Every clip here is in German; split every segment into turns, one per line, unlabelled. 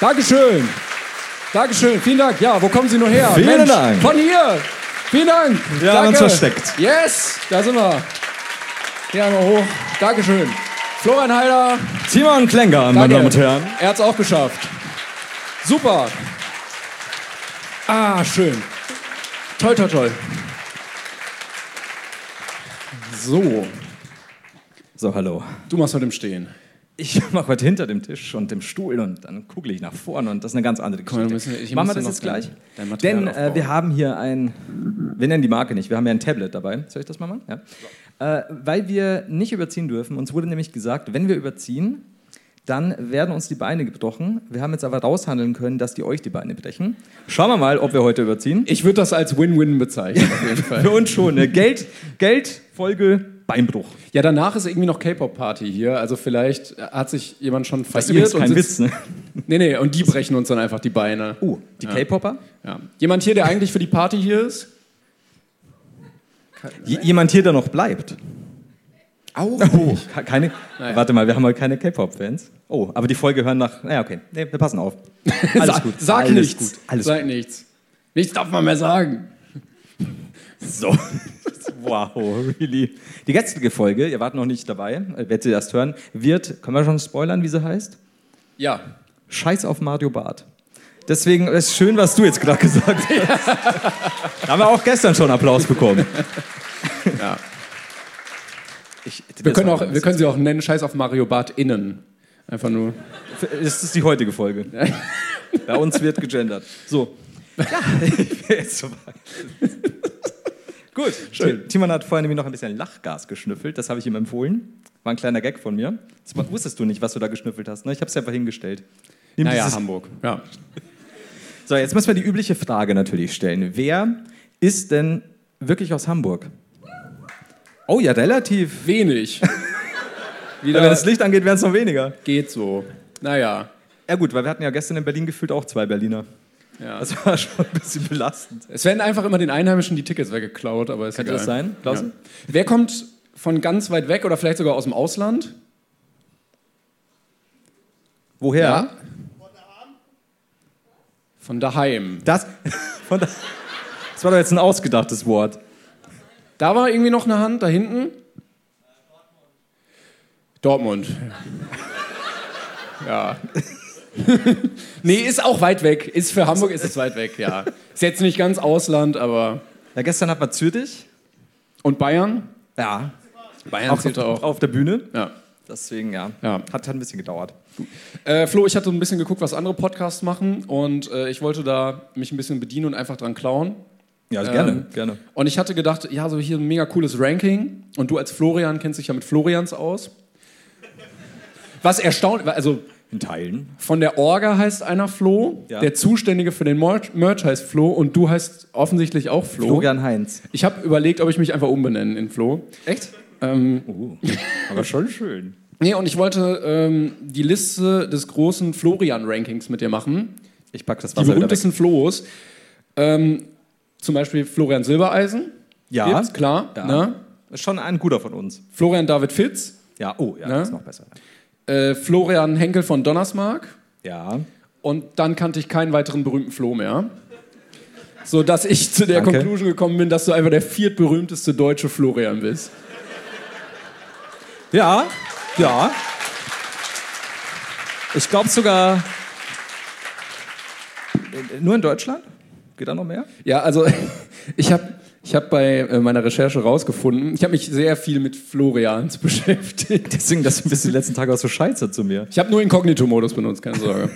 Dankeschön. Dankeschön. Vielen Dank. Ja, wo kommen Sie nur her?
Vielen Dank.
Von hier. Vielen Dank.
Wir haben uns versteckt.
Yes, da sind wir. Hier einmal hoch. Dankeschön. Florian Heider.
Timon Klenger,
Danke.
meine Damen und Herren.
Er hat es auch geschafft. Super. Ah, schön. Toll, toll, toll. So,
So, hallo.
du machst heute im Stehen.
Ich mache heute hinter dem Tisch und dem Stuhl und dann kugle ich nach vorne und das ist eine ganz andere
wir
Geschichte.
müssen- ich
Machen
muss
wir das
noch
jetzt
dein-
gleich?
dein Material
Denn äh,
aufbauen.
wir haben hier ein, wir nennen die Marke nicht, wir haben ja ein Tablet dabei. Soll ich das mal machen? Ja. Äh, weil wir nicht überziehen dürfen. Uns wurde nämlich gesagt, wenn wir überziehen, dann werden uns die Beine gebrochen. Wir haben jetzt aber raushandeln können, dass die euch die Beine brechen. Schauen wir mal, ob wir heute überziehen.
Ich würde das als Win-Win bezeichnen, auf jeden
Für
Fall.
uns schon. Ne? Geld, Geld, Folge, Beinbruch.
Ja, danach ist irgendwie noch K-Pop-Party hier. Also vielleicht hat sich jemand schon
Das ist
verirrt.
übrigens kein
und
Witz,
sitzt-
ne?
Nee, nee, und die brechen uns dann einfach die Beine.
Oh, die K-Popper?
Ja. Jemand hier, der eigentlich für die Party hier ist?
J- Jemand hier, der noch bleibt.
Auch
Oh, ke- keine. Warte mal, wir haben heute keine K-Pop-Fans. Oh, aber die Folge hören nach. Naja, okay. Nee, wir passen auf. Alles gut.
Sag
alles
nichts.
Gut. Alles
Sag nichts. Nichts darf man mehr sagen.
gut. So. wow, really. Die gestrige Folge, ihr wart noch nicht dabei, äh, werdet ihr erst hören, wird, können wir schon spoilern, wie sie heißt?
Ja.
Scheiß auf Mario Barth. Deswegen ist schön, was du jetzt gerade gesagt hast. da haben wir auch gestern schon Applaus bekommen.
Ja.
Ich,
Wir können, auch, wir können sie auch nennen, scheiß auf Mario Barth innen. Einfach nur.
Das ist die heutige Folge. Bei uns wird gegendert. So. Ja, ich bin jetzt soweit. Gut, schön. Timon hat vorhin nämlich noch ein bisschen Lachgas geschnüffelt, das habe ich ihm empfohlen. War ein kleiner Gag von mir. Das war- wusstest du nicht, was du da geschnüffelt hast, ne? Ich habe es einfach hingestellt. Nimm dieses-
Hamburg. Ja.
So, jetzt müssen wir die übliche Frage natürlich stellen. Wer ist denn wirklich aus Hamburg? Oh ja, relativ.
Wenig.
Wenn
Wieder
das Licht angeht, wären es noch weniger.
geht so. Naja.
Ja gut, weil wir hatten ja gestern in Berlin gefühlt auch zwei Berliner.
Ja.
Das war schon ein bisschen belastend.
Es werden einfach immer den Einheimischen die Tickets weggeklaut, aber ist
Könnte
egal.
das sein,
Ja.
Klausen?
Wer kommt von ganz weit weg oder vielleicht sogar aus dem Ausland?
Woher?
Von daheim.
Das, von da, das war doch jetzt ein ausgedachtes Wort.
Da war irgendwie noch eine Hand, da hinten? Dortmund. Ja. nee, ist auch weit weg. Ist für Hamburg ist es weit weg, ja. Ist jetzt nicht ganz Ausland, aber.
Ja, gestern hat man Zürich.
Und Bayern?
Ja.
Bayern
Auch
zählt
auf,
auch.
auf der Bühne.
Ja.
Deswegen, ja.
Ja.
Hat, hat ein bisschen gedauert.
Äh, Flo, ich hatte so ein bisschen geguckt, was andere Podcasts machen und äh, ich wollte da mich ein bisschen bedienen und einfach dran klauen.
Ja, also
Ähm,
gerne.
Und ich hatte gedacht, ja, so hier ein mega cooles Ranking. Und du als Florian kennst dich ja mit Florians aus. Was erstaunt, also
In Teilen.
von der Orga heißt einer Flo,
Ja.
der Zuständige für den Mer- Merch heißt Flo und du heißt offensichtlich auch Flo.
Florian Heinz.
Ich habe überlegt, ob ich mich einfach umbenennen in Flo.
Echt?
Ähm,
oh. Aber schon schön.
Nee, und ich wollte ähm, die Liste des großen Florian-Rankings mit dir machen.
Ich pack das
Die
Wasser wieder weg.
berühmtesten Flohs. Ähm, zum Beispiel Florian Silbereisen.
Ja.
Gibt's, klar.
Ja.
Ne?
Ist Schon ein guter von uns.
Florian David Fitz.
Ja, oh, ja,
Ne?
das ist noch besser.
Äh, Florian Henkel von Donnersmark.
Ja.
Und dann kannte ich keinen weiteren berühmten Floh mehr. So dass ich zu der
Danke.
Conclusion gekommen bin, dass du einfach der viertberühmteste deutsche Florian bist.
Ja, ja. Ich glaube sogar. Äh, Nur in Deutschland? Geht da noch mehr?
Ja, also ich habe ich hab bei äh, meiner Recherche rausgefunden, ich habe mich sehr viel mit Florians beschäftigt.
Deswegen, dass du bis die letzten Tage auch so scheiße zu mir.
Ich habe nur Inkognito-Modus benutzt, keine Sorge.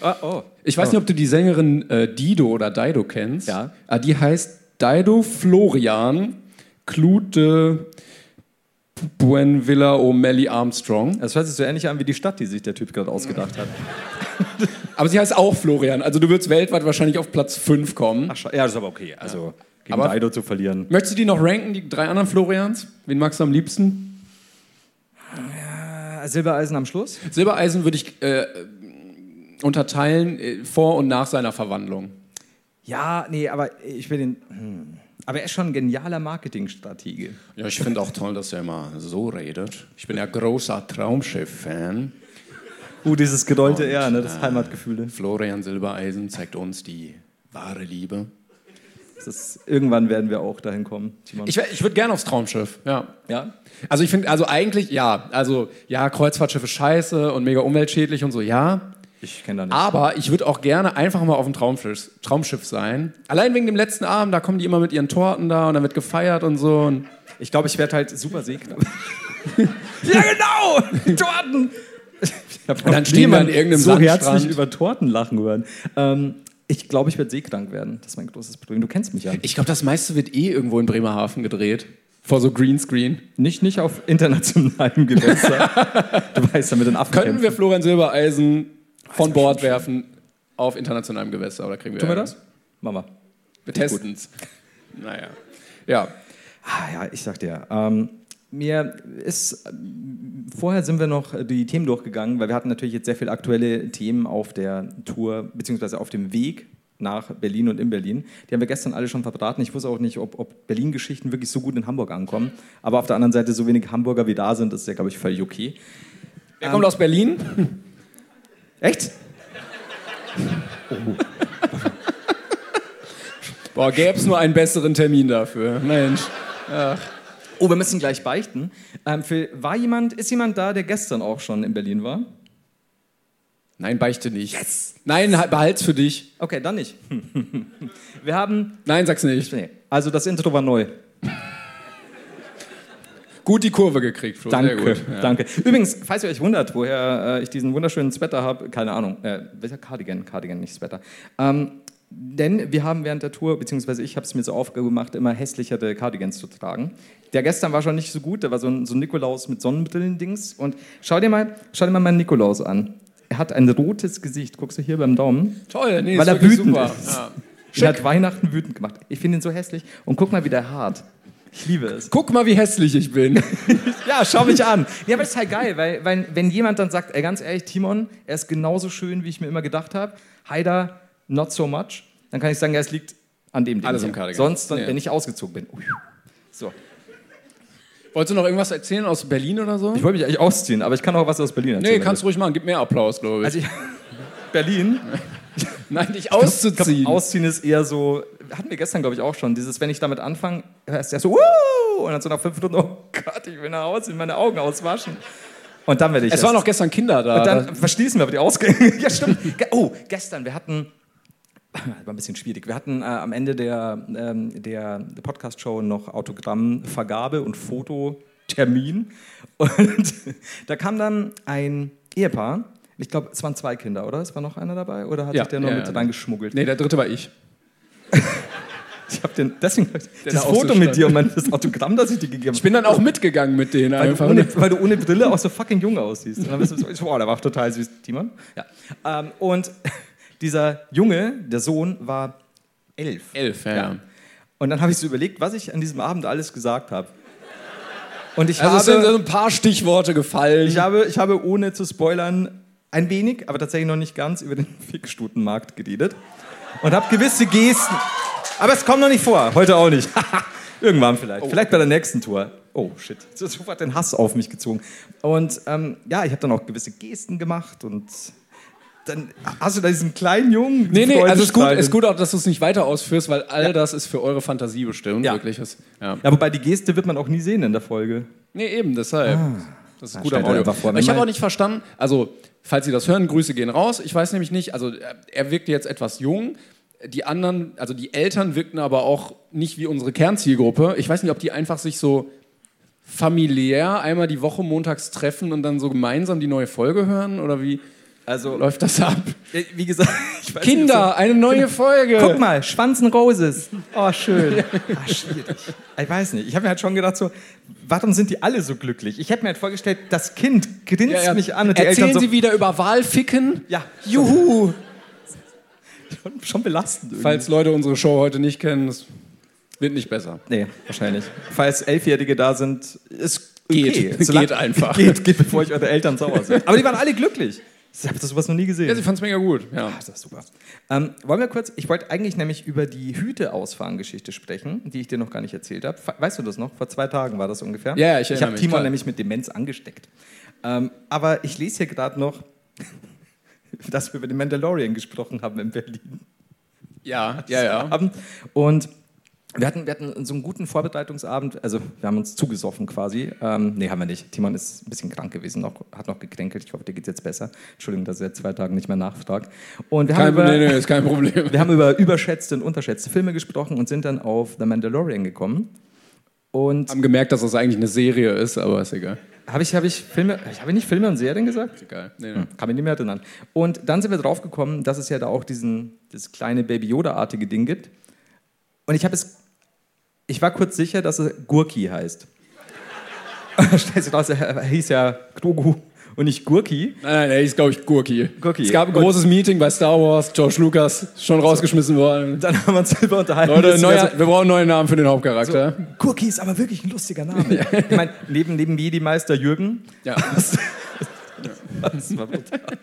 Ah, oh.
Ich weiß nicht, ob du die Sängerin äh, Dido oder Dido kennst.
Ja.
Ah, die heißt Dido Florian Klute Buenvilla O'Malley Armstrong.
Das hört sich so ähnlich an wie die Stadt, die sich der Typ gerade ausgedacht hat.
Aber sie heißt auch Florian. Also du würdest weltweit wahrscheinlich auf Platz 5 kommen.
Ach, scha- ja, das ist aber okay. Also gegen
Aber-
Daido zu verlieren.
Möchtest du die noch ranken, die drei anderen Florians? Wen magst du am liebsten?
Silbereisen am Schluss?
Silbereisen würde ich äh, unterteilen äh, vor und nach seiner Verwandlung.
Ja, nee, aber ich will den. Hm. Aber er ist schon ein genialer Marketingstratege.
Ja, ich finde auch toll, dass er immer so redet. Ich bin ja großer Traumschiff-Fan.
Uh, dieses gedollte R, ne, das Heimatgefühle.
Florian Silbereisen zeigt uns die wahre Liebe.
Das ist, irgendwann werden wir auch dahin kommen, Timon.
Ich, wär- ich würde gerne aufs Traumschiff, ja.
ja?
Also ich finde, also eigentlich, ja, also ja, Kreuzfahrtschiffe scheiße und mega umweltschädlich und so, ja.
Ich kenne da nicht.
Aber ich würde auch gerne einfach mal auf dem Traumschiff, Traumschiff sein. Allein wegen dem letzten Abend, da kommen die immer mit ihren Torten da und dann wird gefeiert und so. Und
Ich glaube, ich werde halt super Seeknapp. ja, genau! Torten! Ich hab
Und dann
noch
stehen wir an
niemanden
irgendeinem
so
Sandstrand.
herzlich über Torten lachen hören. Ähm, ich glaube, ich werde seekrank werden. Das ist mein großes Problem. Du kennst mich ja.
ich glaube, das meiste wird eh irgendwo in Bremerhaven gedreht. Vor so Greenscreen.
nicht, nicht auf internationalem Gewässer. du weißt, damit in Afrika.
Könnten wir Florian Silbereisen von Bord werfen auf internationalem Gewässer? Oder kriegen wir
Tun wir
Ärger?
das? Mama.
Wir testen es. Naja. Ja.
Ah, ja, ich sag dir. Ähm, mir ist. ähm, Vorher sind wir noch die Themen durchgegangen, weil wir hatten natürlich jetzt sehr viele aktuelle Themen auf der Tour, beziehungsweise auf dem Weg nach Berlin und in Berlin. Die haben wir gestern alle schon verbraten. Ich wusste auch nicht, ob, ob Berlin-Geschichten wirklich so gut in Hamburg ankommen. Aber auf der anderen Seite, so wenig Hamburger wie da sind, ist ja, glaube ich, völlig okay.
Wer kommt aus Berlin?
Echt?
Boah, gäbe es nur einen besseren Termin dafür. Mensch.
Oh, wir müssen gleich beichten. Ähm, für, war jemand, ist jemand da, der gestern auch schon in Berlin war?
Nein, beichte nicht. Nein, ha- behalt's für dich.
Okay, dann nicht. Wir haben.
Nein, sag's nicht.
Nee, also das Intro war neu.
Gut die Kurve gekriegt, Flo.
Danke,
Sehr gut. Ja.
danke. Übrigens, falls ihr euch wundert, woher äh, ich diesen wunderschönen Sweater habe, keine Ahnung, äh, welcher Cardigan, Cardigan, nicht Sweater. Ähm, denn wir haben während der Tour, beziehungsweise ich habe es mir zur Aufgabe gemacht, immer hässlichere Cardigans zu tragen. Der gestern war schon nicht so gut, der war so ein, so ein Nikolaus mit Sonnenbrillen-Dings. Und schau dir, mal, schau dir mal meinen Nikolaus an. Er hat ein rotes Gesicht, guckst du hier beim Daumen?
Toll, nee,
Weil
ist
er
wirklich
wütend
super.
ist.
Ja.
Er hat Weihnachten wütend gemacht. Ich finde ihn so hässlich. Und guck mal, wie der hart. Ich liebe es.
Guck mal, wie hässlich ich bin.
Ja, schau mich an. Ja, aber das ist halt geil, weil, weil wenn jemand dann sagt, ey, ganz ehrlich, Timon, er ist genauso schön, wie ich mir immer gedacht habe, Haider, not so much, dann kann ich sagen, ja, es liegt an dem Ding.
Alles am
hier.
Cardigan.
Sonst, dann,
Ja.
wenn ich ausgezogen bin. Ui. So.
Wolltest du noch irgendwas erzählen aus Berlin oder so?
Ich wollte mich eigentlich ausziehen, aber ich kann auch was aus Berlin erzählen.
Nee, kannst du ruhig machen. Gib mehr Applaus, glaube ich.
Also ich, Berlin?
Nein, dich
Ich
auszuziehen.
glaub, ausziehen ist eher so, hatten wir gestern, glaube ich, auch schon, dieses, wenn ich damit anfange, ist ja so, Wuh! und dann so nach fünf Minuten, oh Gott, ich will nach Hause, meine Augen auswaschen. Und dann werde ich
es
erst-
waren noch gestern Kinder da.
Und dann verschließen wir aber die Ausgänge. ja, stimmt. Ge- Oh, gestern, wir hatten. War ein bisschen schwierig. Wir hatten äh, am Ende der, ähm, der, der Podcast-Show noch Autogrammvergabe und Fototermin. Und da kam dann ein Ehepaar. Ich glaube, es waren zwei Kinder, oder? Es war noch einer dabei? Oder hat
Ja,
sich der nur
ja,
mit
ja.
reingeschmuggelt?
nee, der dritte war ich.
Ich habe den, deswegen das
da auch so
Foto mit
stand.
dir und mein, das Autogramm, das ich dir gegeben
Ich bin dann auch mitgegangen mit denen
Weil du,
einfach.
ohne, weil du ohne Brille auch so fucking jung aussiehst. Und dann bist du so, wow, der war total süß, Timon. Ja. Ähm, und dieser Junge, der Sohn, war elf.
Elf, ja. ja.
Und dann habe ich so überlegt, was ich an diesem Abend alles gesagt habe. Und ich
Also es sind
habe,
so ein paar Stichworte gefallen.
ich, habe, ich habe, ohne zu spoilern, ein wenig, aber tatsächlich noch nicht ganz, über den Fickstutenmarkt geredet. Und habe gewisse Gesten. Aber es kommt noch nicht vor, heute auch nicht. Irgendwann vielleicht.
Oh.
Vielleicht bei der nächsten Tour. Oh shit, so sofort den Hass auf mich gezogen. Und ähm, ja, ich habe dann auch gewisse Gesten gemacht und dann hast du da diesen kleinen Jungen.
Nee, nee,
Freude
also es ist gut,
strahlen.
ist gut auch, dass du es nicht weiter ausführst, weil all das ist für eure Fantasie bestimmt.
Ja.
Wirklich. Das, ja.
Ja, wobei die Geste wird man auch nie sehen in der Folge.
Nee, eben, deshalb. Das ist gut
Ah. stell
am
dir
Audio.
einfach vor, ne, wenn
ich habe
man-
auch nicht verstanden, also, falls Sie das hören, Grüße gehen raus. Ich weiß nämlich nicht, also, äh, er wirkte jetzt etwas jung. Die anderen, also die Eltern wirkten aber auch nicht wie unsere Kernzielgruppe. Ich weiß nicht, ob die einfach sich so familiär einmal die Woche montags treffen und dann so gemeinsam die neue Folge hören oder wie.
Also,
läuft das ab.
äh, wie gesagt, ich weiß nicht,
Kinder, eine neue Folge.
so- Genau. Guck mal, Schwanzen Roses. Oh, schön. Ah, schwierig. Ich weiß nicht. Ich habe mir halt schon gedacht, so, warum sind die alle so glücklich? Ich hätte mir halt vorgestellt, das Kind grinst
Ja, ja.
mich an und die
Erzählen
Eltern so,
Sie wieder über Wahlficken.
ja, juhu. Schon, schon belastend irgendwie.
Falls Leute unsere Show heute nicht kennen, es wird nicht besser.
Nee, wahrscheinlich. Falls Elfjährige da sind, es
Geht.
okay.
Geht
Solange-
einfach.
Geht, geht, bevor ich eure Eltern sauer sind. Aber die waren alle glücklich. Ich habe das sowas noch nie gesehen.
Ja, sie fand es mega gut. Ja.
Ah, ist das super. Ähm, wollen wir kurz, ich wollte eigentlich nämlich über die Hüte ausfahren Geschichte sprechen, die ich dir noch gar nicht erzählt habe. Fe- Weißt du das noch? Vor zwei Tagen war das ungefähr.
Ja, ja, ich
Ich
erinnere
habe
mich,
Timon
klar.
nämlich mit Demenz angesteckt. Ähm, aber ich lese hier gerade noch, dass wir über den Mandalorian gesprochen haben in Berlin.
Ja, ja, ja.
Abend. Und wir hatten, wir hatten so einen guten Vorbereitungsabend, also wir haben uns zugesoffen quasi. Ähm, nee, haben wir nicht. Timon ist ein bisschen krank gewesen, noch, hat noch gekränkelt. Ich hoffe, dir geht es jetzt besser. Entschuldigung, dass ich jetzt zwei Tage nicht mehr nachfrage. Und wir
Kein,
haben über,
nee, nee, ist kein Problem.
wir haben über überschätzte und unterschätzte Filme gesprochen und sind dann auf The Mandalorian gekommen. Und
haben gemerkt, dass das eigentlich eine Serie ist, aber ist egal.
habe ich, hab ich Filme, habe ich nicht Filme und Serien gesagt?
Ist egal. Nee, nee.
Kann mich nicht mehr erinnern. Und dann sind wir drauf gekommen, dass es ja da auch diesen, das kleine Baby Yoda-artige Ding gibt. Und ich habe es, ich war kurz sicher, dass es Gurki heißt. Und dann stellt sich raus, er hieß ja Grogu und nicht Gurki.
Nein, nein, er hieß, glaube ich, Gurki.
Gurki.
Es gab ein
Und-
großes Meeting bei Star Wars, George Lucas, schon rausgeschmissen worden.
Dann haben wir uns darüber unterhalten.
Leute,
dass wir
neuer, wir brauchen einen neuen Namen für den Hauptcharakter.
Cookie ist aber wirklich ein lustiger Name. Ich meine, neben, neben Jedi Meister Jürgen.
Ja.
Das, das war brutal.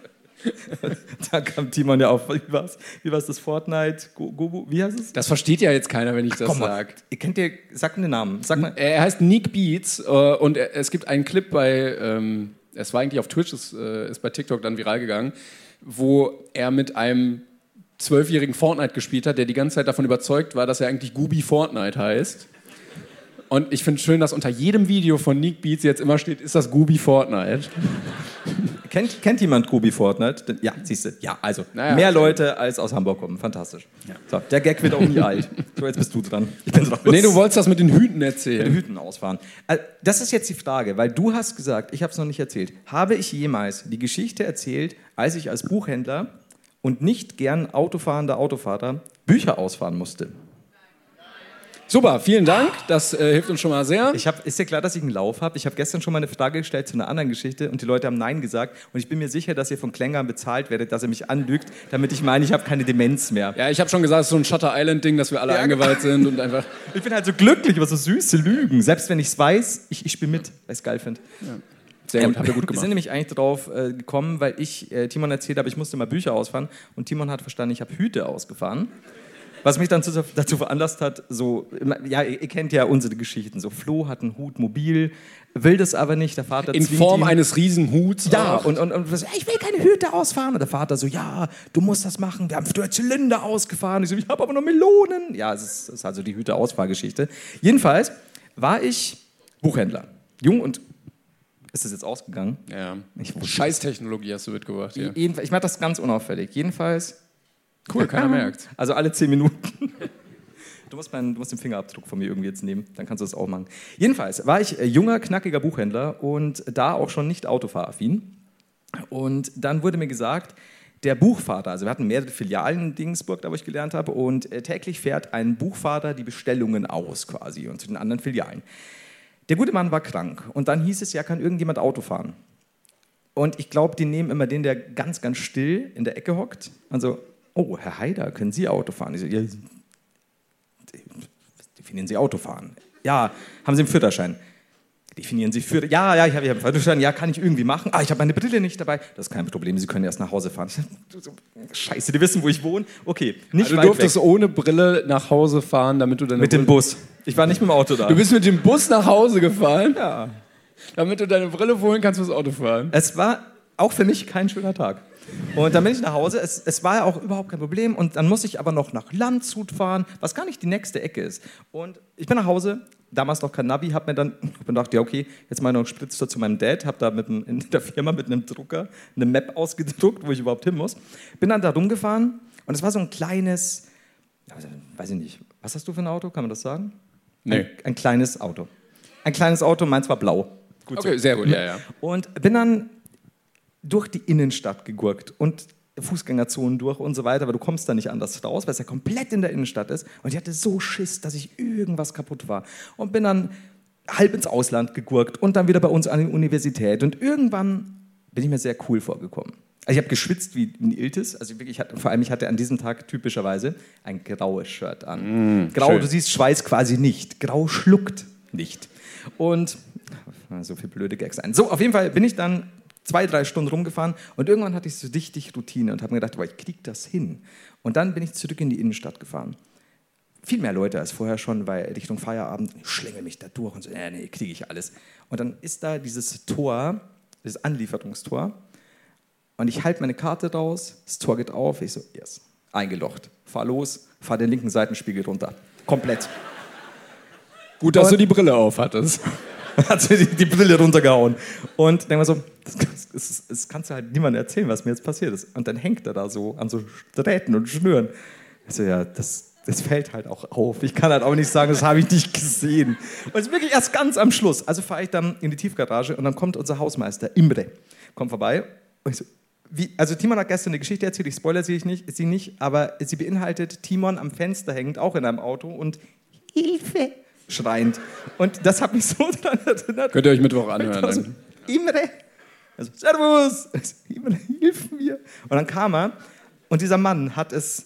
Da kam Timon ja auf, wie war's? Wie war's das Fortnite? Go, Gobu, wie heißt es?
Das versteht ja jetzt keiner, wenn ich das sage.
Ihr kennt ihr, sag mir den Namen. Sag mal.
Er heißt Nick Beats äh, und er, es gibt einen Clip bei, ähm, es war eigentlich auf Twitch, es äh, ist bei TikTok dann viral gegangen, wo er mit einem zwölfjährigen Fortnite gespielt hat, der die ganze Zeit davon überzeugt war, dass er eigentlich Gubi Fortnite heißt. Und ich finde schön, dass unter jedem Video von Nick Beats jetzt immer steht, ist das Gubi Fortnite?
Kennt, kennt jemand Gobi Fortnite? Denn- Ja, siehst du. Ja, also
Naja.
mehr Leute als aus Hamburg kommen. Fantastisch. So, der Gag wird auch nie alt. So, jetzt bist du dran. Ich bin raus.
Nee, du wolltest das mit den Hüten
den
erzählen.
Hüten ausfahren. Äh, Das ist jetzt die Frage, weil du hast gesagt, ich habe es noch nicht erzählt. Habe ich jemals die Geschichte erzählt, als ich als Buchhändler und nicht gern autofahrender Autofahrer Bücher ausfahren musste?
Super, vielen Dank, das äh, hilft uns schon mal sehr.
Ich hab, ist dir klar, dass ich einen Lauf habe? Ich habe gestern schon mal eine Frage gestellt zu einer anderen Geschichte und die Leute haben Nein gesagt. Und ich bin mir sicher, dass ihr von Klängern bezahlt werdet, dass ihr mich anlügt, damit ich meine, ich habe keine Demenz mehr.
Ja, ich habe schon gesagt, es ist so ein Shutter Island-Ding, dass wir alle
Ja,
eingeweiht sind und einfach.
Ich bin halt so glücklich über so süße Lügen. Selbst wenn ich es weiß, ich, ich spiele mit, weil ich es geil finde.
Sehr gut,
Ähm,
habt ihr gut
Wir sind
gemacht.
nämlich eigentlich drauf äh, gekommen, weil ich äh, Timon erzählt habe, ich musste mal Bücher ausfahren und Timon hat verstanden, ich habe Hüte ausgefahren. Was mich dann zu, dazu veranlasst hat, so, immer- ja, ihr ihr kennt ja unsere Geschichten, so Flo hat einen Hut mobil, will das aber nicht, der Vater
In
zwingt
Form
ihn.
eines Riesenhuts.
Ja,
auch.
und, und, und was, "Ja, ich will keine Hüte ausfahren. Und der Vater so, ja, du musst das machen. Wir haben früher Zylinder ausgefahren. Ich so, ich habe aber noch Melonen. Ja, es ist, es ist also die Hüte-Ausfahrgeschichte. Jedenfalls war ich Buchhändler. Jung und ist das jetzt ausgegangen?
Ja.
Ich wusste-
Scheiß Technologie hast du mitgebracht Also hier.
Jedenfalls- Ich mache das ganz unauffällig. Jedenfalls,
Cool, keiner merkt.
also alle zehn Minuten. Du musst, meinen, du musst den Fingerabdruck von mir irgendwie jetzt nehmen, dann kannst du das auch machen. Jedenfalls war ich äh, junger, knackiger Buchhändler und da auch schon nicht autofahraffin. Und dann wurde mir gesagt, der Buchvater, also wir hatten mehrere Filialen in Dingsburg, da wo ich gelernt habe, und äh, täglich fährt ein Buchvater die Bestellungen aus quasi und zu den anderen Filialen. Der gute Mann war krank und dann hieß es, ja, kann irgendjemand Auto fahren? Und ich glaube, die nehmen immer den, der ganz, ganz still in der Ecke hockt. Also, oh, Herr Haider, können Sie Auto fahren? Ich so, ja, definieren Sie Autofahren? Ja, haben Sie einen Führerschein? Definieren Sie Führer? Ja, ja, ich habe ich hab einen Führerschein. Ja, kann ich irgendwie machen? Ah, ich habe meine Brille nicht dabei. Das ist kein Problem, Sie können erst nach Hause fahren. Ich so, Scheiße, die wissen, wo ich wohne. Okay, nicht
Also Du
weit
durftest
weg.
ohne Brille nach Hause fahren, damit du deine
Mit dem
Brille
Bus. Ich war nicht mit dem Auto da.
Du bist mit dem Bus nach Hause gefahren? Ja. Damit du deine Brille holen kannst fürs Auto fahren.
Es war auch für mich kein schöner Tag. Und dann bin ich nach Hause. Es, es war ja auch überhaupt kein Problem. Und dann muss ich aber noch nach Landshut fahren, was gar nicht die nächste Ecke ist. Und ich bin nach Hause, damals noch kein Navi, habe mir dann hab mir gedacht, ja okay, jetzt mal noch einen Spritzer zu meinem Dad. Habe da mit einem, in der Firma mit einem Drucker eine Map ausgedruckt, wo ich überhaupt hin muss. Bin dann da rumgefahren und es war so ein kleines, also, weiß ich nicht, was hast du für ein Auto? Kann man das sagen?
Nee.
Ein kleines Auto. Ein kleines Auto, meins war blau. Gut so.
Okay, sehr gut, ja, ja.
Und bin dann durch die Innenstadt gegurkt und Fußgängerzonen durch und so weiter, aber du kommst da nicht anders raus, weil es ja komplett in der Innenstadt ist. Und ich hatte so Schiss, dass ich irgendwas kaputt war. Und bin dann halb ins Ausland gegurkt und dann wieder bei uns an die Universität. Und irgendwann bin ich mir sehr cool vorgekommen. Also ich habe geschwitzt wie ein Iltis. Also wirklich, ich hatte, vor allem ich hatte an diesem Tag typischerweise ein graues Shirt an. Grau,
schön.
du siehst Schweiß quasi nicht. Grau schluckt nicht. Und so viel blöde Gags ein. So, auf jeden Fall bin ich dann zwei, drei Stunden rumgefahren und irgendwann hatte ich so richtig Routine und habe mir gedacht, boah, ich krieg das hin. Und dann bin ich zurück in die Innenstadt gefahren viel mehr Leute als vorher schon, weil Richtung Feierabend, ich schlängel mich da durch und so, nee, nee, kriege ich alles. Und dann ist da dieses Tor, dieses Anlieferungstor, und ich halte meine Karte raus, das Tor geht auf, ich so, yes, eingelocht, fahr los, fahr den linken Seitenspiegel runter, komplett.
Gut, dass
Und-
du die Brille auf hattest.
hat sie die, die Brille runtergehauen. Und denke mal so, das, kannst- das, ist- das kannst du halt niemandem erzählen, was mir jetzt passiert ist. Und dann hängt er da so an so Drähten und Schnüren. Also ja, das, das fällt halt auch auf. Ich kann halt auch nicht sagen, das habe ich nicht gesehen. Und es ist wirklich erst ganz am Schluss. Also fahre ich dann in die Tiefgarage und dann kommt unser Hausmeister, Imre, kommt vorbei. Und ich so, wie, also Timon hat gestern eine Geschichte erzählt, ich spoiler sie nicht, sie nicht, aber sie beinhaltet Timon am Fenster hängend, auch in einem Auto und Hilfe schreiend. Und das hat mich so daran erinnert.
Könnt ihr euch Mittwoch anhören.
Also,
Dann.
Imre! Also, Servus! Also, Imre, hilf mir! Und dann kam er und dieser Mann hat es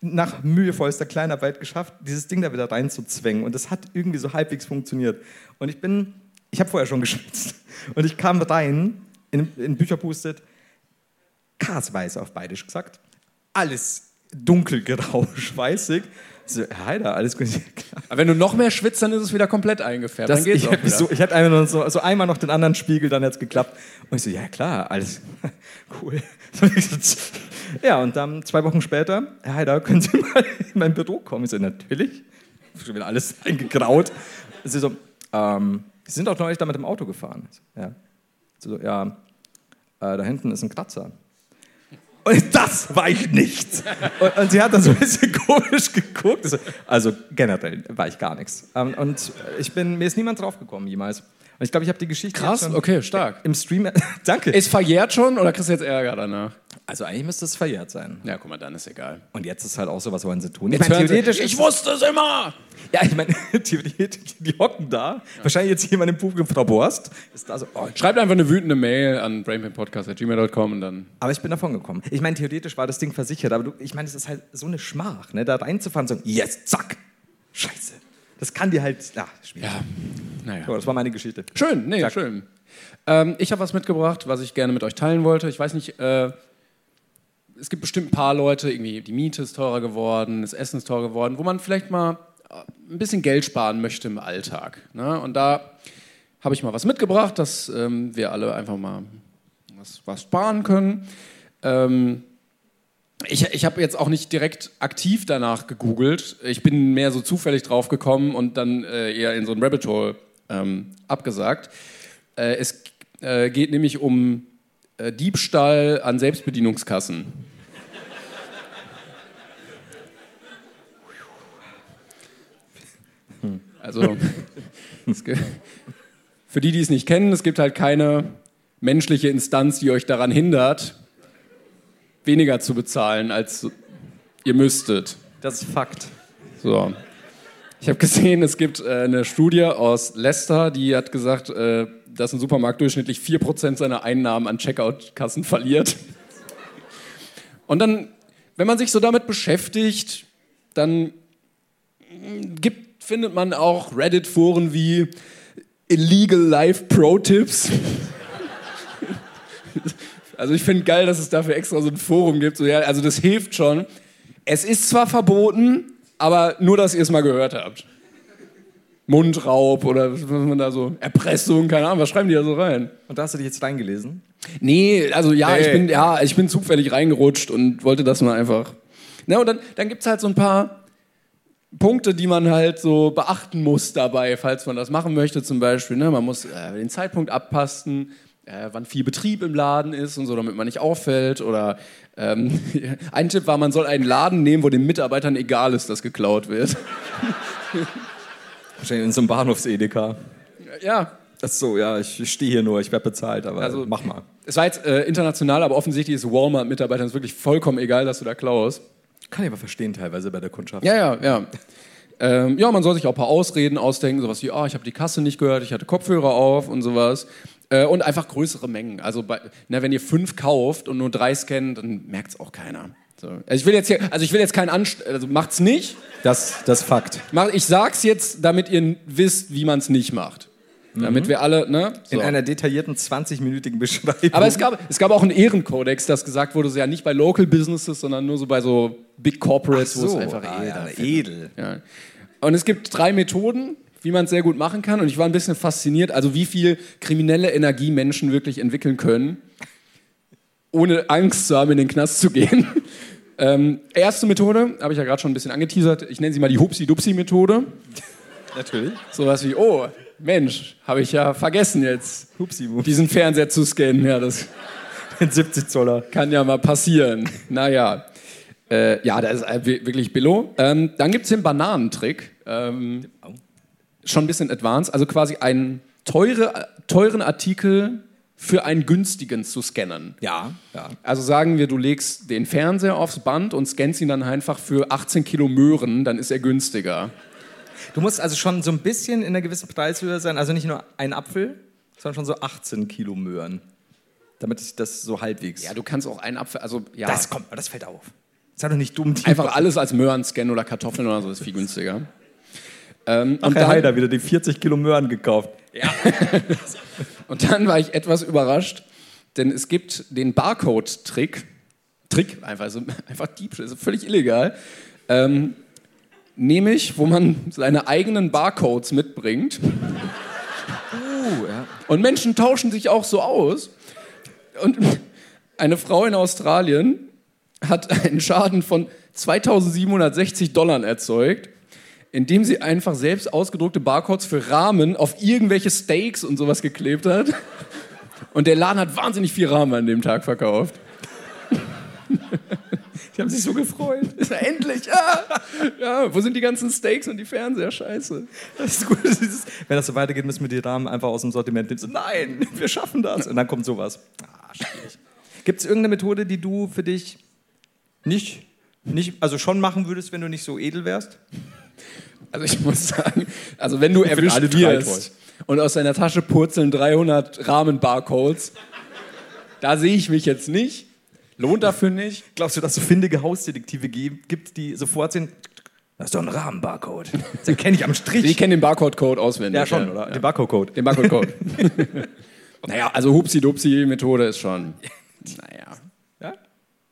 nach mühevollster Kleinarbeit geschafft, dieses Ding da wieder reinzuzwängen. Und das hat irgendwie so halbwegs funktioniert. Und ich bin, ich habe vorher schon geschwitzt. Und ich kam rein, in, in Bücher pustet, kasweiß auf Bayerisch gesagt. Alles dunkelgrau, schweißig. So, Heider, alles gut. Klar.
Aber wenn du noch mehr schwitzt, dann ist es wieder komplett eingefärbt.
Das,
dann geht's
ich,
auch wieder.
so, ich hatte einmal noch so, so einmal noch den anderen Spiegel, dann hat's geklappt. Und ich so, ja klar, alles cool. ja, und dann zwei Wochen später, Herr Heider, können Sie mal in mein Büro kommen? Ich so, natürlich. Schon wieder alles eingegraut. Sie so, ähm, Sie sind doch neulich da mit dem Auto gefahren. Ich so, Ja. Sie so, ja, äh, da hinten ist ein Kratzer. Und das war ich nicht. Und, und sie hat dann so ein bisschen komisch geguckt. So, Also generell war ich gar nichts. Ähm, und ich bin, mir ist niemand draufgekommen jemals. Und ich glaube, ich habe die Geschichte
Krass,
jetzt schon
okay, stark.
im Stream. Danke.
Ist verjährt schon oder kriegst du jetzt Ärger danach?
also eigentlich müsste es verjährt sein.
Ja, guck mal, dann ist egal.
Und jetzt ist halt auch so, was wollen sie tun?
Jetzt hören sie,
ist
ich wusste es immer!
Ja, ich meine, theoretisch, die hocken da. Wahrscheinlich jetzt jemand im Publikum, Frau Borst, ist da so, oh,
Schreibt einfach eine wütende Mail an brainpainpodcast.gmail.com und dann.
Aber ich bin davon gekommen. Ich meine, theoretisch war das Ding versichert, aber du, ich meine, es ist halt so eine Schmach, ne? da reinzufahren und sagen, yes, zack, scheiße. Das kann dir halt, ja, schwierig.
Ja, naja.
Aber das war meine Geschichte.
Schön, nee, schön. Ähm, ich habe was mitgebracht, was ich gerne mit euch teilen wollte. Ich weiß nicht, äh, es gibt bestimmt ein paar Leute, irgendwie die Miete ist teurer geworden, das Essen ist teurer geworden, wo man vielleicht mal äh, ein bisschen Geld sparen möchte im Alltag. Ne? Und da habe ich mal was mitgebracht, dass ähm, wir alle einfach mal was, was sparen können. Ähm, ich, ich habe jetzt auch nicht direkt aktiv danach gegoogelt. Ich bin mehr so zufällig drauf gekommen und dann äh, eher in so ein Rabbit Hole ähm, abgesagt. Äh, es äh, geht nämlich um äh, Diebstahl an Selbstbedienungskassen. Also, es gibt, für die, die es nicht kennen, es gibt halt keine menschliche Instanz, die euch daran hindert, weniger zu bezahlen, als ihr müsstet.
Das ist Fakt.
So. Ich habe gesehen, es gibt äh, eine Studie aus Leicester, die hat gesagt, äh, dass ein Supermarkt durchschnittlich 4% seiner Einnahmen an Checkout-Kassen verliert. Und dann, wenn man sich so damit beschäftigt, dann mm, gibt, findet man auch Reddit-Foren wie Illegal Life Pro Tips. also ich finde geil, dass es dafür extra so ein Forum gibt. So, ja, also das hilft schon. Es ist zwar verboten, aber nur, dass ihr es mal gehört habt. Mundraub oder was man da so, Erpressung, keine Ahnung, was schreiben die da so rein?
Und da hast du dich jetzt reingelesen.
Nee, also ja,
Nee.
ich bin ja, ich bin zufällig reingerutscht und wollte das mal einfach. Na und dann dann gibt's halt so ein paar Punkte, die man halt so beachten muss dabei, falls man das machen möchte, zum Beispiel. Ne? Man muss äh, den Zeitpunkt abpassen, äh, wann viel Betrieb im Laden ist und so, damit man nicht auffällt. Oder ähm, ein Tipp war, man soll einen Laden nehmen, wo den Mitarbeitern egal ist, dass geklaut wird.
Wahrscheinlich in so einem Bahnhofs-EDK.
Ja,
Ach so, ja, ich stehe hier nur, ich werde bezahlt, aber
Also-
mach mal.
Es war jetzt äh, international, aber offensichtlich ist Walmart-Mitarbeitern es wirklich vollkommen egal, dass du da klaust.
Kann ich aber verstehen teilweise bei der Kundschaft.
Ja, ja, ja. Ähm, ja, man soll sich auch ein paar Ausreden ausdenken, sowas wie, ah, ich habe die Kasse nicht gehört, ich hatte Kopfhörer auf und sowas. Äh, und einfach größere Mengen. Also, bei, na, wenn ihr fünf kauft und nur drei scannt, dann merkt es auch keiner. So. Also, ich will jetzt hier, also ich will jetzt keinen Anst... also macht's nicht.
Das, das ist Fakt.
Mach, ich sag's jetzt, damit ihr wisst, wie man's nicht macht. Damit wir alle, ne? So.
Mhm. In einer detaillierten 20-minütigen Beschreibung.
Aber es gab, es gab auch einen Ehrenkodex, das gesagt wurde, so ja nicht bei Local Businesses, sondern nur so bei so Big Corporates, wo es einfach
ah,
edel
ja, edel.
Ja. Und es gibt drei Methoden, wie man es sehr gut machen kann. Und ich war ein bisschen fasziniert, also wie viel kriminelle Energie Menschen wirklich entwickeln können, ohne Angst zu haben, in den Knast zu gehen. Ähm, erste Methode, habe ich ja gerade schon ein bisschen angeteasert, ich nenne sie mal die Hupsi-Dupsi-Methode.
Natürlich.
Sowas wie, oh, Mensch, habe ich ja vergessen jetzt,
Hupsi,
diesen Fernseher zu scannen. Ja, das
70 Zoller.
kann ja mal passieren. Naja. Äh, ja, das ist äh, wi- wirklich Billo. Ähm, dann gibt es den Bananentrick. Ähm, schon ein bisschen advanced. Also quasi einen teure, teuren Artikel für einen günstigen zu scannen.
Ja, ja.
Also sagen wir, du legst den Fernseher aufs Band und scannst ihn dann einfach für 18 Kilo Möhren, dann ist er günstiger.
Du musst also schon so ein bisschen in einer gewissen Preishöhe sein. Also nicht nur ein Apfel, sondern schon so 18 Kilo Möhren. Damit ich das so halbwegs.
Ja, du kannst auch einen Apfel, also ja,
das kommt, das fällt auf. Sei doch nicht dumm, die
einfach alles als Möhren scannen oder Kartoffeln oder so ist viel günstiger. Ähm, und
Herr
dann-
Heider wieder die 40 Kilo Möhren gekauft.
Und dann war ich etwas überrascht, denn es gibt den Barcode-Trick. Trick, einfach, also einfach Diebstahl, ist völlig illegal. Ähm, nämlich, wo man seine eigenen Barcodes mitbringt.
Oh,
Und Menschen tauschen sich auch so aus. Und eine Frau in Australien hat einen Schaden von 2760 Dollar erzeugt indem sie einfach selbst ausgedruckte Barcodes für Rahmen auf irgendwelche Steaks und sowas geklebt hat. Und der Laden hat wahnsinnig viel Rahmen an dem Tag verkauft.
Die haben sich so gefreut.
Endlich! Ja. ja, wo sind die ganzen Steaks und die Fernseher? Scheiße.
Das ist gut. Das ist, wenn das so weitergeht, müssen wir die Rahmen einfach aus dem Sortiment nehmen. So, nein, wir schaffen das. Und dann kommt sowas. Ah, schwierig. Gibt es irgendeine Methode, die du für dich nicht, nicht, also schon machen würdest, wenn du nicht so edel wärst?
Also ich muss sagen, also wenn du
finde alle
erwischt
drei
wirst und aus deiner Tasche purzeln 300 Rahmen-Barcodes, da sehe ich mich jetzt nicht. Lohnt dafür nicht.
Glaubst du, dass es so findige Hausdetektive ge- gibt, die sofort sind, das ist doch ein Rahmenbarcode. Das erkenne ich am
Ich
Strich.
kenne den Barcode-Code auswendig.
Ja, schon, oder? Den Barcode-Code.
Den Barcode-Code. naja, also Hupsi-Dupsi-Methode ist schon. Naja.
Ja?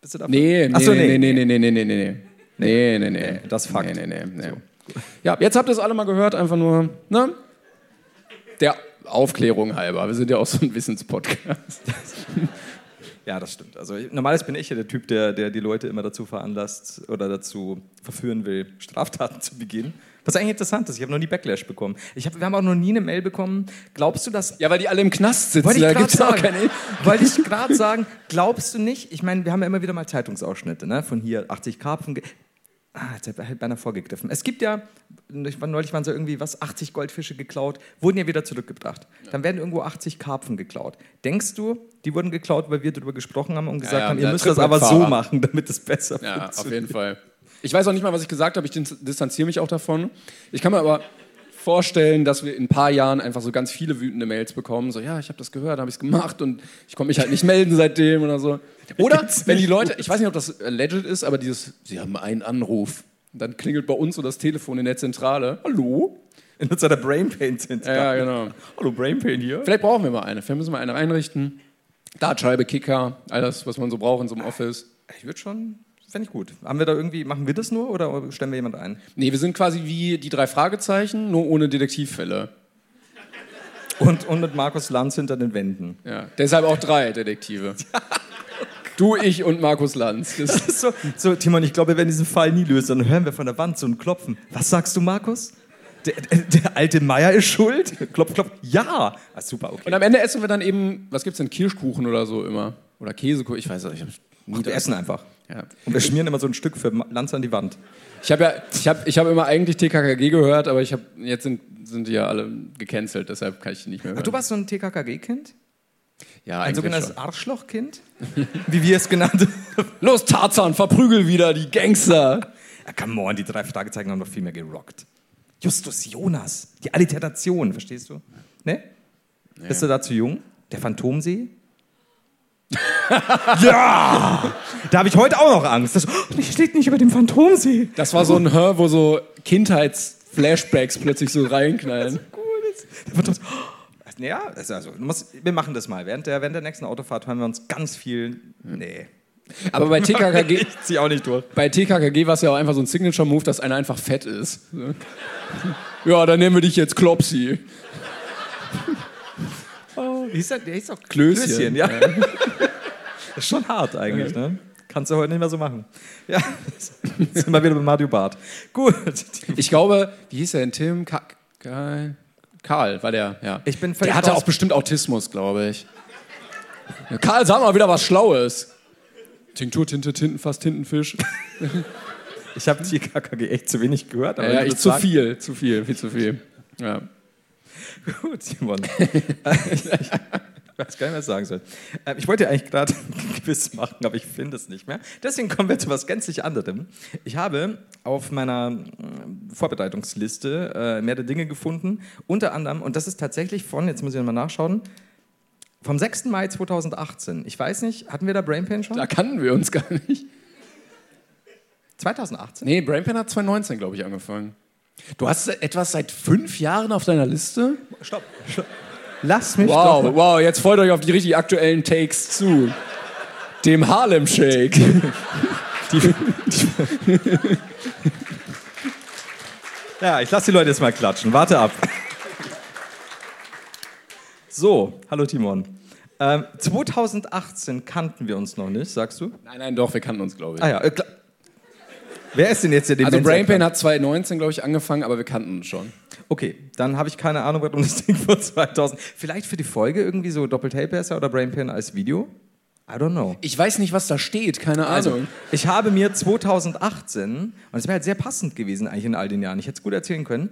Bist du dafür?
Nee, nee,
Ach so,
nee, nee, nee, nee, nee, nee, nee, nee, nee, nee, nee,
das ist Fakt.
Nee, nee, nee, nee. Ja, jetzt habt ihr es alle mal gehört, einfach nur, ne? Der Aufklärung halber. Wir sind ja auch so ein Wissenspodcast.
Ja, das stimmt. Also ich- normalerweise bin ich ja der Typ, der, der die Leute immer dazu veranlasst oder dazu verführen will, Straftaten zu begehen. Was eigentlich interessant ist, ich habe noch nie Backlash bekommen. Ich hab, wir haben auch noch nie eine Mail bekommen. Glaubst du, dass...
Ja, weil die alle im Knast sitzen,
Wollte ich
da
gerade
gibt's auch
sagen.
keine...
Wollte ich gerade sagen, glaubst du nicht? Ich meine, wir haben ja immer wieder mal Zeitungsausschnitte, ne? Von hier 80 Karpfen. ge- Ah, jetzt hat halt beinahe vorgegriffen. Es gibt ja, ich war- neulich waren so irgendwie was, 80 Goldfische geklaut, wurden ja wieder zurückgebracht. Dann werden irgendwo 80 Karpfen geklaut. Denkst du, die wurden geklaut, weil wir darüber gesprochen haben und gesagt
ja,
haben, ihr
der
müsst das aber so
Trittbrettfahrer.
machen, damit es besser
Ja, auf
funktioniert?
jeden Fall. Ich weiß auch nicht mal, was ich gesagt habe, ich dis- distanziere mich auch davon. Ich kann mir aber vorstellen, dass wir in ein paar Jahren einfach so ganz viele wütende Mails bekommen, so ja, ich habe das gehört, habe ich es gemacht und ich konnte mich halt nicht melden seitdem oder so. Oder wenn die Leute, ich weiß nicht, ob das äh, legit ist, aber dieses, sie haben einen Anruf. Und dann klingelt bei uns so das Telefon in der Zentrale. Hallo?
In unserer Brain Pain
Ja,
Zentrale.
genau.
Hallo, Brain Pain hier.
Vielleicht brauchen wir mal eine. Vielleicht müssen wir eine einrichten. Dartscheibe, Kicker, alles, was man so braucht in so einem Office.
Ich würde schon, fände ich gut. Haben wir da irgendwie, machen wir das nur oder stellen wir jemand ein?
Nee, wir sind quasi wie die drei Fragezeichen, nur ohne Detektivfälle.
Und, und mit Markus Lanz hinter den Wänden.
Ja, deshalb auch drei Detektive. Du, ich und Markus Lanz. Das,
So, so, Timon, ich glaube, wir werden diesen Fall nie lösen. Dann hören wir von der Wand so ein Klopfen. Was sagst du, Markus? Der, der, der alte Meier ist schuld? Klopf, klopf. Ja! Ah, super, okay.
und am Ende essen wir dann eben, was gibt's denn, Kirschkuchen oder so immer? Oder Käsekuchen, ich weiß nicht. Ich hab nie
wir
da-
essen einfach.
Ja.
Und wir schmieren immer so ein Stück für Lanz an die Wand.
Ich habe ja, ich habe, ich habe immer eigentlich TKKG gehört, aber ich habe jetzt sind, sind die ja alle gecancelt, deshalb kann ich die nicht mehr hören.
Du warst so ein TKKG-Kind?
ja,
Ein
eigentlich
sogenanntes
schon.
Arschlochkind? Wie wir es genannt haben.
Los Tarzan, verprügel wieder die Gangster.
Ja, come on, die drei Fragezeichen haben noch viel mehr gerockt. Justus Jonas, die Alliteration, verstehst du? Ne? Bist du da zu jung? Der Phantomsee? ja! Da habe ich heute auch noch Angst. Das, oh, ich steht nicht über dem Phantomsee.
Das war so ein Hör, wo so Kindheitsflashbacks plötzlich so reinknallen.
Cool. das- Der Phantomsee. Oh, ja, das ist also, du musst, wir machen das mal. Während der, während der nächsten Autofahrt hören wir uns ganz viel. Nee.
Aber bei TKKG,
Ich zieh auch nicht durch.
bei TKKG war es ja auch einfach so ein Signature-Move, dass einer einfach fett ist. So. Ja, dann nennen wir dich jetzt Klopsi.
Hieß der, der hieß auch
Klößchen.
ja. ist schon hart eigentlich, ne? Kannst du heute nicht mehr so machen. Ja, sind wir wieder bei Mario Barth. Gut.
Ich glaube, wie hieß er denn? Tim? Ka Ka Karl war der, ja.
Ich bin völlig
der hatte
raus.
auch bestimmt Autismus, glaube ich. Ja, Karl, sag mal wieder was Schlaues. Tinktur, Tinte, Tintenfass, Tintenfisch.
Ich habe die KKG echt zu wenig gehört. Aber
Ja,
wenn du
ich,
das
zu
sagst-
viel, zu viel, viel zu viel. Ja.
Gut, Simon. ich weiß gar nicht, was ich sagen soll. Ähm, Ich wollte ja eigentlich gerade ein Quiz machen, aber ich finde es nicht mehr. Deswegen kommen wir zu was gänzlich anderem. Ich habe auf meiner ähm, Vorbereitungsliste äh, mehrere Dinge gefunden. Unter anderem, und das ist tatsächlich von, jetzt muss ich nochmal nachschauen, vom 6. Mai 2018. Ich weiß nicht, hatten wir da Brain Pain schon?
Da kannten wir uns gar nicht.
2018?
Nee, Brainpan hat 2019, glaube ich, angefangen. Du hast etwas seit fünf Jahren auf deiner Liste?
Stopp. stopp. Lass mich
Wow,
doch.
wow, jetzt freut euch auf die richtig aktuellen Takes zu. Dem Harlem Shake.
Ja, ich lasse die Leute jetzt mal klatschen. Warte ab. So, hallo Timon. Ähm, 2018 kannten wir uns noch nicht, sagst du?
Nein, nein, doch, wir kannten uns, glaube ich.
Ah ja, äh, klar. Wer ist denn jetzt der den
Also
Benz
Brain Pain
erkannt?
hat 2019, glaube ich, angefangen, aber wir kannten uns schon.
Okay, dann habe ich keine Ahnung, warum das Ding von 2000. Vielleicht für die Folge irgendwie so doppelt Hellpasser oder Brain Pain als Video? I don't know.
Ich weiß nicht, was da steht, keine Ahnung.
Also, ich habe mir 2018, und es wäre halt sehr passend gewesen eigentlich in all den Jahren, ich hätte es gut erzählen können,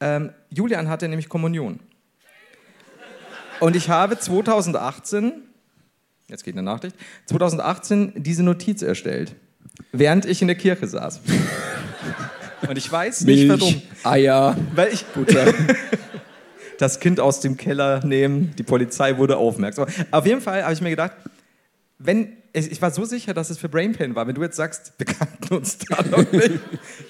ähm, Julian hatte nämlich Kommunion. Und ich habe 2018, jetzt geht eine Nachricht, 2018 diese Notiz erstellt, während ich in der Kirche saß. Und ich weiß nicht warum.
Eier,
Weil ich
Butter.
das Kind aus dem Keller nehmen, die Polizei wurde aufmerksam. Auf jeden Fall habe ich mir gedacht, wenn ich ich war so sicher, dass es für Brain Pain war. Wenn du jetzt sagst, wir kannten uns da noch nicht,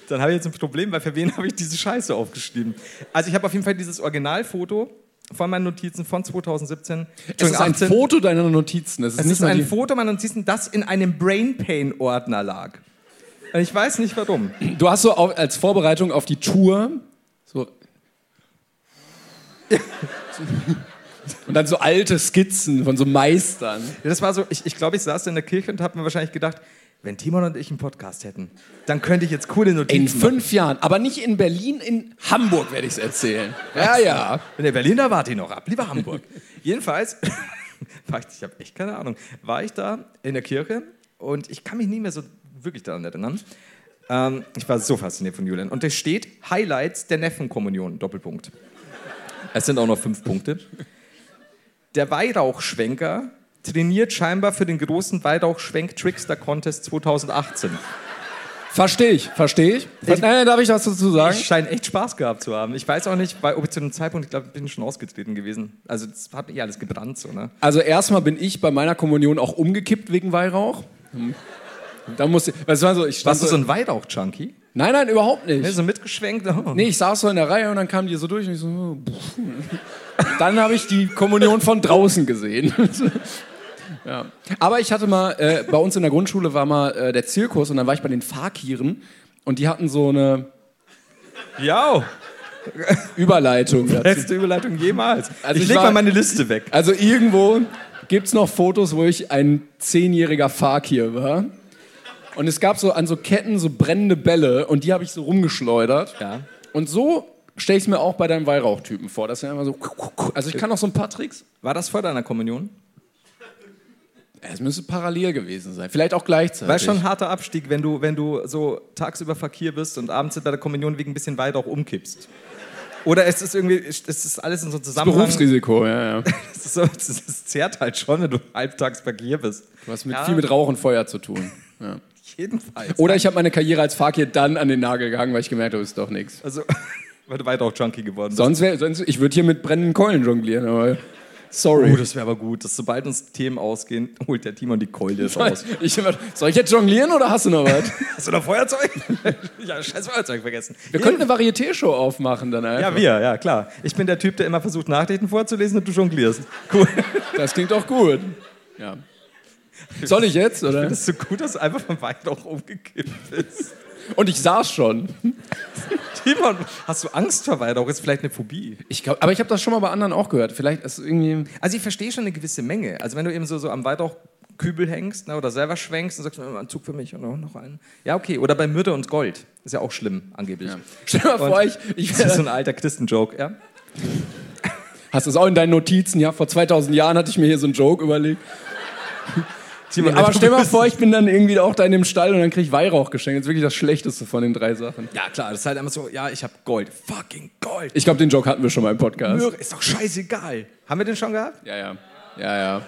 dann habe ich jetzt ein Problem, weil für wen habe ich diese Scheiße aufgeschrieben? Also ich habe auf jeden Fall dieses Originalfoto von meinen Notizen von 2017.
es ist ein
18.
Foto deiner Notizen. Es ist
Es
nicht
ist
mal
ein
die-
Foto meiner Notizen, das in einem Brain Pain Ordner lag. Und ich weiß nicht warum.
Du hast so auf, als Vorbereitung auf die Tour so. Und dann so alte Skizzen von so Meistern.
Ja, Das war so, ich, ich glaube, ich saß in der Kirche und habe mir wahrscheinlich gedacht, wenn Timon und ich einen Podcast hätten, dann könnte ich jetzt coole Notizen
In fünf Jahren, aber nicht in Berlin, in Hamburg werde ich es erzählen. Ja, ja.
machen. Wenn der Berliner warte ihn noch ab, lieber Hamburg. Jedenfalls, war ich, ich habe echt keine Ahnung, war ich da in der Kirche und ich kann mich nie mehr so wirklich daran erinnern. Ähm, ich war so fasziniert von Julian. Und da steht Highlights der Neffenkommunion, Doppelpunkt. Es sind auch noch fünf Punkte. Der Weihrauchschwenker trainiert scheinbar für den großen Weihrauchschwenk-Trickster-Contest 2018.
Verstehe ich, verstehe ich. Ver- nein, nein, darf ich was dazu sagen?
Es scheint echt Spaß gehabt zu haben. Ich weiß auch nicht, weil, ob ich zu dem Zeitpunkt, ich glaube, ich bin schon ausgetreten gewesen. Also das hat eh alles gebrannt, so, ne?
Also erstmal bin ich bei meiner Kommunion auch umgekippt wegen Weihrauch. Hm. Da musste, was war so, ich stand
Warst du so
so,
ein Weihrauch-Junkie?
nein, nein, überhaupt nicht.
Ne, so mitgeschwenkt? Oh.
Nee, ich saß so in der Reihe und dann kamen die so durch und ich so, oh, pff. dann habe ich die Kommunion von draußen gesehen. ja. Aber ich hatte mal, äh, bei uns in der Grundschule war mal äh, der Zirkus und dann war ich bei den Fakiren und die hatten so eine
Ja,
Überleitung dazu.
letzte Überleitung jemals.
Also
ich
ich
leg
war-
mal meine Liste weg.
Also irgendwo gibt es noch Fotos, wo ich ein zehnjähriger Fakir war. Und es gab so an so Ketten so brennende Bälle und die habe ich so rumgeschleudert.
Ja.
Und so stelle ich es mir auch bei deinem Weihrauchtypen vor. Das sind einfach so. Also ich kann noch so ein paar Tricks.
War das vor deiner Kommunion?
Es müsste parallel gewesen sein. Vielleicht auch gleichzeitig.
Weil schon ein harter Abstieg, wenn du, wenn du so tagsüber Fakir bist und abends bei der Kommunion wegen ein bisschen weit auch umkippst. Oder es ist irgendwie, es ist alles in so einem Zusammenhang.
Berufsrisiko, ja, ja.
Es, ist so, es, ist, es zehrt halt schon, wenn du halbtags Fakir bist.
Was mit,
Ja.
viel mit Rauch Oh, und Feuer zu tun. Ja.
Jedenfalls.
Oder ich habe meine Karriere als Fakir dann an den Nagel gehangen, weil ich gemerkt habe, ist doch nichts.
Also, weil du weit auch Junkie geworden bist.
Sonst wäre, sonst, ich würde hier mit brennenden Keulen jonglieren, aber sorry.
Oh, das wäre aber gut, dass sobald uns Themen ausgehen, holt der Timon die Keule jetzt raus.
ich, soll ich jetzt jonglieren oder hast du noch was?
Hast du noch Feuerzeug? ja, scheiß Feuerzeug vergessen.
Wir könnten eine Varieté-Show aufmachen dann einfach.
Ja, wir, ja, klar. Ich bin der Typ, der immer versucht, Nachrichten vorzulesen und du jonglierst. Cool.
Das klingt auch gut. Ja. Soll ich jetzt, oder?
Das ist so gut, dass du einfach vom Wein auch umgekippt bist.
Und ich saß schon.
Timon, hast du Angst vor Weihrauch? Ist vielleicht eine Phobie.
Ich glaub, aber ich habe das schon mal bei anderen auch gehört. Vielleicht ist irgendwie.
Also ich verstehe schon eine gewisse Menge. Also wenn du eben so, so am Weihrauchkübel hängst ne, oder selber schwenkst und sagst, "Oh, ein Zug für mich und noch- noch einen. Ja, okay. Oder bei Myrte und Gold. Ist ja auch schlimm, angeblich.
Stell dir mal vor, ich, ich
Das ist so ein alter Christenjoke, ja?
Hast du es auch in deinen Notizen? Ja, vor 2000 Jahren hatte ich mir hier so einen Joke überlegt.
Timon,
aber
du
stell mal
bist-
vor, ich bin dann irgendwie auch da in dem Stall und dann krieg ich Weihrauch geschenkt. Das ist wirklich das Schlechteste von den drei Sachen.
Ja, klar, das ist halt immer so, ja, ich hab Gold. Fucking Gold.
Ich glaube, den Joke hatten wir schon mal im Podcast.
Möhre ist doch scheißegal. Haben wir den schon gehabt?
Ja, ja. Ja, ja.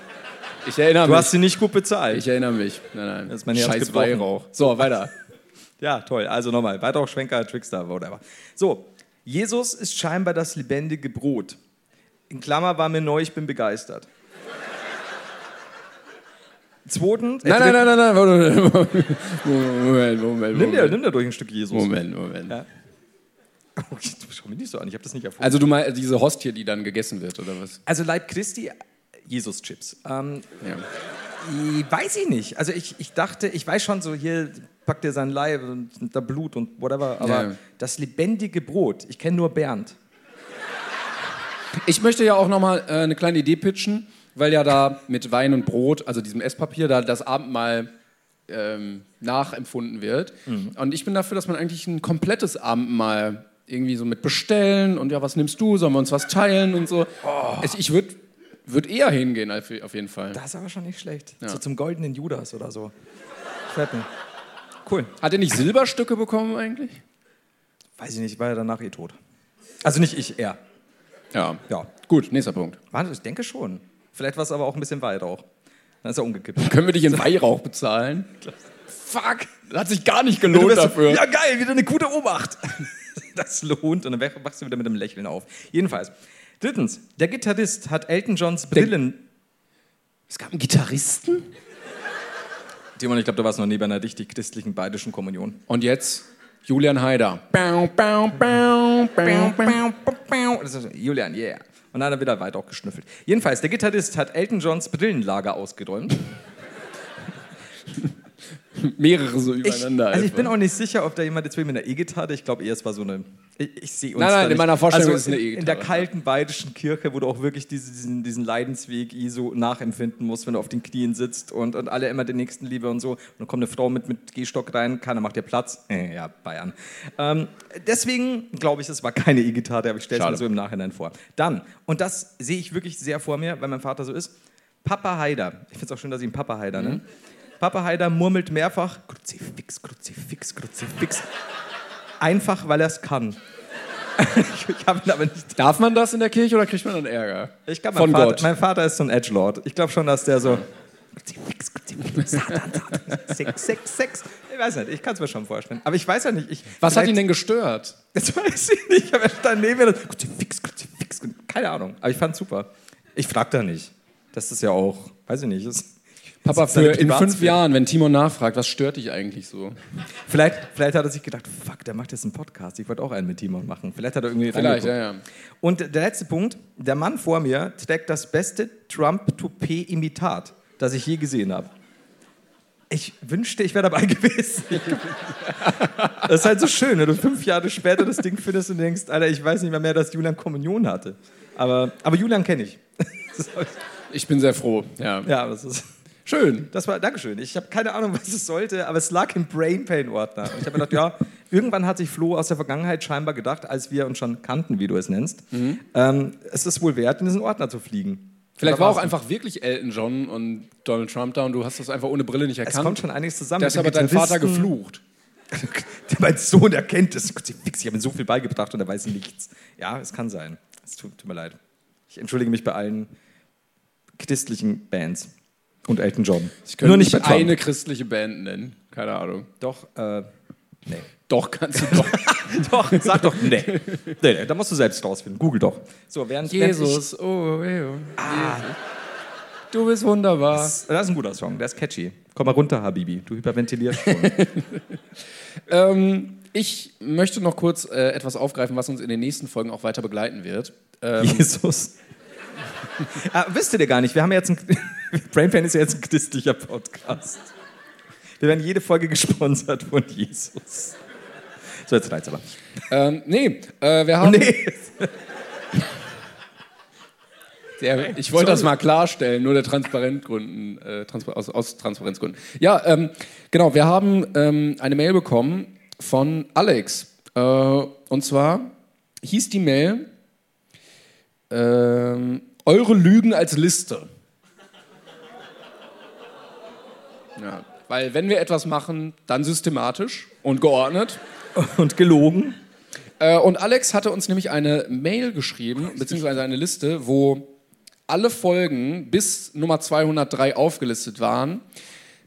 Ich erinnere mich.
sie nicht gut bezahlt.
Ich erinnere mich. Nein, nein.
Das ist mein Herz
Scheiß
gebrochen.
Weihrauch. So, weiter.
Ja, toll. Also nochmal, Weihrauch, Schwenker, Trickster, whatever. So, Jesus ist scheinbar das lebendige Brot. In Klammer war mir neu, ich bin begeistert. Zweitens, äh,
Nein, nein, nein, nein,
dritt-
nein. Moment, Moment, Moment. Moment.
Nimm dir, nimm dir durch ein Stück Jesus.
Moment, Moment.
Ja. Okay, du schau mich nicht so an, ich habe das nicht erfunden.
Also du meinst diese Hostie, die dann gegessen wird, oder was?
Also Leib Christi, Jesus-Chips. Ähm,
Ja.
Ich Weiß ich nicht. Also ich, ich dachte, ich weiß schon so, hier packt er sein Leib und da Blut und whatever, aber
Ja.
das lebendige Brot, ich kenne nur Bernd.
Ich möchte ja auch nochmal äh, eine kleine Idee pitchen, weil ja da mit Wein und Brot, also diesem Esspapier, da das Abendmahl ähm, nachempfunden wird.
Mhm.
Und ich bin dafür, dass man eigentlich ein komplettes Abendmahl irgendwie so mit bestellen und ja, was nimmst du, sollen wir uns was teilen und so.
Oh.
Es- Ich würde würd eher hingehen, auf auf jeden Fall.
Das ist aber schon nicht schlecht. So zum goldenen Judas oder so. Fällt mir. Cool.
Hat er nicht Silberstücke bekommen eigentlich?
Weiß ich nicht, war ja danach eh tot. Also nicht ich, er.
Ja.
Ja.
Gut, nächster Punkt.
Warte, ich denke schon. Vielleicht war es aber auch ein bisschen weit auch. Dann ist er umgekippt.
Können wir dich in Weihrauch bezahlen? Fuck, das hat sich gar nicht
Du
gelohnt
wirst so,
dafür.
Ja, geil, wieder eine gute Obacht. Das lohnt und dann wach- wachst du wieder mit einem Lächeln auf. Jedenfalls. Drittens, der Gitarrist hat Elton Johns Brillen.
Es gab einen Gitarristen?
Timon, ich glaube, du warst noch nie bei einer richtig christlichen badischen Kommunion.
Und jetzt Julian Haider. Bau, bau, bau, bau, bau.
Das ist, Julian, yeah. Und dann hat er wieder weit auch geschnüffelt. Jedenfalls, der Gitarrist hat Elton Johns Brillenlager ausgeräumt.
Mehrere so
Ich,
übereinander.
also ich
einfach.
bin auch nicht sicher, ob da jemand jetzt wirklich mit einer E-Gitarre, ich glaube eher, es war so eine. Ich, ich sehe uns
Nein,
da
nein, in
nicht.
meiner Vorstellung
also
ist es eine
in- In der
E-Gitarre, ja.
kalten bayerischen Kirche, wo du auch wirklich diese, diesen, diesen Leidensweg ISO nachempfinden musst, wenn du auf den Knien sitzt und, und alle immer den nächsten Liebe und so. Und dann kommt eine Frau mit, mit Gehstock rein, keiner macht dir Platz. Äh, ja, Bayern. Ähm, deswegen glaube ich, es war keine E-Gitarre, aber ich stelle es mir
Schade.
so im Nachhinein vor. Dann, und das sehe ich wirklich sehr vor mir, weil mein Vater so ist. Papa Haider. Ich finde es auch schön, dass ich ihn Papa Haider nenne. Papa Haider murmelt mehrfach Kruzifix, Kruzifix, Kruzifix. Einfach, weil er es kann. ich ich habe ihn aber nicht.
Darf man das in der Kirche oder kriegt man dann Ärger?
Ich glaub,
Von
mein, Vater,
Gott.
mein Vater ist so ein Edgelord. Ich glaube schon, dass der so. Kruzifix, Kruzifix, Satan, Satan, Sex, Sex, Sex. Ich weiß nicht, ich kann es mir schon vorstellen. Aber ich weiß ja nicht. Ich,
Was hat
vielleicht-
ihn denn gestört?
Das weiß ich nicht, aber dann nehmen wir das. Kruzifix, Kruzifix. Keine Ahnung, aber ich fand's super. Ich frag da nicht. Das ist ja auch, weiß ich nicht. Ist,
Papa,
ist
für
seine
in fünf
Privatsphäre.
Jahren, wenn Timon nachfragt, was stört dich eigentlich so?
Vielleicht, vielleicht hat er sich gedacht, fuck, der macht jetzt einen Podcast. Ich wollte auch einen mit Timon machen. Vielleicht hat er irgendwie
Vielleicht,
reingeguckt.
ja, ja.
Und der letzte Punkt, der Mann vor mir trägt das beste Trump-Toupet-Imitat, das ich je gesehen habe. Ich wünschte, ich wäre dabei gewesen. Das ist halt so schön, wenn du fünf Jahre später das Ding findest und denkst, Alter, ich weiß nicht mehr mehr, dass Julian Kommunion hatte. Aber, aber Julian kenne ich.
Ich bin sehr froh. Ja.
Ja, das ist...
Schön.
Das war, Dankeschön. Ich habe keine Ahnung, was es sollte, aber es lag im Brain Pain Ordner. Und ich habe gedacht, ja, irgendwann hat sich Flo aus der Vergangenheit scheinbar
Mhm.
gedacht, als wir uns schon kannten, wie du es nennst, ähm, es ist wohl wert, in diesen Ordner zu fliegen.
Vielleicht war auch einfach wirklich Elton John und Donald Trump da und du hast das einfach ohne Brille nicht
Es
erkannt.
kommt schon einiges zusammen.
da ist
mit
aber dein
den
Vater
Gitarristen.
geflucht.
Der mein Sohn erkennt es. Gott, ich Wichs, ich habe ihm so viel beigebracht und er weiß nichts. Ja, es kann sein. Es tut, tut mir leid. Ich entschuldige mich bei allen christlichen Bands und Elton John.
Ich könnte
Nur nicht bei Trump.
eine christliche Band nennen. Keine Ahnung.
Doch, äh, nee.
Doch, kannst du doch.
doch, sag doch nee. nee. Nee, da musst du selbst rausfinden. Google doch. So, während Während
Jesus, oh, oh. Du bist wunderbar.
ich, das ist ein guter Song, der ist catchy. Komm mal runter, Habibi. Du hyperventilierst schon.
Ähm, ich möchte noch kurz äh, etwas aufgreifen, was uns in den nächsten Folgen auch weiter begleiten wird. Ähm,
Jesus. ah, wüsstet ihr gar nicht, wir haben ja jetzt ein. Brainfan ist ja jetzt ein christlicher Podcast. Wir werden jede Folge gesponsert von Jesus. So, jetzt reicht's aber.
ähm, nee, äh, wir haben.
Nee.
Der, ich wollte das mal klarstellen, nur der Transparentgründen, äh, Transpar aus, aus Transparenzgründen. Ja, ähm, genau, wir haben ähm, eine Mail bekommen von Alex. Äh, und zwar hieß die Mail ähm, Eure Lügen als Liste. Ja, weil wenn wir etwas machen, dann systematisch und geordnet.
Und gelogen.
Äh, und Alex hatte uns nämlich eine Mail geschrieben, beziehungsweise eine Liste, wo alle Folgen bis Nummer 203 aufgelistet waren,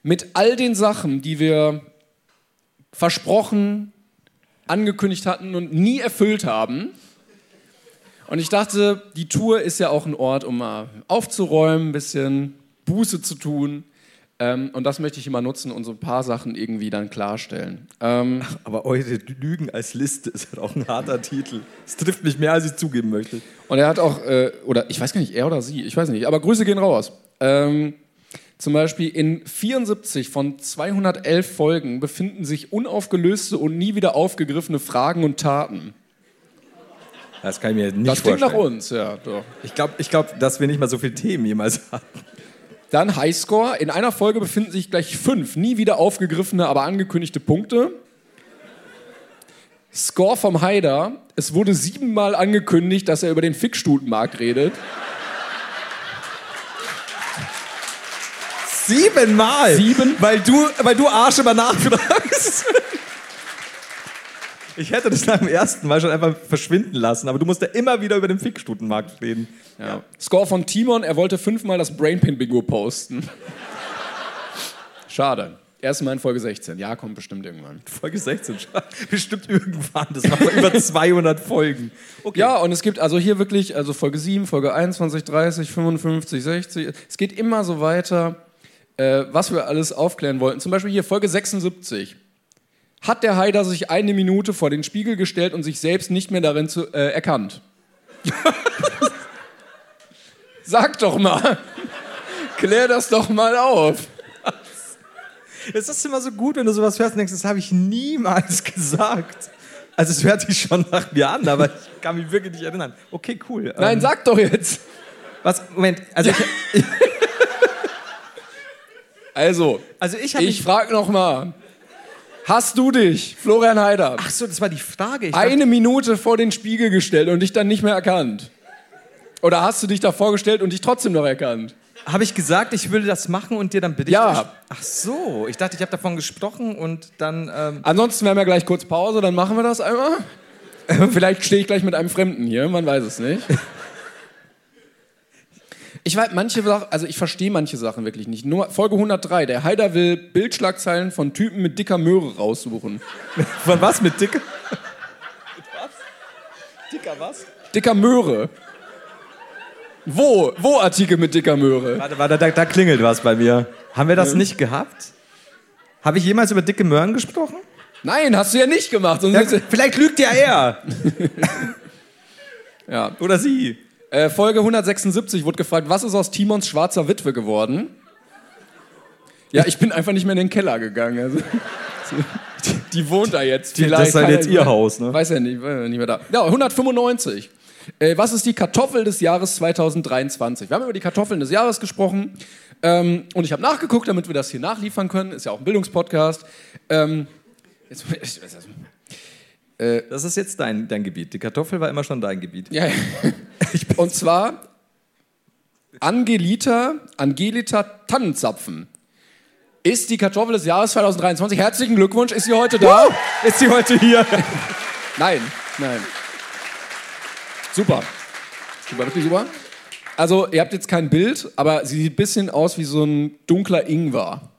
mit all den Sachen, die wir versprochen, angekündigt hatten und nie erfüllt haben. Und ich dachte, die Tour ist ja auch ein Ort, um mal aufzuräumen, ein bisschen Buße zu tun. Ähm, und das möchte ich immer nutzen und so ein paar Sachen irgendwie dann klarstellen. Ähm,
Aber eure Lügen als Liste ist halt auch ein harter Titel. Es trifft mich mehr, als ich zugeben möchte.
Und er hat auch, äh, oder ich weiß gar nicht, er oder sie, ich weiß nicht, aber Grüße gehen raus. Ähm, zum Beispiel in 74 von 211 Folgen befinden sich unaufgelöste und nie wieder aufgegriffene Fragen und Taten.
Das kann ich mir nicht
Das klingt
vorstellen.
nach uns, ja. Doch.
Ich glaube, ich glaub, dass wir nicht mal so viele Themen jemals hatten.
Dann Highscore. In einer Folge befinden sich gleich fünf nie wieder aufgegriffene, aber angekündigte Punkte. Score vom Haider. Es wurde siebenmal angekündigt, dass er über den Fickstutenmarkt redet.
Siebenmal!
Sieben?
Weil du, weil du Arsch immer nachfragst. Ich hätte das nach dem ersten Mal schon einfach verschwinden lassen, aber du musst ja immer wieder über den Fickstutenmarkt reden.
Ja. Score von Timon, er wollte fünfmal das Brainpin-Bingo posten. Schade. Erstmal in Folge 16. Ja, kommt bestimmt irgendwann.
Folge 16, schon. bestimmt irgendwann. Das waren vor über 200 Folgen. Okay.
Ja, und es gibt also hier wirklich, also Folge 7, Folge 21, 30, 55, 60. Es geht immer so weiter, äh, was wir alles aufklären wollten. Zum Beispiel hier Folge 76. Hat der Haider sich eine Minute vor den Spiegel gestellt und sich selbst nicht mehr darin zu, äh, erkannt? Sag doch mal. Klär das doch mal auf.
Es ist immer so gut, wenn du sowas hörst und denkst, das habe ich niemals gesagt. Also es hört sich schon nach mir an, aber ich kann mich wirklich nicht erinnern. Okay, cool.
Nein, sag doch jetzt.
Was? Moment. Also ich,
Also,
also ich habe
ich frage noch mal. Hast du dich, Florian Haider,
Ach so, das war die Frage. Ich dachte-
eine Minute vor den Spiegel gestellt und dich dann nicht mehr erkannt? Oder hast du dich da vorgestellt und dich trotzdem noch erkannt?
Habe ich gesagt, ich würde das machen und dir dann Bericht?
Ja.
Ach so, ich dachte, ich habe davon gesprochen und dann. Ähm,
Ansonsten wir haben wir gleich kurz Pause, dann machen wir das einmal. Vielleicht stehe ich gleich mit einem Fremden hier, man weiß es nicht. Ich weiß, manche Sachen, also ich verstehe manche Sachen wirklich nicht. Nur Folge 103, der Haider will Bildschlagzeilen von Typen mit dicker Möhre raussuchen.
von was? Mit Dicker? Mit was? Dicker was?
Dicker Möhre. Wo? Wo Artikel mit dicker Möhre?
Warte, warte, da, da klingelt was bei mir. Haben wir das nicht gehabt? Habe ich jemals über dicke Möhren gesprochen?
Nein, hast du ja nicht gemacht. Sonst hättest
vielleicht lügt ja er.
du, ja.
Oder sie.
äh, Folge 176 wurde gefragt, was ist aus Timons schwarzer Witwe geworden? Ja, ich bin einfach nicht mehr in den Keller gegangen. Also, die, die wohnt da jetzt.
Die- das
Vielleicht
ist halt
kann
jetzt
er-
ihr Haus, ne?
Weiß ja nicht, war ja nicht mehr da. Ja, 195. Äh, was ist die Kartoffel des Jahres 2023? Wir haben über die Kartoffeln des Jahres gesprochen. Ähm, und ich habe nachgeguckt, damit wir das hier nachliefern können. Ist ja auch ein Bildungspodcast. Ähm, jetzt,
Das ist jetzt dein, dein Gebiet. Die Kartoffel war immer schon dein Gebiet.
Ja. Und zwar Angelita, Angelita Tannenzapfen ist die Kartoffel des Jahres 2023. Herzlichen Glückwunsch, ist sie heute da?
Ist sie heute hier?
Nein, nein. Super. Super, wirklich super. Also, ihr habt jetzt kein Bild, aber sie sieht ein bisschen aus wie so ein dunkler Ingwer.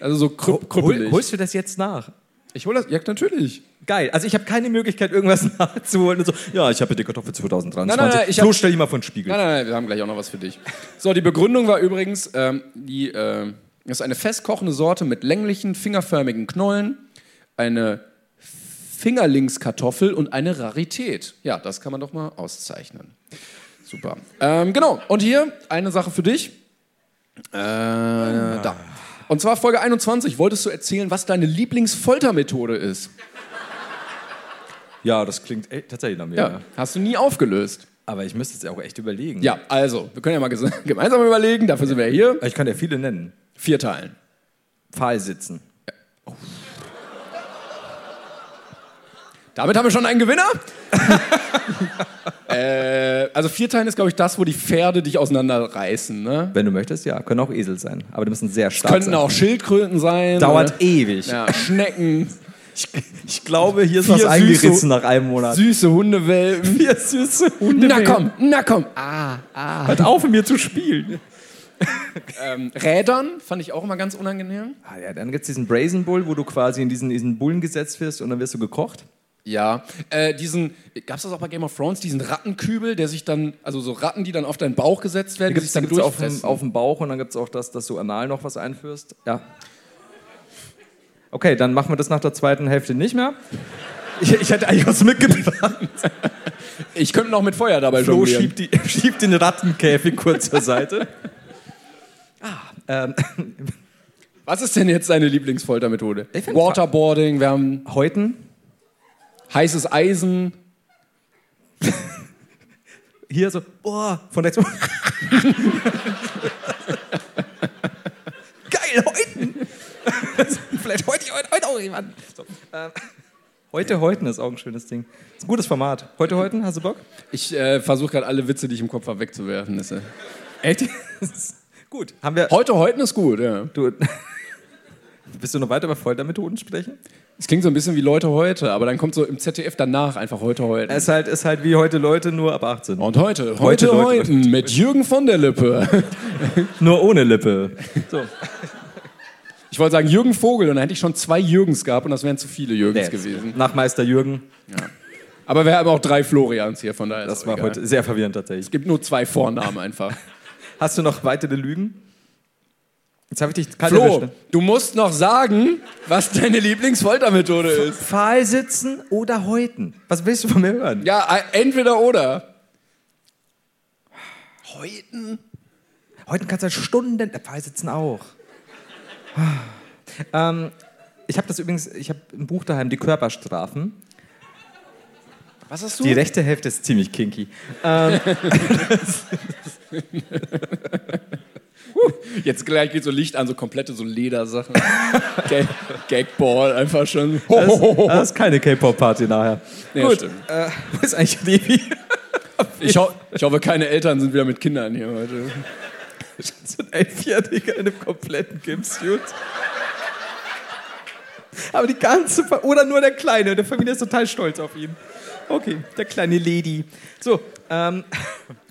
Also so krü krüppelig.
holst du das jetzt nach?
Ich hol das, ja, natürlich.
Geil. Also ich habe keine Möglichkeit, irgendwas nachzuholen. Und so. Ja, ich habe die Kartoffel 2023.
Nein, nein, nein, ich
so
hab-
stell ich mal vor den Spiegel.
Nein, nein, nein, wir haben gleich auch noch was für dich. So, die Begründung war übrigens, ähm, die äh, das ist eine festkochende Sorte mit länglichen, fingerförmigen Knollen, eine Fingerlingskartoffel und eine Rarität. Ja, das kann man doch mal auszeichnen. Super. Ähm, genau, und hier eine Sache für dich. Äh, da. Und zwar Folge 21. Wolltest du erzählen, was deine Lieblingsfoltermethode ist?
Ja, das klingt echt tatsächlich nach mir.
Ja, hast du nie aufgelöst.
Aber ich müsste jetzt auch echt überlegen.
Ja, also, wir können ja mal ges- gemeinsam überlegen. Dafür sind wir hier.
Ich kann ja viele nennen.
Vier Teilen.
Pfahl sitzen.
Damit haben wir schon einen Gewinner. äh, also Vierteilen ist, glaube ich, das, wo die Pferde dich auseinanderreißen. Ne?
Wenn du möchtest, ja. Können auch Esel sein. Aber die müssen sehr stark
Könnten
sein.
auch Schildkröten sein.
Dauert
oder-
ewig.
ja, Schnecken,
Ich, ich glaube, hier ist
Vier
was eingerissen
süße-
nach einem Monat.
süße Hundewelpen.
Vier süße Hunde. Ah,
Na komm, na komm.
Hört auf, mit mir zu spielen.
Ähm, Rädern fand ich auch immer ganz unangenehm.
Ah, ja, dann gibt es diesen Brazen Bull, wo du quasi in diesen, diesen Bullen gesetzt wirst und dann wirst du gekocht.
Ja. Äh, diesen, gab's das auch bei Game of Thrones, diesen Rattenkübel, der sich dann, also so Ratten, die dann auf deinen Bauch gesetzt werden, die sich
Gibt's, da
dann
gibt es auf, dem-
durchfressen.
auf dem Bauch und dann gibt es auch das, dass du anal noch was einführst. Ja. Okay, dann machen wir das nach der zweiten Hälfte nicht mehr. Ich, ich hätte eigentlich was mitgebracht.
Ich könnte noch mit Feuer dabei
Flo
jonglieren.
schiebt, die, schiebt den Rattenkäfig kurz zur Seite. Ah, ähm,
Was ist denn jetzt deine Lieblingsfoltermethode?
Ich find-
Waterboarding, wir haben
Häuten,
heißes Eisen.
hier so, boah, von rechts. Geil, Häuten! Vielleicht heute, heute, heute auch jemand. So, ähm, heute, Häuten ist auch ein schönes Ding. Ist ein gutes Format. Heute, Häuten, hast du Bock?
Ich äh, versuche gerade alle Witze, die ich im Kopf habe, wegzuwerfen. Das, äh.
Echt? Das ist Gut. Haben wir.
Heute, heute ist gut, ja.
Du, willst du noch weiter über Foltermethoden sprechen?
Es klingt so ein bisschen wie Leute heute, aber dann kommt so im ZDF danach einfach heute, heute.
Es ist halt, ist halt wie heute Leute, nur ab 18.
Und heute, heute, heute,
Leute,
mit Jürgen von der Lippe.
Nur ohne Lippe. So.
Ich wollte sagen Jürgen Vogel und dann hätte ich schon zwei Jürgens gehabt und das wären zu viele Jürgens
Jetzt.
gewesen.
Nach Meister Jürgen.
Aber wir haben auch drei Florians hier, von daher. ist
Das
auch
war
egal.
heute sehr verwirrend tatsächlich.
Es gibt nur zwei Vornamen einfach.
Hast du noch weitere Lügen? Jetzt habe ich dich kalt
Flo,
erwischt.
du musst noch sagen, was deine Lieblingsfoltermethode ist.
Pfahl sitzen oder häuten? Was willst du von mir hören?
Ja, e- entweder oder. Häuten?
Häuten kannst du halt Stunden. äh, Pfahl sitzen auch. Ähm, ich habe das übrigens, ich habe ein Buch daheim, die Körperstrafen.
Was hast du?
Die rechte Hälfte ist ziemlich kinky.
Jetzt gleich geht so Licht an, so komplette so Ledersachen. Gag Gagball einfach schon. Ho, ho, ho, ho.
Das ist keine K-Pop-Party nachher.
Ja,
Gut,
stimmt.
äh, wo ist eigentlich Levi?
Ich, ho ich hoffe, keine Eltern sind wieder mit Kindern hier heute.
so ein Elfjähriger in einem kompletten Gimpsuit. Aber die ganze Fa oder nur der Kleine, der Familie ist total stolz auf ihn. Okay, der kleine Lady. So, ähm,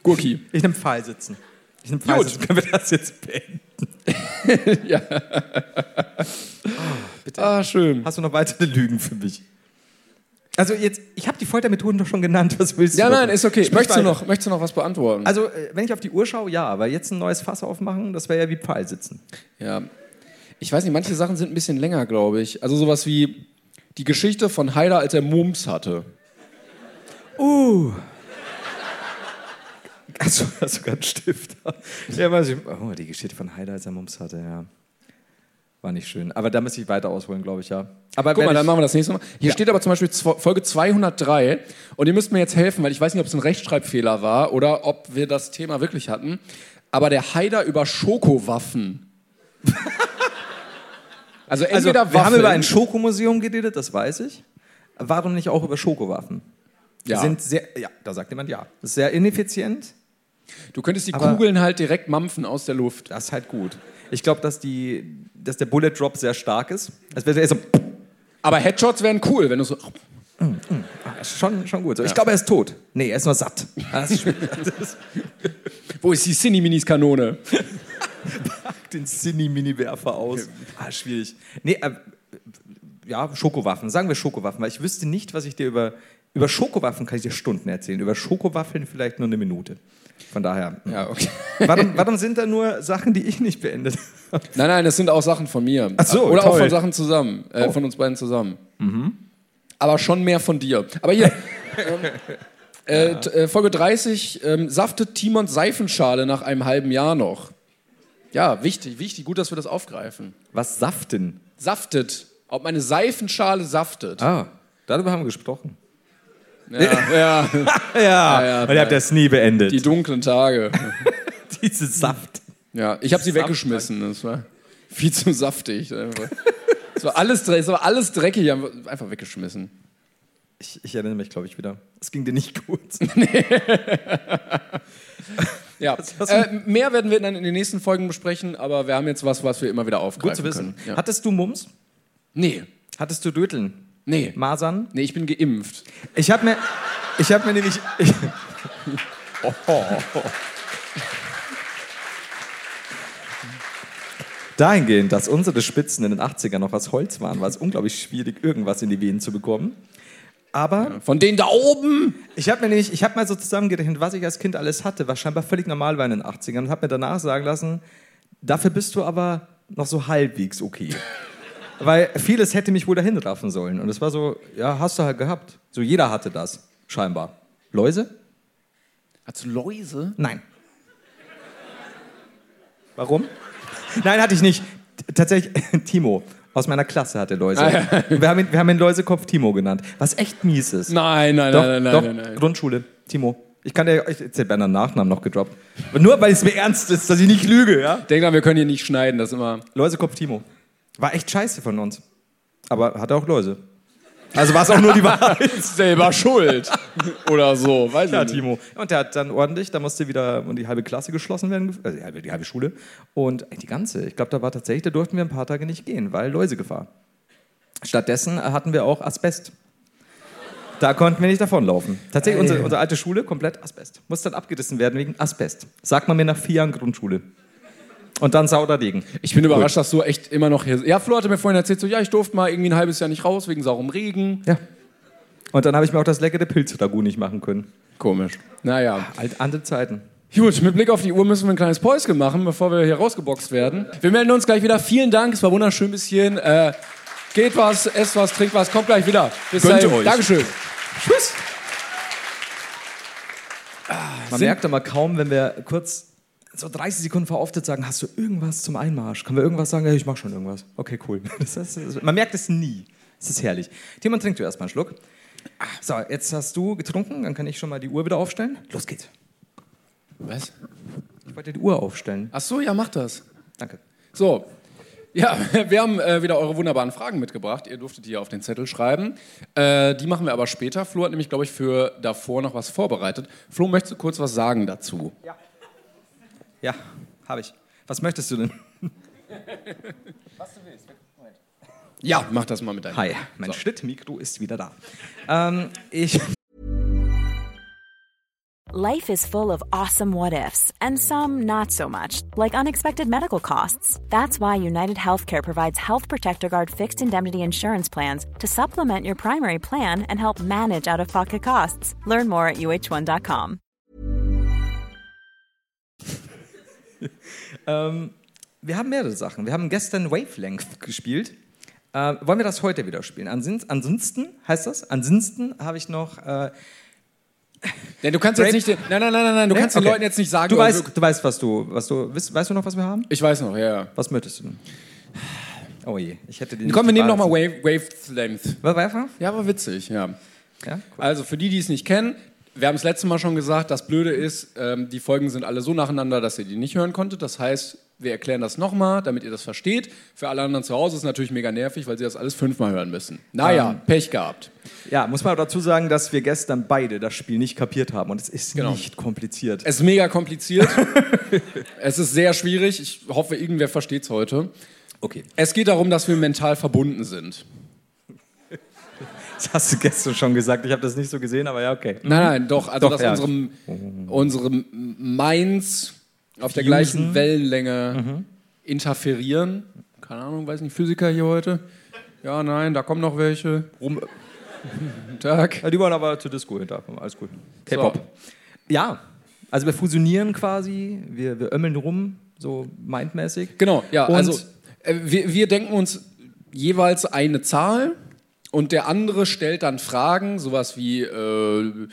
Gurki.
ich nehme Pfahl sitzen. Ich nehme Pfahl
Gut.
sitzen. Können wir das jetzt beenden?
Ah, schön.
Hast du noch weitere Lügen für mich? Also jetzt, ich habe die Foltermethoden doch schon genannt. Was willst
Ja,
du? noch?
nein, ist okay.
Sprich
Möchtest du,
weiter.
noch, möchtest du noch was beantworten?
Also, äh, wenn ich auf die Uhr schaue, ja, weil jetzt ein neues Fass aufmachen, das wäre ja wie Pfahl sitzen.
Ja. Ich weiß nicht, manche Sachen sind ein bisschen länger, glaube ich. Also sowas wie die Geschichte von Haider, als er Mumps hatte. Uh.
Achso, hast sogar einen Stift. Ja, weiß ich. Oh, die Geschichte von Heider, als er Mumps hatte, ja. War nicht schön. Aber da müsste ich weiter ausholen, glaube ich, ja. Aber
Guck
wenn
mal, dann
ich,
machen wir das nächste Mal. Hier steht aber zum Beispiel zwo- Folge 203 und ihr müsst mir jetzt helfen, weil ich weiß nicht, ob es ein Rechtschreibfehler war oder ob wir das Thema wirklich hatten. Aber der Haider über Schokowaffen. also
also,
entweder
wir haben
Waffeln.
über ein Schokomuseum geredet, das weiß ich. Warum nicht auch über Schokowaffen? Die
ja.
Sind sehr, ja, da sagt jemand ja. Sehr ineffizient,
Du könntest die
Aber-
Kugeln halt direkt mampfen aus der Luft.
Das ist halt gut. Ich glaube, dass, die- dass der Bullet Drop sehr stark ist. Das wäre so,
Aber Headshots wären cool, wenn du so.
ah, ist schon, schon gut. So, Ich glaube, er ist tot. Nee, er ist nur satt. Das ist schwierig. Das
Wo ist die Cineminis-Kanone?
packt den Cine-Mini-Werfer aus. Ah, schwierig. Nee, äh, ja, Schokowaffen. Sagen wir Schokowaffen, weil ich wüsste nicht, was ich dir über. Über Schokowaffen kann ich dir Stunden erzählen. Über Schokowaffeln vielleicht nur eine Minute. Von daher.
Ja, okay.
Warum, warum sind da nur Sachen, die ich nicht beendet habe?
Nein, nein, das sind auch Sachen von mir.
Ach so,
Oder auch
toll. Oh. Mhm.
von Sachen zusammen, äh, von uns beiden zusammen. Aber schon mehr von dir. Aber hier, ähm, äh, t- äh, Folge 30, ähm, saftet Timons Seifenschale nach einem halben Jahr noch. Ja, wichtig, wichtig, gut, dass wir das aufgreifen.
Was saften?
Saftet, ob meine Seifenschale saftet.
Ah, darüber haben wir gesprochen.
Ja, ja,
Ja,
ja,
und ihr habt das nie beendet.
die dunklen Tage.
Diese Saft.
Ja, ich habe sie
Saft-
weggeschmissen. Das war viel zu saftig. Es war alles, dre- es war alles dreckig, haben wir einfach weggeschmissen.
Ich, ich erinnere mich, glaube ich, wieder. Es ging dir nicht gut.
Ja,
was-
äh, mehr werden wir dann in den nächsten Folgen besprechen, aber wir haben jetzt was, was wir immer wieder aufgreifen
gut zu wissen.
können. Ja.
Hattest du Mums?
nee,
Hattest du Döteln?
nee,
Masern?
nee, ich bin geimpft.
Ich habe mir, ich habe mir nämlich, ich, Dahingehend, dass unsere Spitzen in den 80ern noch aus Holz waren, war es unglaublich schwierig, irgendwas in die Venen zu bekommen. Aber
Von denen da oben!
Ich habe mir nämlich, ich habe mal so zusammengerechnet, was ich als Kind alles hatte, was scheinbar völlig normal war in den 80ern und habe mir danach sagen lassen, dafür bist du aber noch so halbwegs okay. Weil vieles hätte mich wohl dahin raffen sollen. Und es war so, ja, hast du halt gehabt. So jeder hatte das, scheinbar. Läuse?
Hast du Läuse?
Nein. Warum? Nein, hatte ich nicht. T- Tatsächlich, Timo aus meiner Klasse hatte Läuse. Wir haben ihn, wir haben ihn Läusekopf Timo genannt, was echt mies ist.
Nein, nein,
Doch,
nein, nein,
doch,
nein, nein.
Grundschule, Timo. Ich kann dir, ich hätte beinahe einen Nachnamen noch gedroppt. Aber Nur weil es mir ernst ist, dass ich nicht lüge, ja?
Denk dran, wir können hier nicht schneiden, das ist immer.
Läusekopf Timo. War echt scheiße von uns. Aber hatte auch Läuse. Also war es auch nur die Wahrheit.
Selber schuld! Oder so, weiß
Ja,
ich nicht.
Timo. Und der hat dann ordentlich, da musste wieder und die halbe Klasse geschlossen werden, also die halbe, die halbe Schule. Und die ganze, ich glaube, da war tatsächlich, da durften wir ein paar Tage nicht gehen, weil Läusegefahr. Stattdessen äh, hatten wir auch Asbest. Da konnten wir nicht davonlaufen. Tatsächlich, unsere, unsere alte Schule, komplett Asbest. Musste dann abgerissen werden wegen Asbest. Sagt man mir nach vier Jahren Grundschule. Und dann saurer Regen.
Ich bin überrascht, dass du echt immer noch hier. Ja, Flo hatte mir vorhin erzählt, so, ja, ich durfte mal irgendwie ein halbes Jahr nicht raus wegen saurem Regen.
Ja. Und dann habe ich mir auch das leckere Pilzragout nicht machen können.
Komisch. Naja.
Alt, andere Zeiten.
Gut, mit Blick auf die Uhr müssen wir ein kleines Päuschen machen, bevor wir hier rausgeboxt werden. Wir melden uns gleich wieder. Vielen Dank, es war wunderschön bis hierhin. Äh, geht was, esst was, trinkt was, kommt gleich wieder. Bis
Gönnt
dahin.
euch.
Dankeschön.
Tschüss. Man merkt aber kaum, wenn wir kurz so 30 Sekunden vor Auftritt sagen, hast du irgendwas zum Einmarsch? Können wir irgendwas sagen? Ja, ich mach schon irgendwas. Okay, cool. Das ist, das ist, man merkt es nie. Das ist herrlich. Timon, trink du erstmal einen Schluck. So, jetzt hast du getrunken, dann kann ich schon mal die Uhr wieder aufstellen. Los geht's.
Was?
Ich wollte die Uhr aufstellen.
Ach so, ja, macht das.
Danke.
So. Ja, wir haben äh, wieder eure wunderbaren Fragen mitgebracht. Ihr durftet die ja auf den Zettel schreiben. Äh, die machen wir aber später. Flo hat nämlich, glaube ich, für davor noch was vorbereitet. Flo, möchtest du kurz was sagen dazu?
Ja, habe ich. Was möchtest du denn?
Ja, mach das mal mit deinem.
Hi, mein Schnittmikro ist wieder da. Ähm, ich
Life is full of awesome what ifs, and some not so much, like unexpected medical costs. That's why United Healthcare provides Health Protector Guard fixed indemnity insurance plans to supplement your primary plan and help manage out of pocket costs. Learn more at uh1.com.
Ähm, Wir haben mehrere Sachen. Wir haben gestern Wavelength gespielt. Äh, wollen wir das heute wieder spielen? Ansonsten, ansonsten heißt das? Ansonsten habe ich noch. Äh,
Denn du kannst jetzt
Break-
nicht den, nein, nein, nein, nein, nein, du kannst
okay.
den Leuten jetzt nicht sagen,
Du
ob-
weißt, du weißt, was du, was du weißt, weißt du noch, was wir haben?
Ich weiß noch, ja, ja.
Was möchtest du denn? Oh je, ich hätte den.
Komm, wir nehmen nochmal
Wavelength.
Wave, Wavelength.
Wa- Wavelength?
Ja, war witzig, ja.
Ja, cool.
Also für die, die es nicht kennen, wir haben es letzte Mal schon gesagt, das Blöde ist, ähm, die Folgen sind alle so nacheinander, dass ihr die nicht hören konntet. Das heißt, Wir erklären das nochmal, damit ihr das versteht. Für alle anderen zu Hause ist es natürlich mega nervig, weil sie das alles fünfmal hören müssen. Naja, Pech gehabt.
Ja, muss man auch dazu sagen, dass wir gestern beide das Spiel nicht kapiert haben und es ist
Genau.
nicht kompliziert.
Es ist mega kompliziert. es ist sehr schwierig. Ich hoffe, irgendwer versteht es heute.
Okay.
Es geht darum, dass wir mental verbunden sind.
Das hast du gestern schon gesagt. Ich habe das nicht so gesehen, aber ja, okay.
Nein, nein, doch. Also,
Doch,
dass
ja.
unserem, unserem Minds auf der gleichen Wellenlänge
Mhm.
interferieren. Keine Ahnung, weiß nicht, Physiker hier heute. Ja, nein, da kommen noch welche.
Rum-
Guten Tag.
Ja, die waren aber zur Disco hinter. Alles gut. K-Pop.
So.
Ja, also wir fusionieren quasi, wir, wir ömmeln rum, so mindmäßig.
Genau, ja,
Und-
also äh, wir, wir denken uns jeweils eine Zahl und der andere stellt dann Fragen, sowas wie, äh,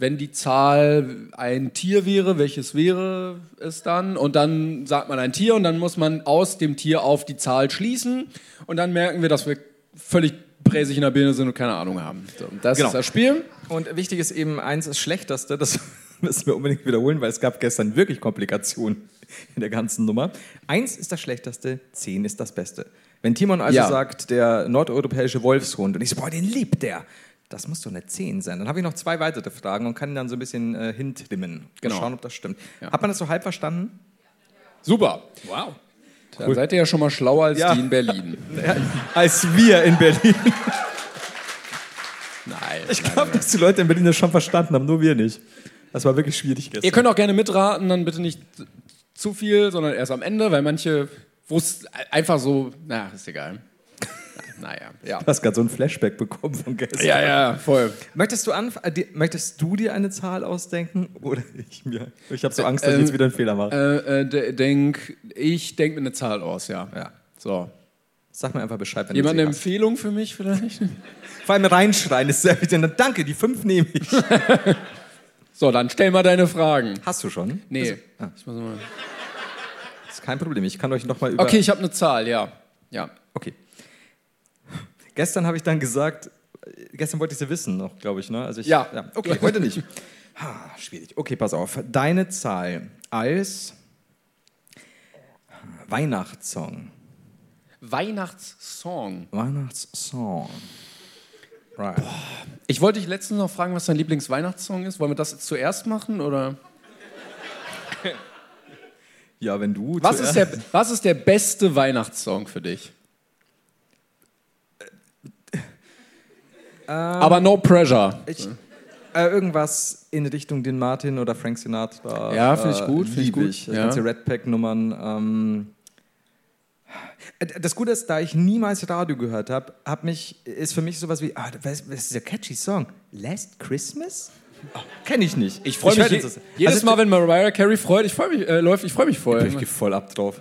wenn die Zahl ein Tier wäre, welches wäre es dann? Und dann sagt man ein Tier und dann muss man aus dem Tier auf die Zahl schließen und dann merken wir, dass wir völlig präsig in der Birne sind und keine Ahnung haben. So, das
Genau.
ist das Spiel.
Und wichtig ist eben, eins ist Schlechteste, das müssen wir unbedingt wiederholen, weil es gab gestern wirklich Komplikationen in der ganzen Nummer. Eins ist das Schlechteste, zehn ist das Beste. Wenn Timon also
Ja.
sagt, der nordeuropäische Wolfshund, und ich so, boah, den liebt der. Das muss doch eine 10 sein. Dann habe ich noch zwei weitere Fragen und kann dann so ein bisschen äh, hintrimmen.
Genau.
Schauen, ob das stimmt.
Ja.
Hat man das so halb verstanden?
Super. Wow. Dann seid ihr ja schon mal schlauer als
Ja.
die in Berlin.
Als wir in Berlin.
Nein.
Ich glaube, dass die Leute in Berlin das schon verstanden haben, nur wir nicht. Das war wirklich schwierig gestern.
Ihr könnt auch gerne mitraten, dann bitte nicht zu viel, sondern erst am Ende, weil manche wussten einfach so, na, ist egal. Na, naja, ja.
Du hast gerade so ein Flashback bekommen von gestern.
Ja, ja, voll.
Möchtest, du anf äh, die- möchtest du dir eine Zahl ausdenken? Oder ich mir? Ich habe so Angst, dass ich jetzt wieder einen Fehler mache.
Äh, äh, de- denk, ich denke mir eine Zahl aus, ja.
Ja.
So.
Sag mir einfach Bescheid, wenn
Jemand eine
du sie
Empfehlung für mich vielleicht?
hast. Vor allem reinschreien ist sehr wichtig. Danke, die fünf nehme ich.
So, dann stell mal deine Fragen.
Hast du schon?
Nee.
Ah.
Ich muss mal.
Ist kein Problem. Ich kann euch nochmal über...
Okay, ich habe eine Zahl, ja. äh, Ja.
Okay. Gestern habe ich dann gesagt, äh, gestern wollte ich sie wissen noch, glaube ich, ne? Also ich,
Ja.
Okay, heute nicht. Ha, schwierig. Okay, pass auf. Deine Zahl als Weihnachtssong.
Weihnachtssong.
Weihnachtssong. Right.
Ich wollte dich letztens noch fragen, was dein Lieblingsweihnachtssong ist. Wollen wir das jetzt zuerst machen oder?
Ja, wenn du.
Was ist,
zuerst-
der, was ist der beste Weihnachtssong für dich?
Ähm.
Aber no pressure.
Ich, äh, irgendwas in Richtung den Martin oder Frank Sinatra. äh,
Ja, finde ich gut, finde ich
Liebe
gut,
ich. Das
ja.
ganze Red Pack-Nummern. Ähm, äh, das Gute ist, da ich niemals Radio gehört habe, hab mich, ist für mich sowas wie, ah, was, was ist dieser catchy Song? Last Christmas? Oh, Kenne ich nicht.
Ich freue mich
hör
je,
jetzt das-
jedes
also,
Mal, wenn Mariah Carey freut, ich freue mich, äh, läuft, ich freue mich voll.
Ich gehe voll ab drauf.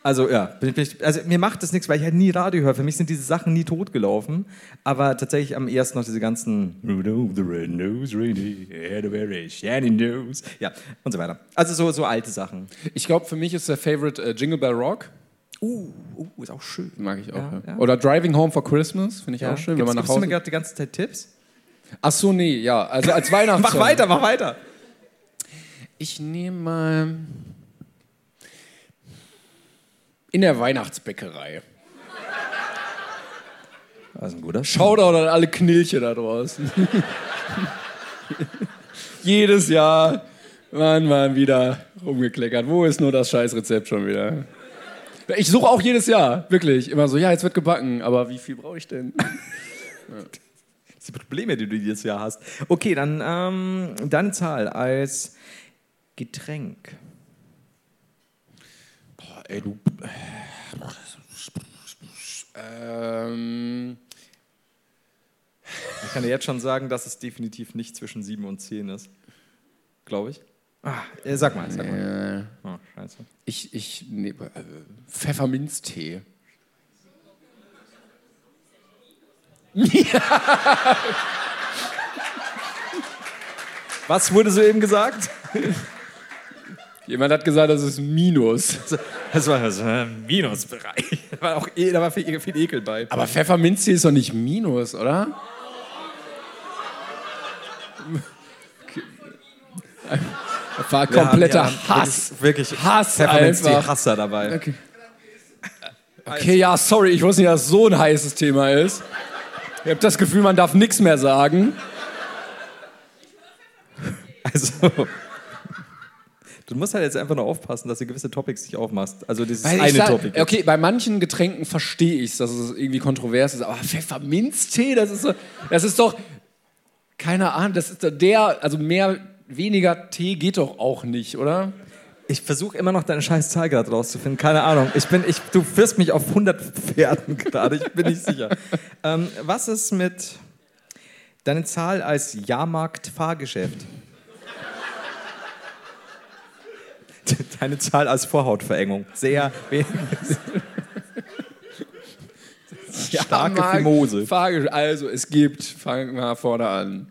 Also ja, bin, bin ich, also mir macht das nichts, weil ich halt nie Radio höre. Für mich sind diese Sachen nie totgelaufen. Aber tatsächlich am ehesten noch diese ganzen Rudolph the Red Nose Reindeer had a very shiny nose. Ja, und so weiter. Also so, so alte Sachen.
Ich glaube, für mich ist der Favorite äh, Jingle Bell Rock.
Uh, uh, ist auch schön.
Mag ich auch.
Ja,
Ja,
ja.
Oder Driving Home for Christmas finde ich
Ja,
auch schön, wenn man nach
gibst du mir
Hause.
gerade die ganze Zeit Tipps?
Ach so, nee, ja. Also als Weihnachtssong.
Mach weiter, mach weiter.
Ich nehme mal in der Weihnachtsbäckerei.
Also ein guter Sch
Shoutout an alle Knilche da draußen. Jedes Jahr waren wir wieder rumgekleckert. Wo ist nur das Scheißrezept schon wieder? Ich suche auch jedes Jahr, wirklich. Immer so, ja, jetzt wird gebacken, aber wie viel brauche ich denn?
die Probleme, die du dieses Jahr hast. Okay, dann ähm, deine Zahl als Getränk.
Ey, du. Ähm,
Ich kann dir jetzt schon sagen, dass es definitiv nicht zwischen 7 und 10 ist. Glaube ich. Ah, äh, sag mal, sag mal.
äh,
Oh, scheiße.
ich, ich nehme äh, Pfefferminztee.
Was wurde soeben gesagt?
Jemand hat gesagt, das ist ein Minus.
Das war das
äh,
war ein Minusbereich. Da war, auch, eh- da war viel, viel Ekel bei.
Aber Pfefferminztee ist doch nicht Minus, oder? War
Wir haben-
kompletter
wir haben
Hass.
Wirklich, wirklich
Hass
Pfefferminz, die
einfach.
Hasser dabei.
Okay. Okay, ja, sorry, ich wusste nicht, dass so ein heißes Thema ist. Ich habe das Gefühl, man darf nichts mehr sagen.
Also. Du musst halt jetzt einfach nur aufpassen, dass du gewisse Topics nicht aufmachst. Also dieses
Weil ich
eine
sag-
Topic.
Okay, bei manchen Getränken verstehe ich es, dass es irgendwie kontrovers ist, aber Pfefferminztee, das ist so, das ist doch, keine Ahnung, das ist doch der, also mehr, weniger Tee geht doch auch nicht, oder?
Ich versuche immer noch deine scheiß Zahl gerade rauszufinden. Keine Ahnung. Ich bin, ich, du führst mich auf 100 Pferden gerade. Ich bin nicht sicher. ähm, was ist mit deine Zahl als Jahrmarkt-Fahrgeschäft? Deine Zahl als Vorhautverengung. Sehr wenig. Starke
Mag-
Fimose.
Frage, also, es gibt, fangen wir mal vorne an.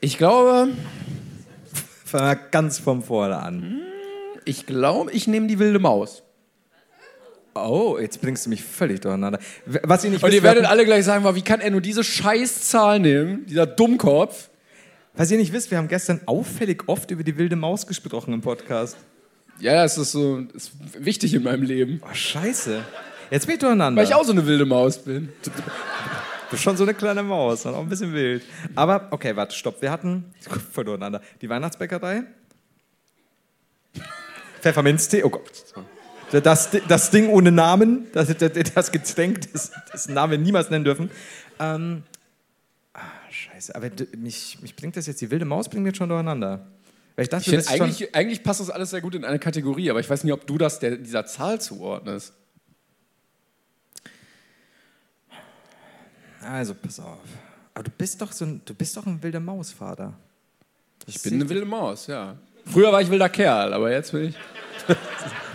Ich glaube,
Fangen wir Ganz vom Vorne an.
ich glaube, ich nehme die wilde Maus.
Oh, jetzt bringst du mich völlig durcheinander. Was ihr nicht
Und
wisst,
ihr
wir
werdet
hatten-
alle gleich sagen, boah, wie kann er nur diese Scheißzahl nehmen, dieser Dummkopf?
Was ihr nicht wisst, wir haben gestern auffällig oft über die wilde Maus gesprochen im Podcast.
Ja, das ist so das ist wichtig in meinem Leben,
Oh, scheiße. Jetzt bin ich durcheinander.
weil ich auch so eine wilde Maus bin.
bin schon so eine kleine Maus, und auch ein bisschen wild. Aber, okay, warte, stopp. Wir hatten, voll durcheinander, die Weihnachtsbäckerei. Pfefferminztee, oh Gott. Das, das Ding ohne Namen, das, das, das Getränk, das- dessen Namen wir niemals nennen dürfen. Ähm, ah, scheiße, aber d- mich, mich bringt das jetzt, die wilde Maus bringt mich jetzt schon durcheinander. Weil ich dachte,
Ich find,
das ist schon-
eigentlich, eigentlich passt das alles sehr gut in eine Kategorie, aber ich weiß nicht, ob du das der, dieser Zahl zuordnest.
Also, pass auf. Aber du bist doch so ein, du bist doch ein wilder Mausvater.
Ich bin eine wilde Maus, ja. Früher war ich wilder Kerl, aber jetzt bin ich.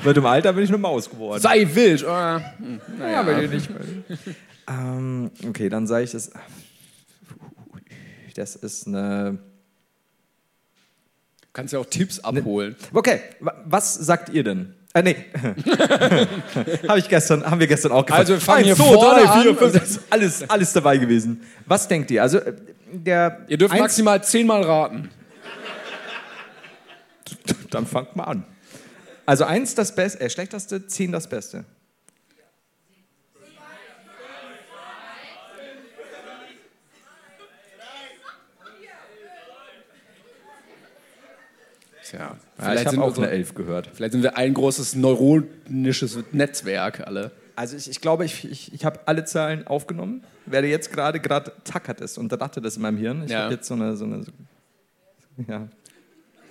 Mit dem Alter bin ich eine Maus geworden.
Sei wild! Ah, hm, naja.
nicht ähm, okay, dann sage ich das. Das ist eine.
Du kannst ja auch
Ne-
Tipps abholen.
Okay, wa- was sagt ihr denn? Äh, nee. Habe ich gestern, haben wir gestern auch gefragt.
Also wir fangen hier
Eins, zwei,
vorne
drei, vier,
an.
fünf, sechs, alles, alles dabei gewesen. Was denkt ihr? Also, äh, der.
Ihr dürft
Eins-
maximal zehnmal raten.
Dann fangt mal an. Also eins das Beste, äh, schlechteste, zehn das Beste.
Tja,
ich
vielleicht
habe
sind,
auch eine
wir so,
Elf gehört.
vielleicht sind wir ein großes neuronisches Netzwerk alle.
Also ich, ich glaube, ich, ich, ich habe alle Zahlen aufgenommen, werde jetzt gerade, gerade tackert es und rattert es in meinem Hirn. Ich
Ja.
habe jetzt so eine, so eine so, ja.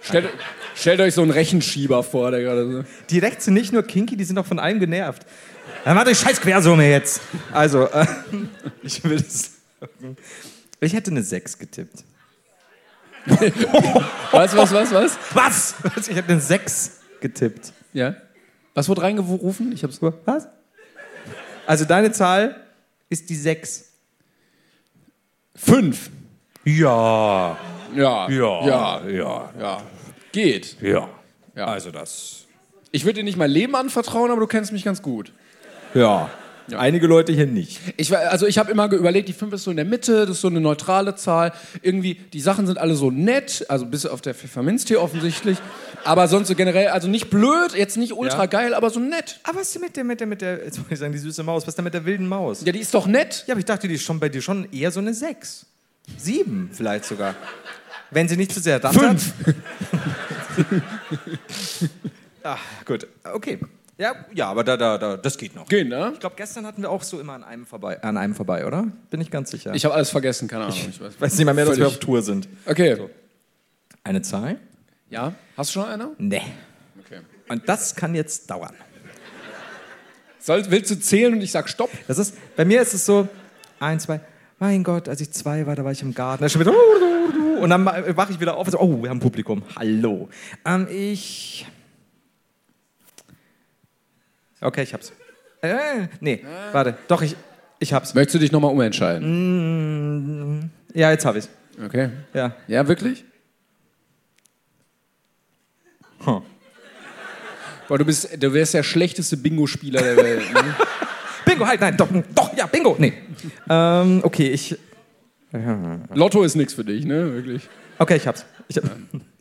Stellt, stellt euch so einen Rechenschieber vor, der gerade so.
Die Rechts sind nicht nur kinky, die sind auch von allem genervt. Dann warte ich scheiß Quersumme jetzt. Also, äh, ich will es sagen. Ich hätte eine 6 getippt.
Was, was, was, was?
Was? Ich hätte eine 6 getippt.
Ja. Was wurde reingerufen? Ich hab's.
Was? Also deine Zahl ist die 6.
Fünf.
Ja.
Ja.
Ja.
Ja.
Ja.
Ja. Geht.
Ja.
Ja.
Also das.
Ich würde dir nicht mein Leben anvertrauen, aber du kennst mich ganz gut.
Ja. Einige Leute hier nicht.
Ich, war- also ich habe immer ge- überlegt, die 5 ist so in der Mitte, das ist so eine neutrale Zahl. Irgendwie, die Sachen sind alle so nett, also bis auf der Pfefferminztee offensichtlich. Aber sonst so generell, also nicht blöd, jetzt nicht ultra
Ja.
geil, aber so nett.
Aber was ist denn mit der, mit der, mit der, jetzt wollte ich sagen, die süße Maus, was ist denn mit der wilden Maus?
Ja, die ist doch nett.
Ja, aber ich dachte, die ist schon bei dir schon eher so eine 6. 7 vielleicht sogar. Wenn sie nicht zu sehr rattert.
Fünf.
Ach, Ah, gut. Okay. Ja, ja aber da, da, da, das geht noch.
Gehen, ne?
Ich glaube, gestern hatten wir auch so immer an einem vorbei, an einem vorbei oder? Bin ich ganz sicher.
Ich habe alles vergessen, keine Ahnung. Ich weiß.
weiß nicht mal mehr, dass wir
Völlig.
auf Tour sind.
Okay.
Eine Zahl?
Ja, hast du schon eine?
Nee.
Okay.
Und das kann jetzt dauern.
Soll, willst du zählen und ich sag Stopp?
Das ist, bei mir ist es so, ein, zwei, mein Gott, als ich zwei war, da war ich im Garten. Da ist schon wieder, und dann wache ich wieder auf und so, oh, wir haben Publikum. Hallo. Ähm, ich. Okay, ich hab's. Äh, nee, warte. Doch, ich, ich hab's.
Möchtest du dich nochmal umentscheiden?
Ja, jetzt hab ich's.
Okay.
Ja.
Ja, wirklich?
Huh.
Boah, du, bist, du wärst der schlechteste Bingo-Spieler der Welt. Ne?
Bingo, halt, nein, doch, doch, ja, Bingo. Nee. ähm, okay, ich.
Lotto ist nichts für dich, ne? Wirklich.
Okay, ich hab's. Ich, hab,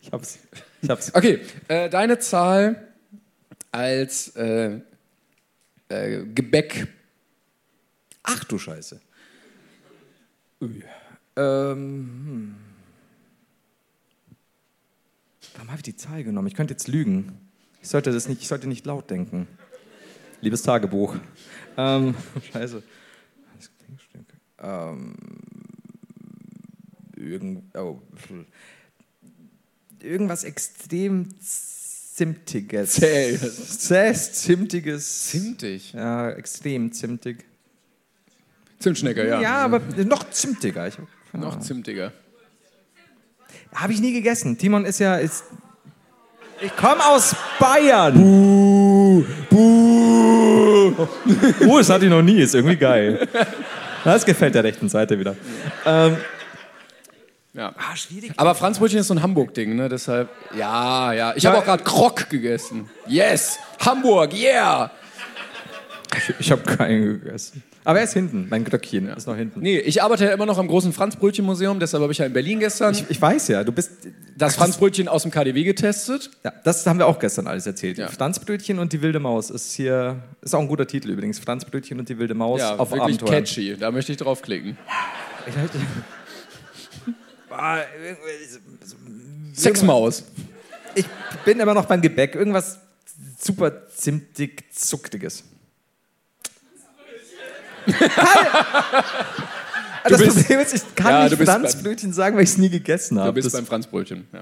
ich hab's. Ich hab's.
Okay, äh, deine Zahl als äh, äh, Gebäck.
Ach du Scheiße. Ui. Ähm, hm. Warum habe ich die Zahl genommen? Ich könnte jetzt lügen. Ich sollte, das nicht, ich sollte nicht laut denken. Liebes Tagebuch. Ähm, scheiße. Ähm, irgend, oh, pf. irgendwas extrem Zimtiges.
Zäh.
Zäh, Zimtiges.
Zimtig.
Ja, extrem zimtig.
Zimtschnecker, ja. Mhm.
Ja, aber noch zimtiger. Ich,
Noch zimtiger.
Habe ich nie gegessen. Timon ist ja. Ist, ich komme aus Bayern. Oh, das hatte ich noch nie. Ist irgendwie geil. Das gefällt der rechten Seite wieder.
Ja.
Ah, schwierig.
Aber Franzbrötchen ist so ein Hamburg-Ding, ne? Deshalb, ja, ja. Ich habe auch gerade Krog gegessen. Yes! Hamburg, yeah!
Ich, ich habe keinen gegessen. Aber er ist hinten. Mein Glöckchen ist noch hinten.
Nee, ich arbeite ja immer noch am großen Franzbrötchen-Museum, deshalb habe ich ja in Berlin gestern
Ich, ich weiß ja, du bist.
das
Ach,
Franzbrötchen aus dem KDW getestet.
Ja, das haben wir auch gestern alles erzählt.
Ja.
Franzbrötchen und die wilde Maus ist hier. Ist auch ein guter Titel übrigens. Franzbrötchen und die wilde Maus
Ja,
auf
wirklich
Abenteuer.
catchy. Da möchte ich draufklicken.
Ich halte- Ah,
Sexmaus.
Ich bin immer noch beim Gebäck. Irgendwas super zimtig, zucktiges. Hi! das
bist-
Problem ist, ich kann
Ja, du
nicht
bist beim-
Franzbrötchen sagen, weil ich es nie gegessen habe.
Du bist
Das-
beim Franzbrötchen. Ja.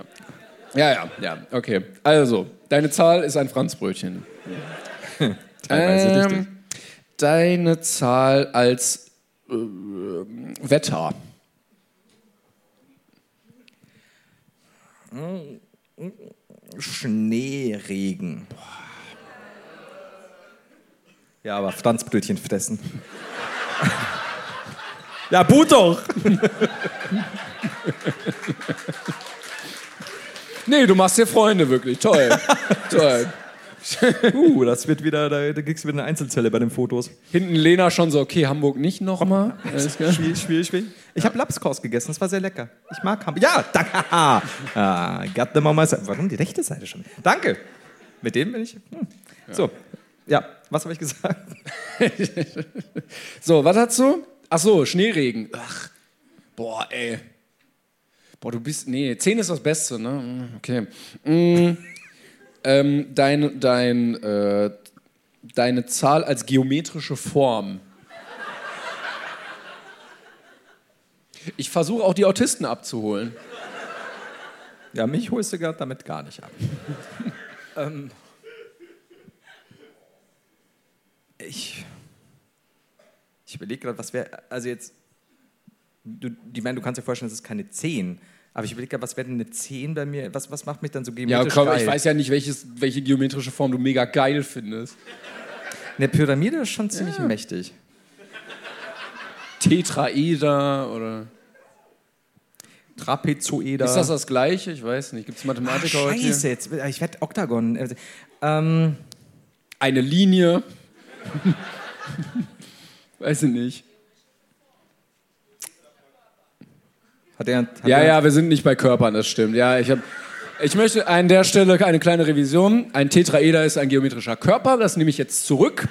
ja, ja, ja. Okay. Also, deine Zahl ist ein Franzbrötchen.
Teilweise
Ähm,
richtig.
Deine Zahl als äh, Wetter.
Schneeregen. Ja, aber Franzbrötchen fressen. ja, Boot doch!
Nee, du machst dir Freunde wirklich. Toll. Toll.
Uh, das wird wieder, da, da kriegst du wieder eine Einzelzelle bei den Fotos.
Hinten Lena schon so, okay, Hamburg nicht nochmal. Alles klar.
Schwierig, schwierig, schwierig. Ich habe Lapskaus gegessen, das war sehr lecker. Ich mag Hamburg. Ja, danke. Ah, got them on my side. Warum die rechte Seite schon? Danke. Mit dem bin ich. Hm. So, ja, was habe ich gesagt?
So, was hast du? Ach so, Schneeregen. Ach, boah, ey. Boah, du bist, nee, 10 ist das Beste, ne? Mm, Okay. Mm, ähm, dein, dein, äh, deine Zahl als geometrische Form. Ich versuche auch die Autisten abzuholen.
Ja, mich holst du gerade damit gar nicht ab. ähm, ich ich überlege gerade, was wäre. Also, jetzt. Du, ich meine, du kannst dir vorstellen, das ist keine 10. Aber ich überlege gerade, was wäre denn eine 10 bei mir? Was, was macht mich dann so
Ja,
geometrisch
komm,
geil?
ich weiß ja nicht, welches, welche geometrische Form du mega geil findest.
Eine Pyramide ist schon ziemlich mächtig.
Tetraeder oder.
Trapezoeder. Ah,
Ist das das Gleiche? Ich weiß nicht. Gibt es Mathematiker heute? hier?
Scheiße, jetzt, ich werde Oktagon. äh, Ähm,
eine Linie. Weiß ich nicht.
hat er, hat
Ja,
er,
ja, wir sind nicht bei Körpern, das stimmt. Ja, ich, hab, ich möchte an der Stelle eine kleine Revision. Ein Tetraeder ist ein geometrischer Körper, das nehme ich jetzt zurück.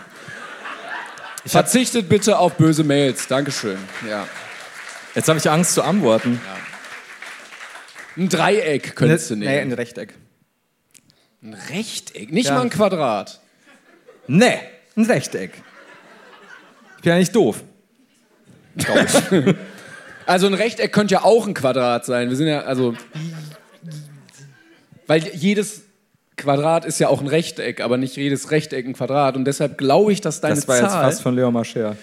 Verzichtet bitte auf böse Mails. Dankeschön. Ja.
Jetzt habe ich Angst zu antworten.
Ein Dreieck könntest du
Ne, nee,
nehmen.
ein Rechteck.
Ne- Ein Rechteck, nicht
Ja.
mal ein Quadrat.
Nee, ein Rechteck. Ich bin ja nicht doof. Glaub ich.
Also ein Rechteck könnte ja auch ein Quadrat sein. Wir sind ja, also. Weil jedes Quadrat ist ja auch ein Rechteck, aber nicht jedes Rechteck ein Quadrat. Und deshalb glaube ich, dass deine
das war jetzt
Zahl.
fast von Leo Mascher.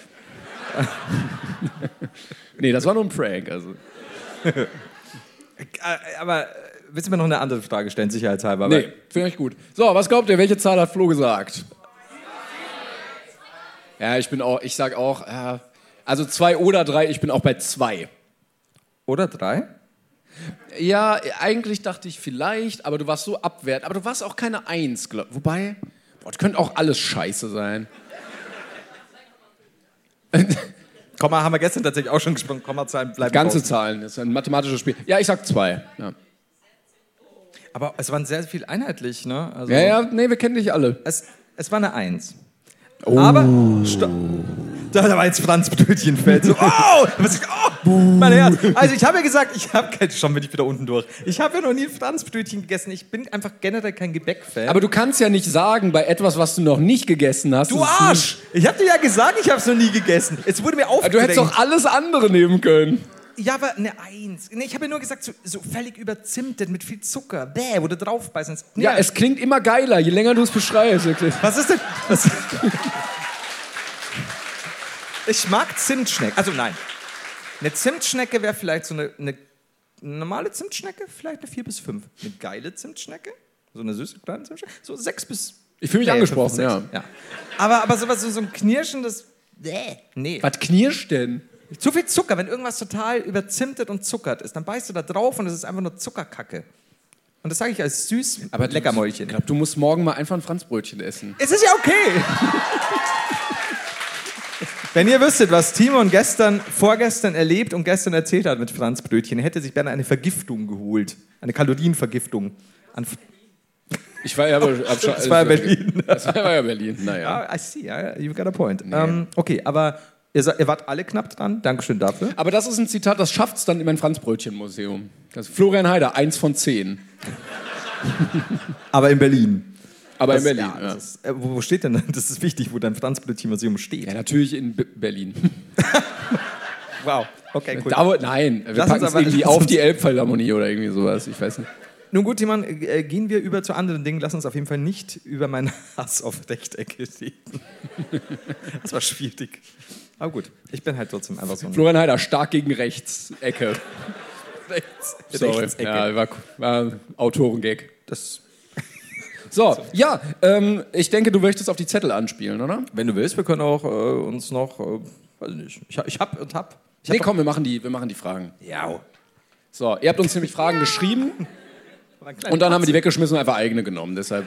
nee, das war nur ein Prank. Also.
Aber äh, willst du mir noch eine andere Frage stellen, sicherheitshalber?
Nee, finde ich gut. So, was glaubt ihr? Welche Zahl hat Flo gesagt? Ja, ich bin auch, ich sag auch, äh, also zwei oder drei, ich bin auch bei zwei.
Oder drei?
Ja, eigentlich dachte ich vielleicht, aber du warst so abwehrt. Aber du warst auch keine Eins, glaub. Wobei, boah, das könnte auch alles scheiße sein.
Komma haben wir gestern tatsächlich auch schon gesprochen. Kommazahlen bleiben
Ganze
draußen.
Zahlen, das ist ein mathematisches Spiel. Ja, ich sag zwei. Ja.
Aber es waren sehr viel einheitlich, ne? Also
Ja, ja, nee, wir kennen dich alle.
Es, es war eine Eins.
Oh.
Aber sto- da, da war jetzt Franz Brötchenfeld. So, oh, was ich, oh, mein Herz. Also ich habe ja gesagt, ich habe kein, schon bin ich wieder unten durch. Ich habe ja noch nie ein Franzbrötchen gegessen. Ich bin einfach generell kein Gebäckfan.
Aber du kannst ja nicht sagen, bei etwas, was du noch nicht gegessen hast.
du
dass es
Arsch! Ich habe dir ja gesagt, ich habe es noch nie gegessen. Es wurde mir
nicht-
aufgedrängt.
Du hättest doch alles andere nehmen können.
Ja, aber eine Eins. Nee, ich habe ja nur gesagt, so, so völlig überzimtet mit viel Zucker. Bäh, wo du draufbeißen.
Ja, es klingt immer geiler, je länger du es beschreibst. wirklich.
Was ist denn? Was? Ich mag Zimtschnecken. Also nein. Eine Zimtschnecke wäre vielleicht so eine, eine normale Zimtschnecke, vielleicht eine 4 bis 5. Eine geile Zimtschnecke, so eine süße kleine Zimtschnecke, so 6 bis
Ich fühle mich
Nee,
angesprochen,
fünf bis
ja.
sechs. Aber, aber sowas, so, so ein knirschendes. Bäh. Nee.
Was knirscht denn?
Zu viel Zucker, wenn irgendwas total überzimtet und zuckert ist, dann beißt du da drauf und es ist einfach nur Zuckerkacke. Und das sage ich als süß
Aber halt du-
Leckermäulchen.
Ich glaube, du musst morgen mal einfach ein Franzbrötchen essen.
Es ist ja okay. Wenn ihr wüsstet, was Timon gestern, vorgestern erlebt und gestern erzählt hat mit Franz Brötchen, hätte sich Bernd eine Vergiftung geholt. Eine Kalorienvergiftung. An F-
Ich war ja, aber, hab schon, also-
das war ja Berlin.
Das war ja Berlin, naja.
Ah, I see, ah, you got a point. Ähm, okay, aber ihr, sa- ihr wart alle knapp dran. Dankeschön dafür.
Aber das ist ein Zitat, das schafft's dann in mein Franzbrötchenmuseum. Das ist Florian Heider, eins von zehn.
Aber in Berlin.
Aber in
Das-
Berlin.
Ja,
Ja, ja.
das ist, äh, wo wo steht denn, das ist wichtig, wo dein Franz Brötchen Museum steht.
natürlich in B Berlin.
Wow. Okay, cool.
Da, wo- nein, wir
Lass uns
packen es
aber-
irgendwie
lass
auf
uns-
die Elbphilharmonie oder irgendwie sowas. Ich weiß nicht.
Nun gut, Timon, äh, gehen wir über zu anderen Dingen. Lass uns auf jeden Fall nicht über meinen Hass auf Rechtecke reden. Das war schwierig. Aber gut, ich bin halt trotzdem einfach so ein
Florian Heider, stark gegen rechts, Ecke.
Rechts-
Sorry.
Rechtsecke.
Ja, war, war Autorengag.
Das,
So, ja, ähm, ich denke, du möchtest auf die Zettel anspielen, oder?
wenn du willst, wir können auch äh, uns noch, äh, weiß nicht, ich, ha- ich hab und hab. Ich hab
Nee, komm, wir machen die, wir machen die Fragen.
Noch, ja.
So, ihr habt uns nämlich Fragen geschrieben und dann haben wir die weggeschmissen und einfach eigene genommen. Deshalb,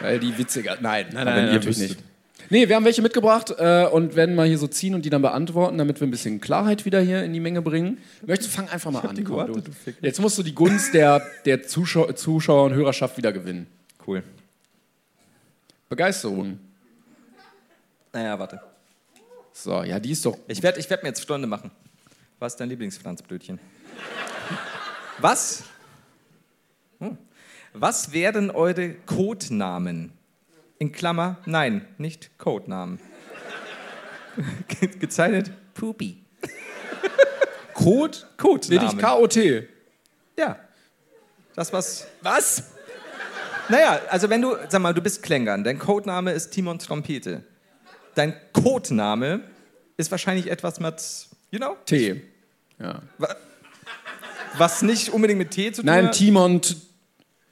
weil die witziger. Nein, nein, nein,
wenn
nein
ihr
natürlich
wüsstet.
nicht. Nee, wir haben welche mitgebracht äh, und werden mal hier so ziehen und die dann beantworten, damit wir ein bisschen Klarheit wieder hier in die Menge bringen. Möchtest du, fang einfach mal an. komm,
gewartet,
du.
du Ficker.
Jetzt musst du die Gunst der, der Zuschau Zuschauer und Hörerschaft wieder gewinnen. Mhm.
Cool.
Begeisterung.
Naja, warte.
So, ja, die ist doch.
Ich werde ich werd mir jetzt Stunde machen. Was ist dein Lieblingsfranzblötchen? Was? Hm. Was wären eure Codenamen? In Klammer, nein, nicht Codenamen. Ge gezeichnet Poopy.
Code? Nee,
Codenamen.
nicht K.O.T.
ja. Das was.
Was?
Naja, also wenn du, sag mal, du bist Klängern, dein Codename ist Timon Trompete. Dein Codename ist wahrscheinlich etwas mit, you know,
T. Ja.
was nicht unbedingt mit T zu tun
Nein,
hat.
Timon. T-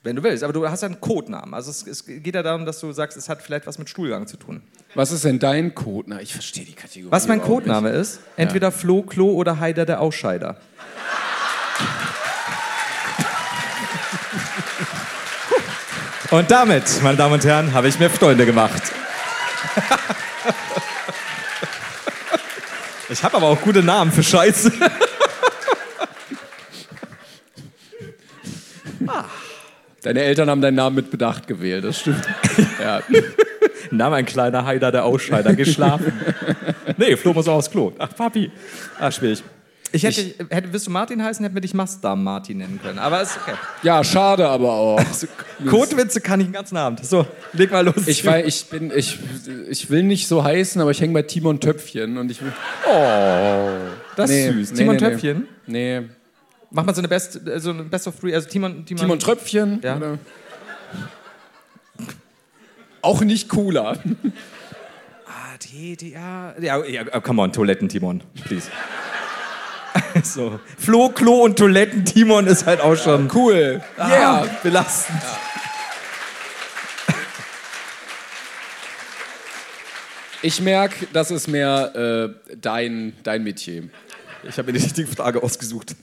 Wenn du willst, aber du hast ja einen Codenamen. Also es, es geht ja darum, dass du sagst, es hat vielleicht was mit Stuhlgang zu tun.
Was ist denn dein Code? Na, ich verstehe die Kategorie.
Was mein
überhaupt
Codename ist? Entweder Flo, Klo oder Heider der Ausscheider. Und damit, meine Damen und Herren, habe ich mir Freunde gemacht. Ich habe aber auch gute Namen für Scheiße.
nicht. Deine Eltern haben deinen Namen mit Bedacht gewählt, das stimmt. ja.
Na, mein kleiner Heider, der Ausscheider, geschlafen. nee, Flo muss auch aufs Klo. Ach, Papi. Ach, schwierig. Ich hätte, hätte, wirst du Martin heißen, hätten wir dich Mastdam Martin nennen können. Aber ist okay.
ja, schade aber auch.
Also, Kotwitze kann ich den ganzen Abend. So, leg mal los.
Ich, weiß, ich, bin, ich, ich will nicht so heißen, aber ich hänge bei Timon Töpfchen. Und ich will,
das
Nee,
ist süß.
nee,
Timon
nee, nee.
Töpfchen.
nee,
Mach mal so eine Best, äh, so eine Best of Three. Also Timon, Timon,
Timon Tröpfchen.
Ja.
Oder? Auch nicht cooler.
Ah, die, die, ja. oh, Ja, ja, come on, Toiletten Timon, please. so. Flo, Klo und Toiletten Timon ist halt auch schon Ah.
Cool.
ja,
Yeah.
belastend.
Ich merke, das ist mehr äh, dein, dein Metier.
Ich habe mir die richtige Frage ausgesucht.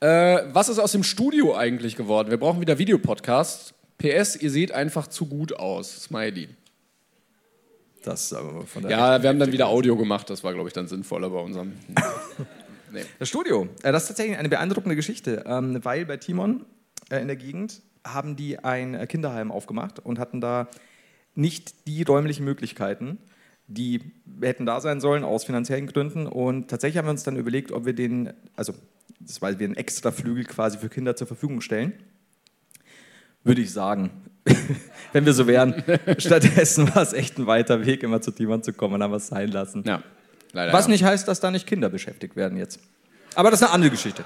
Äh, was ist aus dem Studio eigentlich geworden? Wir brauchen wieder Videopodcast. PS, ihr seht einfach zu gut aus. Smiley.
Das ist aber von der
Ja, wir haben dann wieder Audio gemacht. Das war, glaube ich, dann sinnvoller bei unserem.
Das Studio, äh, das ist tatsächlich eine beeindruckende Geschichte, ähm, weil bei Timon äh, in der Gegend haben die ein äh, Kinderheim aufgemacht und hatten da nicht die räumlichen Möglichkeiten, die hätten da sein sollen aus finanziellen Gründen. Und tatsächlich haben wir uns dann überlegt, ob wir den, also das weil wir einen extra Flügel quasi für Kinder zur Verfügung stellen. Würde ich sagen. Wenn wir so wären. Stattdessen war es echt ein weiter Weg, immer zu jemandem zu kommen, und haben wir es sein lassen.
Ja, leider.
Was
ja.
nicht heißt, dass da nicht Kinder beschäftigt werden jetzt. Aber das ist eine andere Geschichte.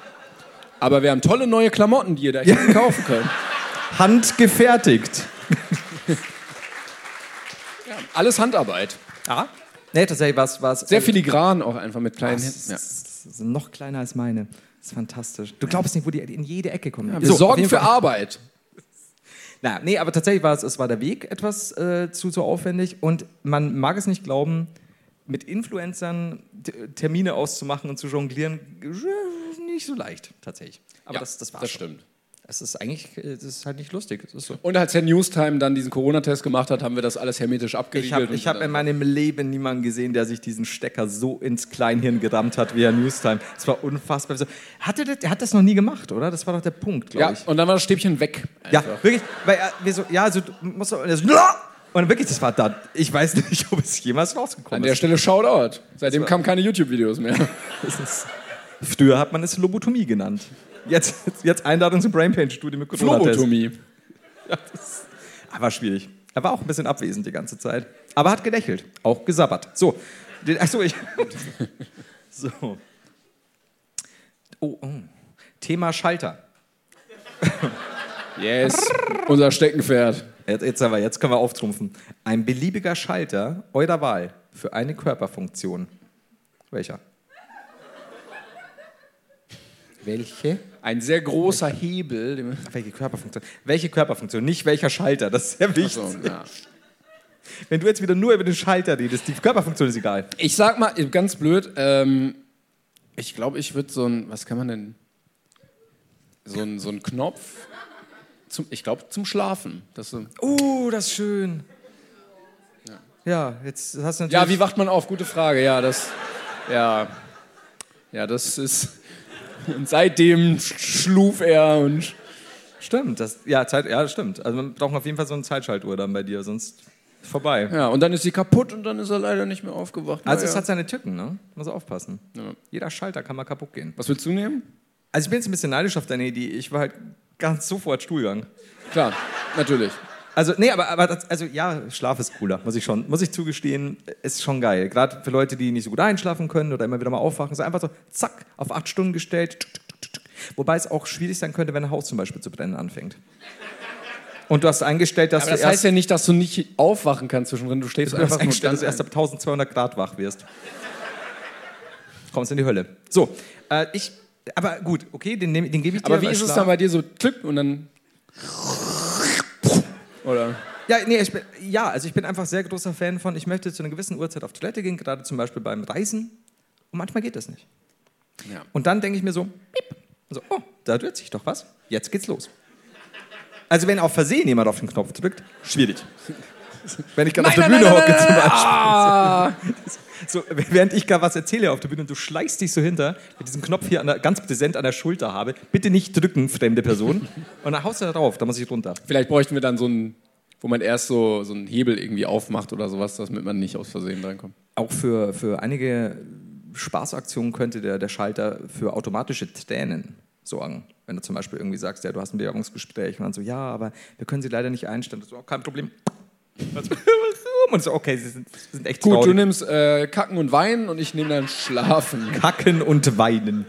Aber wir haben tolle neue Klamotten, die ihr da hinten kaufen könnt.
Handgefertigt.
Alles Handarbeit.
Ja? Nee, tatsächlich war es
Sehr filigran auch einfach mit kleinen
Also Ah, Das
Händen. Ja.
ist noch kleiner als meine. Das ist fantastisch. Du glaubst nicht, wo die in jede Ecke kommen.
Wir sorgen für Arbeit.
Na, nee, aber tatsächlich war es, es war der Weg etwas äh, zu, zu aufwendig und man mag es nicht glauben, mit Influencern t- Termine auszumachen und zu jonglieren, äh, nicht so leicht, tatsächlich. Aber
Ja,
das, das war
das
schon.
stimmt.
Es ist eigentlich, äh, das ist halt nicht lustig. Es ist so.
Und als Herr Newstime dann diesen Corona-Test gemacht hat, haben wir das alles hermetisch
Ich
abgeriegelt.
habe ich
und
hab
dann-
in meinem Leben niemanden gesehen, der sich diesen Stecker so ins Kleinhirn gerammt hat wie Herr Newstime. Das war unfassbar. Hat er, das, er hat das noch nie gemacht, oder? Das war doch der Punkt, glaube
ja,
ich.
und dann war das Stäbchen weg.
Ja,
einfach.
wirklich, weil äh, wir so, ja, also du musst so, und er so, "Uah!" und wirklich, das war dann, ich weiß nicht, ob es jemals
An
rausgekommen
der
ist.
Stelle Shoutout. Seitdem kamen keine YouTube-Videos mehr.
Das ist. Früher hat man es Lobotomie genannt. Jetzt, jetzt Einladung zum Brain Pain Studie mit Corona-Test.
Flobotomie.
Ah, war schwierig. Er war auch ein bisschen abwesend die ganze Zeit. Aber hat gelächelt. Auch gesabbert. So. Den- Achso, ich. So. Oh, oh. Thema Schalter.
Yes. Unser Steckenpferd.
Jetzt, jetzt aber, jetzt können wir auftrumpfen. Ein beliebiger Schalter eurer Wahl für eine Körperfunktion. Welcher? Welche?
Ein sehr großer Hebel. dem-
Welche Körperfunktion? Welche Körperfunktion? Nicht welcher Schalter, das ist sehr wichtig.
So, ja.
Wenn du jetzt wieder nur über den Schalter redest, die Körperfunktion ist egal.
Ich sag mal, ganz blöd, ähm, ich glaube, ich würde so ein, was kann man denn? So ein, so ein Knopf. Zum, ich glaube, zum Schlafen. Das so,
Oh, das ist schön. Ja, jetzt hast du natürlich.
ja, wie wacht man auf? Gute Frage. Ja, das. Ja. Ja, das ist. Und seitdem sch- schluf er und.
Stimmt, das, ja, Zeit, ja, stimmt. Also, wir brauchen auf jeden Fall so eine Zeitschaltuhr dann bei dir, sonst ist vorbei.
Ja, und dann ist sie kaputt und dann ist er leider nicht mehr aufgewacht.
Also,
Naja.
es hat seine Tücken, ne? Muss aufpassen. Jeder Schalter kann mal kaputt gehen.
was willst du nehmen?
Also ich bin jetzt ein bisschen neidisch auf deine Idee. Ich war halt ganz sofort Stuhlgang.
Klar, natürlich.
Also, nee, aber, aber das, also ja, Schlaf ist cooler, muss ich schon, muss ich zugestehen, ist schon geil. Gerade für Leute, die nicht so gut einschlafen können oder immer wieder mal aufwachen, so einfach so, zack, auf acht Stunden gestellt. Tuk, tuk, tuk, tuk. Wobei es auch schwierig sein könnte, wenn ein Haus zum Beispiel zu brennen anfängt. Und du hast eingestellt, dass
Aber
du
das heißt
erst,
ja nicht, dass du nicht aufwachen kannst zwischendrin. Du schläfst
du hast
einfach nur
eingestellt,
dann
dass du erst
ein.
ab 1200 Grad wach wirst. Kommst in die Hölle. So, äh, ich, aber gut, okay, den, nehm- den gebe ich dir.
Aber wie
weil
ist es
Schlaf-
dann bei dir so klick und dann. Oder?
Ja, nee, ich bin, ja, also ich bin einfach sehr großer Fan von, ich möchte zu einer gewissen Uhrzeit auf Toilette gehen, gerade zum Beispiel beim Reisen. Und manchmal geht das nicht.
Ja.
Und dann denke ich mir so, piep, so, oh, da rührt sich doch was. Jetzt geht's los. Also wenn auf Versehen jemand auf den Knopf drückt, schwierig. Wenn ich gerade auf der
Nein,
Bühne
nein, nein,
hocke
nein,
zum
nein,
Beispiel. So, während ich gerade was erzähle auf der Bühne und du schleichst dich so hinter, mit diesem Knopf hier an der, ganz präsent an der Schulter habe, bitte nicht drücken, fremde Person. Und dann haust du da drauf, da muss ich runter.
Vielleicht bräuchten wir dann so einen, wo man erst so, so einen Hebel irgendwie aufmacht oder sowas, damit man nicht aus Versehen drankommt.
Auch für, für einige Spaßaktionen könnte der, der Schalter für automatische Tränen sorgen. Wenn du zum Beispiel irgendwie sagst, ja, du hast ein Bewerbungsgespräch und dann so, ja, aber wir können sie leider nicht einstellen. Das ist auch kein Problem. Und so, okay, sie sind, sie sind echt
Gut, du
traurig.
nimmst äh, Kacken und Weinen und ich nehme dann Schlafen.
Kacken und weinen.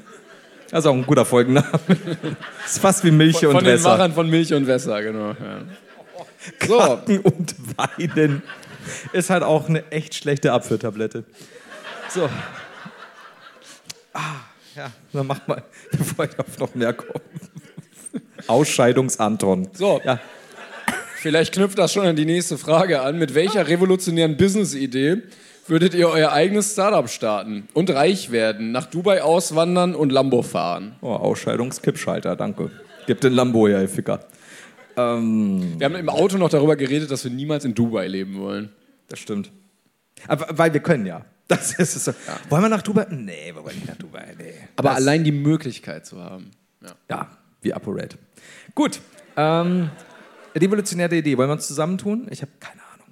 Das ist auch ein guter Folgenname. Das ist fast wie Milch
Von,
und
von den
Wässer.
Machern von Milch und Wässer, genau. Ja. So,
Kacken und Weinen ist halt auch eine echt schlechte Abführtablette. So. Ah, ja, dann mach mal, bevor ich auf noch mehr komme. Ausscheidungsanton.
so.
Ja.
Vielleicht knüpft das schon an die nächste Frage an. Mit welcher revolutionären Business-Idee würdet ihr euer eigenes Startup starten und reich werden, nach Dubai auswandern und Lambo fahren?
Oh, Ausscheidungskippschalter, danke. Gib den Lambo her, ihr Ficker. Ähm,
Wir haben im Auto noch darüber geredet, dass wir niemals in Dubai leben wollen.
Das stimmt. Aber, weil wir können ja. Das ist es so. Wollen wir nach Dubai? Nee, wir wollen nicht nach Dubai. Nee.
Aber
das,
allein die Möglichkeit zu haben.
Ja, wie ApoRed. Gut, Ähm, revolutionäre Idee. Wollen wir uns zusammentun? Ich habe keine Ahnung.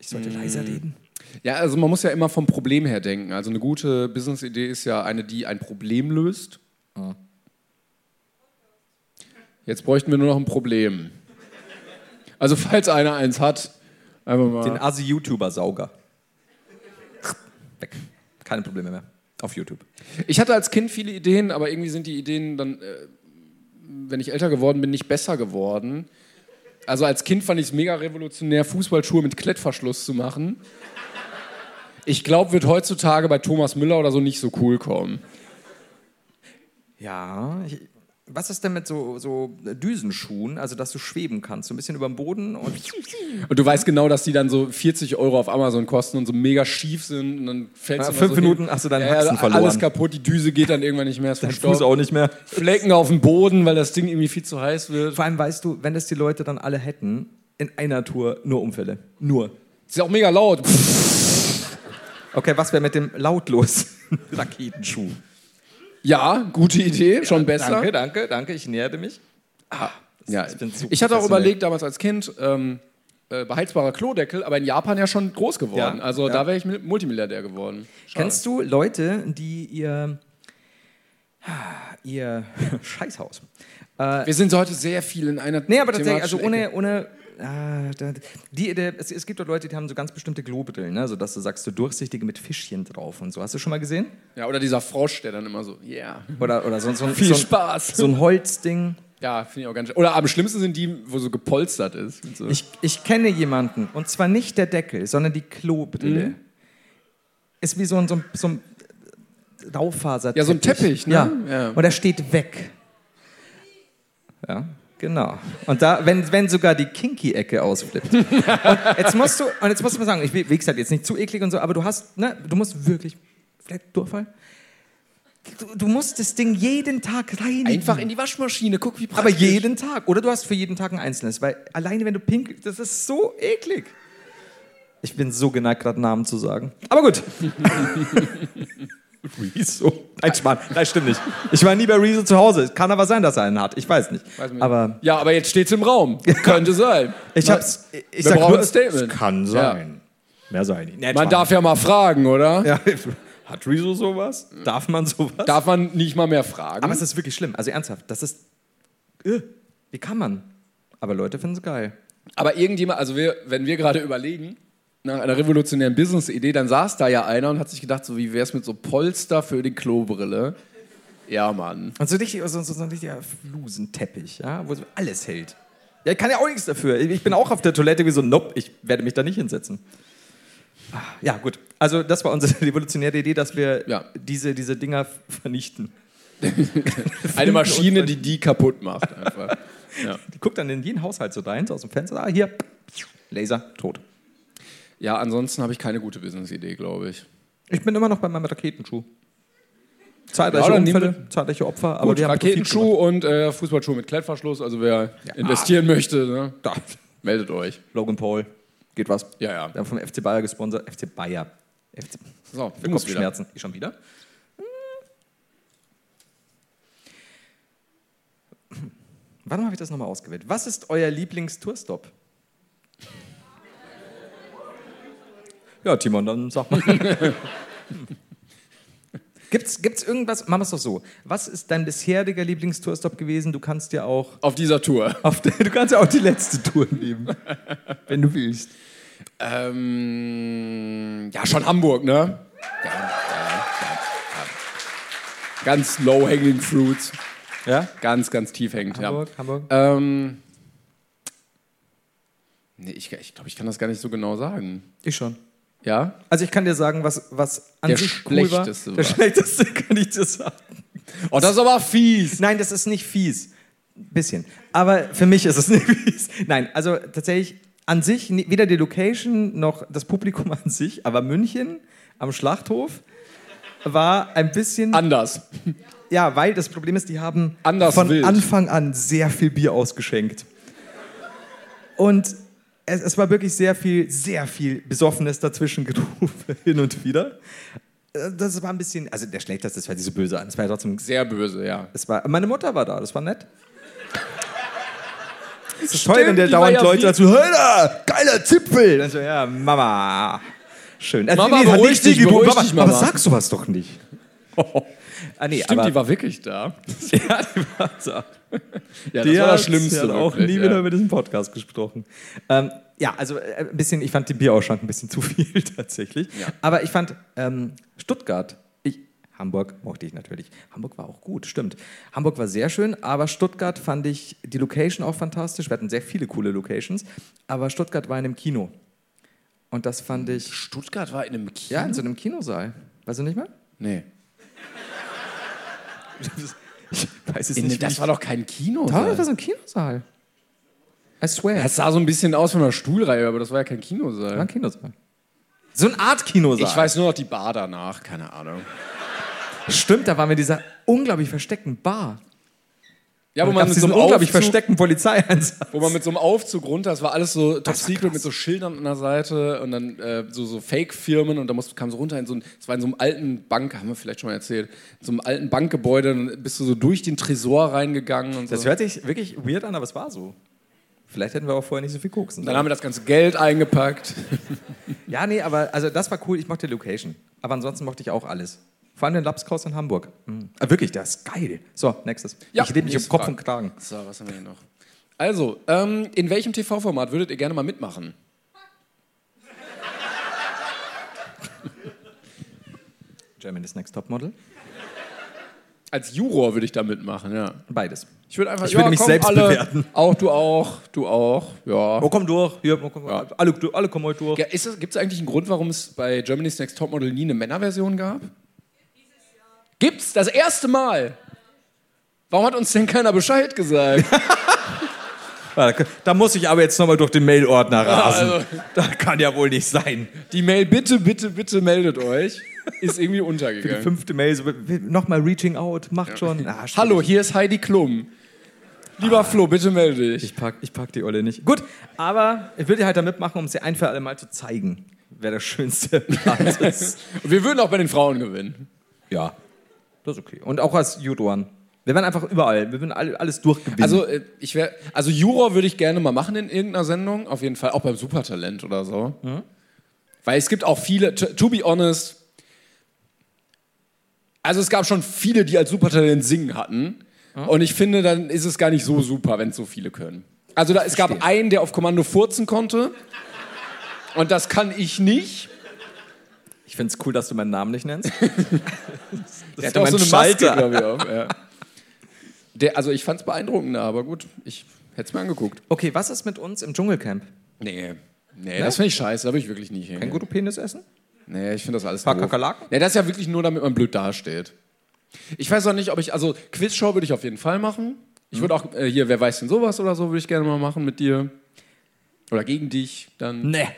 Ich sollte leiser reden.
Ja, also man muss ja immer vom Problem her denken. Also eine gute Business-Idee ist ja eine, die ein Problem löst. Jetzt bräuchten wir nur noch ein Problem. Also falls einer eins hat, einfach mal.
Den Assi-YouTuber-Sauger. Weg. Keine Probleme mehr. Auf YouTube.
Ich hatte als Kind viele Ideen, aber irgendwie sind die Ideen dann, äh, wenn ich älter geworden bin, nicht besser geworden. Also als Kind fand ich es mega revolutionär, Fußballschuhe mit Klettverschluss zu machen. Ich glaube, wird heutzutage bei Thomas Müller oder so nicht so cool kommen.
Ja. Ich, was ist denn mit so, so Düsenschuhen? Also, dass du schweben kannst. So ein bisschen über dem Boden und.
Und du weißt genau, dass die dann so 40 Euro auf Amazon kosten und so mega schief sind und dann fällst du
Ja,
mal
fünf
so hin.
Minuten hast du deinen Haxen
Alles
verloren.
kaputt, die Düse geht dann irgendwann nicht mehr, ist
Fuß
verstaubt.
auch nicht mehr.
Flecken auf dem Boden, weil das Ding irgendwie viel zu heiß wird.
Vor allem weißt du, wenn das die Leute dann alle hätten, in einer Tour nur Unfälle. Nur.
Ist ja auch mega laut.
Okay, was wäre mit dem lautlosen Raketenschuh?
Ja, gute Idee, schon besser.
Danke, danke, danke. Ich näherte mich.
Ja,
Ich bin zu
ich hatte auch
professionell.
überlegt, damals als Kind, ähm, äh, beheizbarer Klodeckel, aber in Japan ja schon groß geworden.
Ja,
also
ja.
da wäre ich Mil- Multimilliardär geworden. Schade.
Kennst du Leute, die ihr ihr Scheißhaus? äh,
Wir sind so heute sehr viel in einer.
Nee, aber tatsächlich, also
thematischen
ohne ohne ah, da- die, der, es, es gibt dort Leute, die haben so ganz bestimmte Globebrillen, ne? so dass du sagst, so durchsichtige mit Fischchen drauf und so. Hast du schon mal gesehen?
Ecke. Ja, oder dieser Frosch, der dann immer so, yeah.
Oder oder so, so,
Viel
so,
Spaß.
so ein Holzding.
Ja, finde ich auch ganz schön. Oder am schlimmsten sind die, wo so gepolstert ist. Und so.
Ich, ich kenne jemanden, und zwar nicht der Deckel, sondern die Klobrille.
Mhm.
Ist wie so ein, so ein, so ein Raufaser.
Ja, so ein Teppich, ne?
Ja.
Ja.
Und er steht weg. Ja, genau. Und da, wenn, wenn sogar die Kinky-Ecke ausflippt. und jetzt musst du, und jetzt musst du mal sagen, ich will, wie gesagt, jetzt nicht zu eklig und so, aber du hast, ne, du musst wirklich, vielleicht Durchfall? Du, du musst das Ding jeden Tag reinigen.
Einfach in die Waschmaschine, guck, wie
Aber
praktisch.
jeden Tag. Oder du hast für jeden Tag ein einzelnes. Weil alleine, wenn du pink, das ist so eklig. Ich bin so geneigt, gerade Namen zu sagen. Aber gut. Rezo. Nein, Schmarrn. Nein, stimmt nicht. Ich war nie bei Rezo zu Hause. Kann aber sein, dass er einen hat. Ich weiß nicht.
nicht.
aber
Ja, aber jetzt steht's im Raum. Könnte sein.
ich hab's.
wir
Ich sag
brauchen
nur,
ein Statement.
Kann sein. Mehr sein. Nee,
Man darf ja mal fragen, oder?
Ja. Hat Rezo sowas? Darf man sowas?
Darf man nicht mal mehr fragen?
Aber es ist wirklich schlimm. Also ernsthaft, das ist. Äh, wie kann man? Aber Leute finden es geil.
Aber irgendjemand, also wir, wenn wir gerade überlegen, nach einer revolutionären Business-Idee, dann saß da ja einer und hat sich gedacht, so wie wär's mit so Polster für die Klobrille? Ja, Mann.
Und so richtig, so, so, so ein richtiger Flusenteppich, ja, wo so alles hält. Ja, ich kann ja auch nichts dafür. Ich bin auch auf der Toilette wie so, nope, ich werde mich da nicht hinsetzen. Ah, Ja, gut. Also das war unsere revolutionäre Idee, dass wir
Ja.
diese, diese Dinger f- vernichten.
Eine Maschine, die die kaputt macht einfach.
Die guckt dann in jeden Haushalt so rein, so aus dem Fenster, ah, hier, Laser, tot.
Ja, ansonsten habe ich keine gute Business-Idee, glaube ich.
Ich bin immer noch bei meinem Raketenschuh. Zahlreiche
Ja, dann nehmen
Unfälle, zahlreiche Opfer, aber
Gut,
die haben Profit
Raketenschuh und äh, Fußballschuh mit Klettverschluss, also wer investieren möchte, ne,
gemacht. Da.
meldet euch.
Logan Paul, geht was.
Ja, ja.
Dann vom FC Bayer gesponsert, FC Bayer. FC
So,
Für
muss wieder.
Kopfschmerzen. Ich schon wieder? Hm. Wann habe ich das nochmal ausgewählt? Was ist euer Lieblingstourstop? Ja, Timon, dann sag mal. Hm. gibt's, gibt's irgendwas? Machen wir es doch so. Was ist dein bisheriger Lieblingstourstop gewesen? Du kannst ja auch
Auf dieser Tour.
auf der, du kannst ja auch die letzte Tour nehmen, wenn du willst.
Ähm, ja, schon Hamburg, ne? Ja, ja, ja, ja. Ganz low-hanging fruits.
Ja?
Ganz, ganz tief hängend.
Hamburg,
ja.
Hamburg.
Ähm, nee, ich, ich glaube, ich kann das gar nicht so genau sagen.
Ich schon.
Ja?
Also ich kann dir sagen, was, was an
Der
sich cool war.
schlechteste
Der
war.
schlechteste kann ich dir sagen.
Oh, das ist aber fies.
Nein, das ist nicht fies. Bisschen. Aber für mich ist es nicht fies. Nein, also tatsächlich an sich, ni- weder die Location noch das Publikum an sich, aber München am Schlachthof war ein bisschen...
Anders.
Ja, weil das Problem ist, die haben
Anders
von
wild.
Anfang an sehr viel Bier ausgeschenkt. Und es, es war wirklich sehr viel, sehr viel Besoffenes dazwischen gerufen, hin und wieder. Äh, Das war ein bisschen, also der schlechteste, das hört sich so böse an. Es war ja trotzdem,
Sehr böse, ja.
es war, meine Mutter war da, das war nett. Das ist toll, wenn der
die war
dauernd
ja
Leute
wie-
dazu, Höller, geiler Zipfel. Dann so, ja, Mama. Schön. Also,
Mama,
hat
beruhig
nichts
dich,
gegen-
beruhig
Mama,
dich, Mama.
Aber sag sowas doch nicht. Ah, nee,
Stimmt,
aber-
die war wirklich da.
Ja, die war so.
Ja, das
Die
war
hat-
das Schlimmste.
die hat auch
wirklich, ja.
nie wieder über diesen Podcast gesprochen. Ähm, ja, also äh, ein bisschen, ich fand den Bierausschank ein bisschen zu viel tatsächlich. Aber ich fand ähm, Stuttgart, ich, Hamburg mochte ich natürlich. Hamburg war auch gut, stimmt. Hamburg war sehr schön, aber Stuttgart fand ich die Location auch fantastisch. Wir hatten sehr viele coole Locations, aber Stuttgart war in einem Kino. Und das fand ich,
Stuttgart war in einem Kino?
ja, in so einem Kinosaal. Weißt du nicht mehr?
Nee.
Ich weiß es
In, das war doch kein Kino.
Toll, das war so ein Kinosaal. I swear.
Das sah so ein bisschen aus von einer Stuhlreihe, aber das war ja kein
War
Kinosaal.
ein Kinosaal. So eine Art Kinosaal.
Ich weiß nur noch die Bar danach, keine Ahnung.
Stimmt, da waren wir in dieser unglaublich versteckten Bar.
Ja, wo
Da
man,
gab's
mit so
diesen
einem
unglaublich
Aufzug,
versteckten Polizeieinsatz.
wo man mit so einem Aufzug runter, das war alles so Top
war
Secret mit so Schildern an der Seite und dann äh, so, so Fake-Firmen und da musst, kam so runter in so ein, es war in so einem alten Bank, haben wir vielleicht schon mal erzählt, in so einem alten Bankgebäude, dann bist du so durch den Tresor reingegangen und so.
Das hört sich wirklich weird an, aber es war so. Vielleicht hätten wir auch vorher nicht so viel koksen
Dann
sollen.
haben wir das ganze Geld eingepackt.
Genau. Ja, nee, aber also das war cool. Ich mochte die Location. Aber ansonsten mochte ich auch alles. Vor allem den Lapskaus in Hamburg. Mhm. Ah, wirklich, das ist geil. So, nächstes.
Ja,
ich lebe mich um
nächste
Kopf
Frage.
und Kragen.
So, was haben wir hier noch? Also, ähm, in welchem TV-Format würdet ihr gerne mal mitmachen?
Germany's Next Topmodel.
Als Juror würde ich da mitmachen, ja.
Beides.
Ich würde einfach
Ich würde mich selbst
alle,
bewerten.
Auch du auch, du auch, ja.
Oh, komm durch. Hier, oh, komm, alle, alle kommen heute durch.
ja Gibt es eigentlich einen Grund, warum es bei Germany's Next Topmodel nie eine Männerversion gab? Gibt's das erste Mal? Warum hat uns denn keiner Bescheid gesagt?
Ah, Da, da muss ich aber jetzt nochmal durch den Mail-Ordner rasen.
also-
Das kann ja wohl nicht sein.
Die Mail, bitte, bitte, bitte meldet euch, ist irgendwie untergegangen.
Fünfte Mail, so, nochmal reaching out, macht schon. Ah, schwierig.
Hallo, hier ist Heidi Klum. Lieber Flo, bitte melde dich.
Ich pack, ich pack die Olle nicht. Gut, aber ich will dir halt da mitmachen, um sie ein für alle Mal zu zeigen, wer der schönste Part ist.
Und wir würden auch bei den Frauen gewinnen.
Ja, das ist okay. Und auch als Judoan. Wir werden einfach überall, wir werden all- alles durchgewinnen.
Also, äh, ich wär, also Juror würde ich gerne mal machen in irgendeiner Sendung, auf jeden Fall, auch beim Supertalent oder so. Weil es gibt auch viele, to, to be honest, also es gab schon viele, die als Supertalent singen hatten. Und ich finde, dann ist es gar nicht so super, wenn es so viele können. Also da, es gab
verstehe.
einen, der auf Kommando furzen konnte. Und das kann ich nicht.
ich finde es cool, dass du meinen Namen nicht nennst.
Der
ist mein Schalter.
glaube ich, auf. Ja. Der, also ich fand es beeindruckender, aber gut, ich hätte es mir angeguckt.
Okay, was ist mit uns im Dschungelcamp?
Nee. Nee, das finde ich scheiße, da will ich wirklich nicht hin.
Ein guter Penis essen?
Nee, ich finde das alles
Paar
doof.
Kakerlaken?
Nee, das ist ja wirklich nur, damit man blöd dasteht. Ich weiß auch nicht, ob ich, also Quizshow würde ich auf jeden Fall machen.
Hm.
Ich würde auch, äh, hier, wer weiß denn sowas oder so, würde ich gerne mal machen mit dir. Oder gegen dich, dann.
Nee.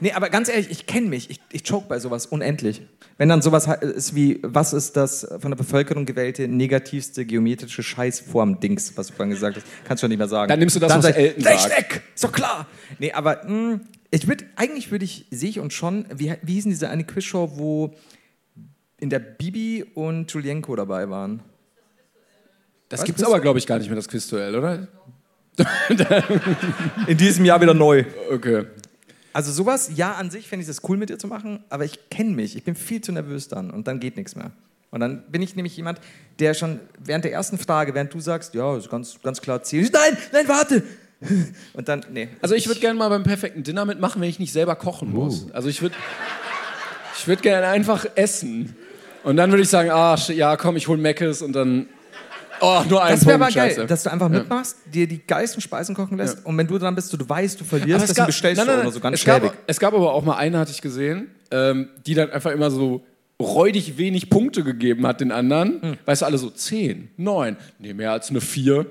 Nee, aber ganz ehrlich, ich kenne mich. Ich, ich choke bei sowas unendlich. Wenn dann sowas he- ist wie, was ist das von der Bevölkerung gewählte negativste geometrische Scheißform-Dings, was du vorhin gesagt hast, kannst du schon nicht mehr sagen.
Dann nimmst du das, was
sag ich,
Elton
"Leg
sagt."
weg! Ist doch klar! Nee, aber mh, ich würd, eigentlich würde ich, sehe ich uns schon, wie, wie hießen diese eine Quizshow, wo in der Bibi und Julienko dabei waren?
Das
Was
gibt's
bist
aber, glaube ich, gar nicht mehr, das Quizduell, oder?
In diesem Jahr wieder neu.
Okay.
Also sowas, ja, an sich fände ich das cool mit dir zu machen, aber ich kenne mich. Ich bin viel zu nervös dann und dann geht nichts mehr. Und dann bin ich nämlich jemand, der schon während der ersten Frage, während du sagst, ja, ist ganz, ganz klar Ziel. Nein, nein, warte! Und dann, nee.
Also ich würde gerne mal beim perfekten Dinner mitmachen, wenn ich nicht selber kochen
Uh.
muss. Also ich würde ich würd gerne einfach essen. Und dann würde ich sagen, ah, sch- ja, komm, ich hol Meckes und dann. Oh, nur einen
Das wäre
Punkt,
aber geil,
scheiße.
dass du einfach mitmachst, dir die geilsten Speisen kochen lässt und wenn du dran bist, du, du weißt, du verlierst,
es
das
gab-
bestellst
nein,
du
nein,
oder so ganz
es gab,
schäbig.
es gab aber auch mal eine, hatte ich gesehen, ähm, die dann einfach immer so räudig wenig Punkte gegeben hat den anderen.
Hm.
Weißt du, alle so 10, 9, nee, mehr als eine 4.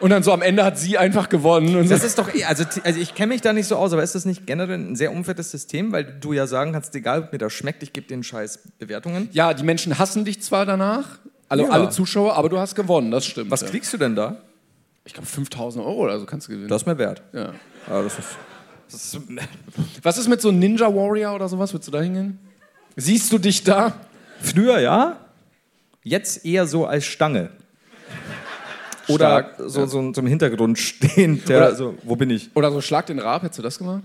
Und dann so am Ende hat sie einfach gewonnen. Und so.
Das ist doch eh, also, t- also ich kenne mich da nicht so aus, aber ist das nicht generell ein sehr unfaires System, weil du ja sagen kannst, egal, ob mir das schmeckt, ich gebe den Scheiß Bewertungen.
Ja, die Menschen hassen dich zwar danach, alle,
Ja.
alle Zuschauer, aber du hast gewonnen, das stimmt.
Was
ja.
kriegst du denn da?
Ich glaube, 5000 Euro oder so kannst du gewinnen.
Das ist mir wert.
ja.
Ja, Ah, das ist, das ist,
Was ist mit so Ninja Warrior oder sowas? Würdest du da hingehen? Siehst du dich da?
früher ja, jetzt eher so als Stange. Oder
Stark,
so, so, so im Hintergrund stehend, der,
Oder-
so, wo bin ich?
Oder so Schlag den Raab, hättest du das gemacht?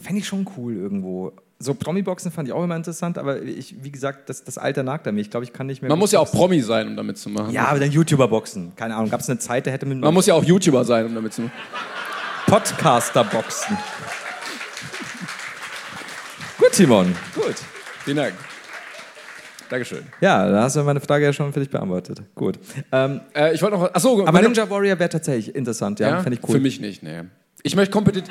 Fände ich schon cool irgendwo. So Promi-Boxen fand ich auch immer interessant, aber ich, wie gesagt, das, das Alter nagt an mir. Ich glaube, ich kann nicht mehr.
Man
gut
muss ja auch
boxen.
Promi sein, um damit zu machen.
Ja, aber dann YouTuber-Boxen. Keine Ahnung, gab es eine Zeit, da hätte man,
Man muss ja auch YouTuber sein, um damit zu machen.
Podcaster-Boxen. Gut, Timon.
Gut. Vielen Dank. Dankeschön.
Ja, da hast du meine Frage ja schon völlig beantwortet. Gut. Ähm,
Äh, ich wollte noch. Achso,
aber
meine-
Ninja Warrior wäre tatsächlich interessant, ja.
Ja,
Fände ich cool.
Für mich nicht, nee. Ich möchte kompetit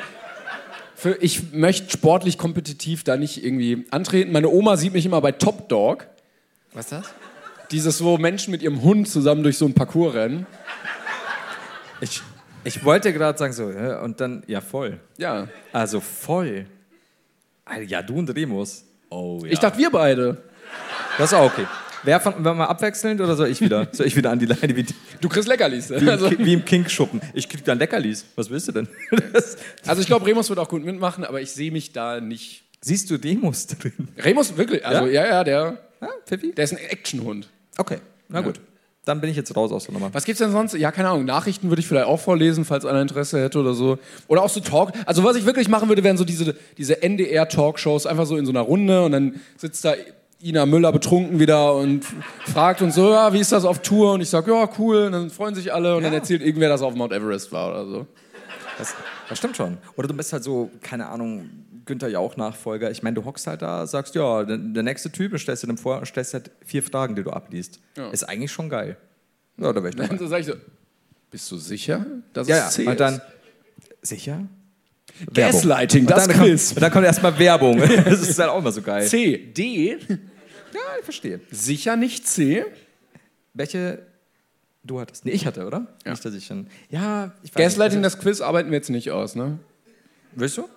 für, ich möchte sportlich kompetitiv da nicht irgendwie antreten. Meine Oma sieht mich immer bei Top Dog.
Was ist das?
Dieses, wo Menschen mit ihrem Hund zusammen durch so einen Parcours rennen.
Ich, ich wollte gerade sagen, so, hä, und dann, ja, voll.
Ja.
Also voll. Ah, Ja, du und Remus. Oh ja.
Ich dachte, wir beide.
das ist auch okay. Wer von, wollen wir abwechselnd oder soll ich wieder? Soll ich wieder an die Leine wie, die-
Du kriegst Leckerlis.
wie, im
Also,
Ki- wie im King-Schuppen? Ich krieg dann Leckerlis. Was willst du denn? Das,
also ich glaube, Remus wird auch gut mitmachen, aber ich sehe mich da nicht.
siehst du Demos drin?
Remus, wirklich. Also, ja, ja, der,
Ja, Pfiffi?
der ist ein Actionhund.
Okay, na gut. Dann bin ich jetzt raus aus der Nummer.
Was gibt's denn sonst? Ja, keine Ahnung. Nachrichten würde ich vielleicht auch vorlesen, falls einer Interesse hätte oder so. Oder auch so Talk. Also was ich wirklich machen würde, wären so diese, diese NDR-Talkshows, einfach so in so einer Runde und dann sitzt da Ina Müller betrunken wieder und fragt und so, ja, wie ist das auf Tour? Und ich sag, ja, cool. Und dann freuen sich alle und dann
Ja.
erzählt irgendwer, dass er auf Mount Everest war oder so.
Das, das stimmt schon. Oder du bist halt so, keine Ahnung, Günther Jauch-Nachfolger. Ich meine, du hockst halt da, sagst, ja, der, der nächste Typ, und stellst dir dem vor, stellst halt vier Fragen, die du abliest. Ist eigentlich schon geil. Ja, da wäre ich dabei.
Dann sag ich so, bist du sicher, dass
Ja,
es
ja.
zählt?
Und dann, sicher?
Gaslighting, das
und dann
Quiz.
Kommt, und dann kommt erstmal Werbung. das ist halt auch immer so geil.
C, D,
Ja, ich verstehe.
sicher nicht C.
Welche du hattest? Nee, ich hatte, oder?
Ja.
Nicht, dass ich schon. Ja, ich weiß
Gaslighting,
nicht.
das Quiz arbeiten wir jetzt nicht aus, ne?
Willst du?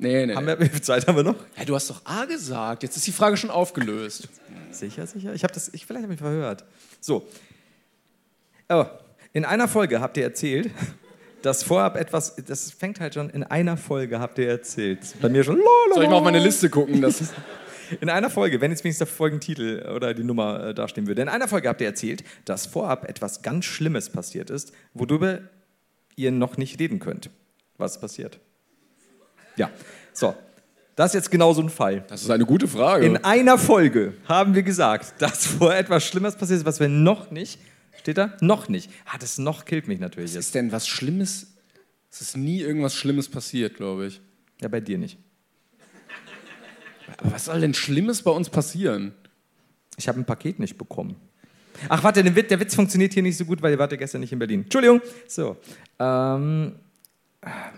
Nee, nee.
Haben wir, wie viel Zeit haben wir noch?
Ja, du hast doch A gesagt. Jetzt ist die Frage schon aufgelöst.
Sicher, sicher. Ich habe das, ich vielleicht habe ich verhört. So. Oh, in einer Folge habt ihr erzählt, dass vorab etwas, das fängt halt schon in einer Folge habt ihr erzählt. Bei mir schon. lololol.
Soll ich mal auf meine Liste gucken? Das ist
In einer Folge, wenn jetzt wenigstens der Folgentitel oder die Nummer äh, dastehen würde. In einer Folge habt ihr erzählt, dass vorab etwas ganz Schlimmes passiert ist, worüber ihr noch nicht reden könnt. Was ist passiert? Ja, so. Das ist jetzt genau so ein Fall.
das ist eine gute Frage.
In einer Folge haben wir gesagt, dass vor etwas Schlimmes passiert ist, was wir noch nicht, steht da, noch nicht. Ah, das noch killt mich natürlich jetzt.
ist denn was Schlimmes? Es ist nie irgendwas Schlimmes passiert, glaube ich.
Ja, bei dir nicht.
Aber was soll denn Schlimmes bei uns passieren?
Ich habe ein Paket nicht bekommen. Ach, warte, der Witz, der Witz funktioniert hier nicht so gut, weil ihr wart ja gestern nicht in Berlin. Entschuldigung. So. Ähm,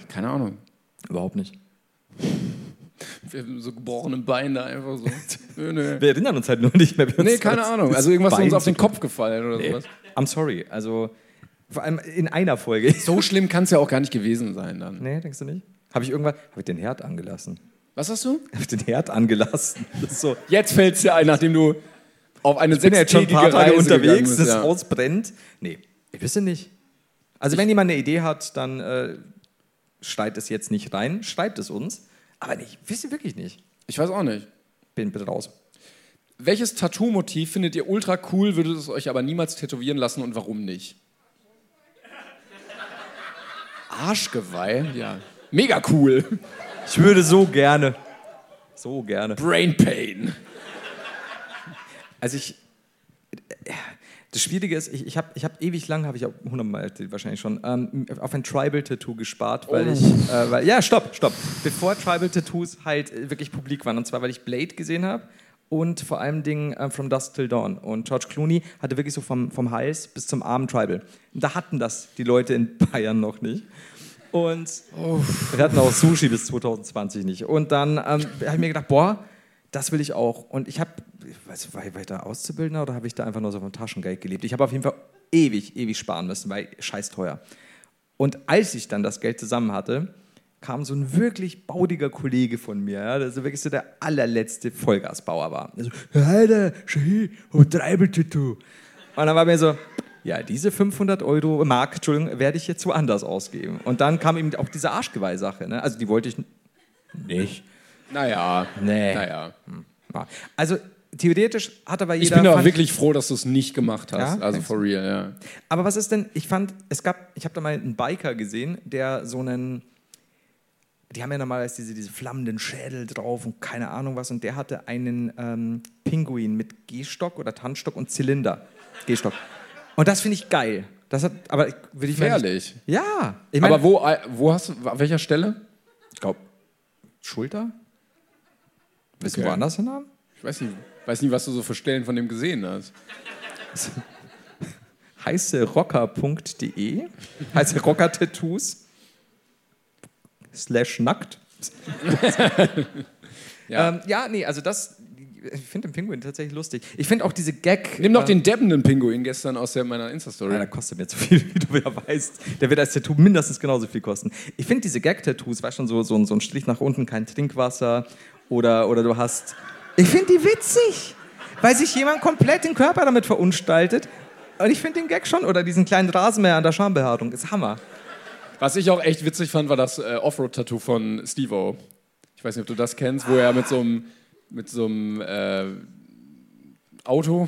Keine Ahnung.
überhaupt nicht.
Wir haben so gebrochene Beine einfach so. nö, nö.
Wir erinnern uns halt nur nicht mehr. wie uns
Nee, keine
das-
Ahnung.
das
Also irgendwas ist uns
Bein
auf den Kopf gefallen oder sowas.
I'm sorry. Also, vor allem in einer Folge.
So schlimm kann es ja auch gar nicht gewesen sein dann.
Nee, denkst du nicht? Habe ich irgendwann. Habe ich den Herd angelassen?
Was hast du?
Habe ich den Herd angelassen? Das ist so.
Jetzt fällt es dir ein, nachdem du auf eine
bin ja jetzt schon ein
sechstägige
paar Tage
Reise gegangen
unterwegs,
bist.
das
ja.
Haus brennt. Nee, ich wüsste nicht. Also, wenn jemand eine Idee hat, dann äh, schreit es jetzt nicht rein, schreibt es uns. Aber nee, ich wüsste wirklich nicht.
Ich weiß auch nicht.
Bin bitte raus.
Welches Tattoo-Motiv findet ihr ultra cool, würdet es euch aber niemals tätowieren lassen und warum nicht? Arschgeweih? Ja. Mega cool.
Ich würde so gerne. So gerne.
Brain Pain.
Also ich. Das Schwierige ist, ich, ich habe ich hab ewig lang, habe ich auch hundertmal erzählt wahrscheinlich schon, ähm, auf ein Tribal-Tattoo gespart, weil
Oh.
ich, äh, weil, ja, stopp, stopp, bevor Tribal-Tattoos halt äh, wirklich publik waren, und zwar, weil ich Blade gesehen habe und vor allem Dingen äh, From Dusk Till Dawn und George Clooney hatte wirklich so vom, vom Hals bis zum Arm Tribal. Und da hatten das die Leute in Bayern noch nicht. Und wir hatten auch Sushi bis 2020 nicht. Und dann ähm, habe ich mir gedacht, boah, das will ich auch. Und ich habe, weiß, war, war ich da Auszubildender oder habe ich da einfach nur so vom Taschengeld gelebt? Ich habe auf jeden Fall ewig, ewig sparen müssen, weil scheiß teuer. Und als ich dann das Geld zusammen hatte, kam so ein wirklich baudiger Kollege von mir, ja, der so wirklich so der allerletzte Vollgasbauer war. Der so, Alter, schau hier, hab ein Treibel-Tattoo. Und dann war mir so, ja, diese 500 Euro Mark, Entschuldigung, werde ich jetzt woanders ausgeben. Und dann kam eben auch diese Arschgeweih-Sache. Ne? Also die wollte ich n- nicht.
Naja.
Nee.
Naja.
Ja. Also theoretisch hat aber jeder.
Ich bin auch
fand-
wirklich froh, dass du es nicht gemacht hast.
Ja?
Also for real, ja.
Aber was ist denn, ich fand, es gab, ich habe da mal einen Biker gesehen, der so einen, die haben ja normalerweise diese, diese flammenden Schädel drauf und keine Ahnung was, und der hatte einen ähm, Pinguin mit Gehstock oder Tanzstock und Zylinder. Gehstock. Und das finde ich geil. Das hat, aber ich, will ich mir nicht-
Gefährlich.
Ja. Ich
Aber wo, äh, wo hast du, an welcher Stelle? Ich glaube,
Schulter? Willst du
Okay.
woanders hin haben?
ich weiß nicht, weiß nicht, was du so für Stellen von dem gesehen hast.
heißerocker.de, heiße Rocker Tattoos, slash nackt. ja.
Ja.
Ähm, ja, nee, also das, ich finde den Pinguin tatsächlich lustig. Ich finde auch diese Gag.
Nimm doch
äh,
den deppenden Pinguin gestern aus der, meiner Insta-Story.
Ja, der kostet mir zu viel, wie du ja weißt. Der wird als Tattoo mindestens genauso viel kosten. Ich finde diese Gag-Tattoos, weißt schon, so, so, ein- so ein Strich nach unten, kein Trinkwasser oder, oder du hast. Ich finde die witzig, weil sich jemand komplett den Körper damit verunstaltet. Und ich finde den Gag schon, oder diesen kleinen Rasenmäher an der Schambehaarung, ist Hammer.
Was ich auch echt witzig fand, war das äh, Offroad-Tattoo von Steve-O. Ich weiß nicht, ob du das kennst, wo er mit so einem mit so einem äh, Auto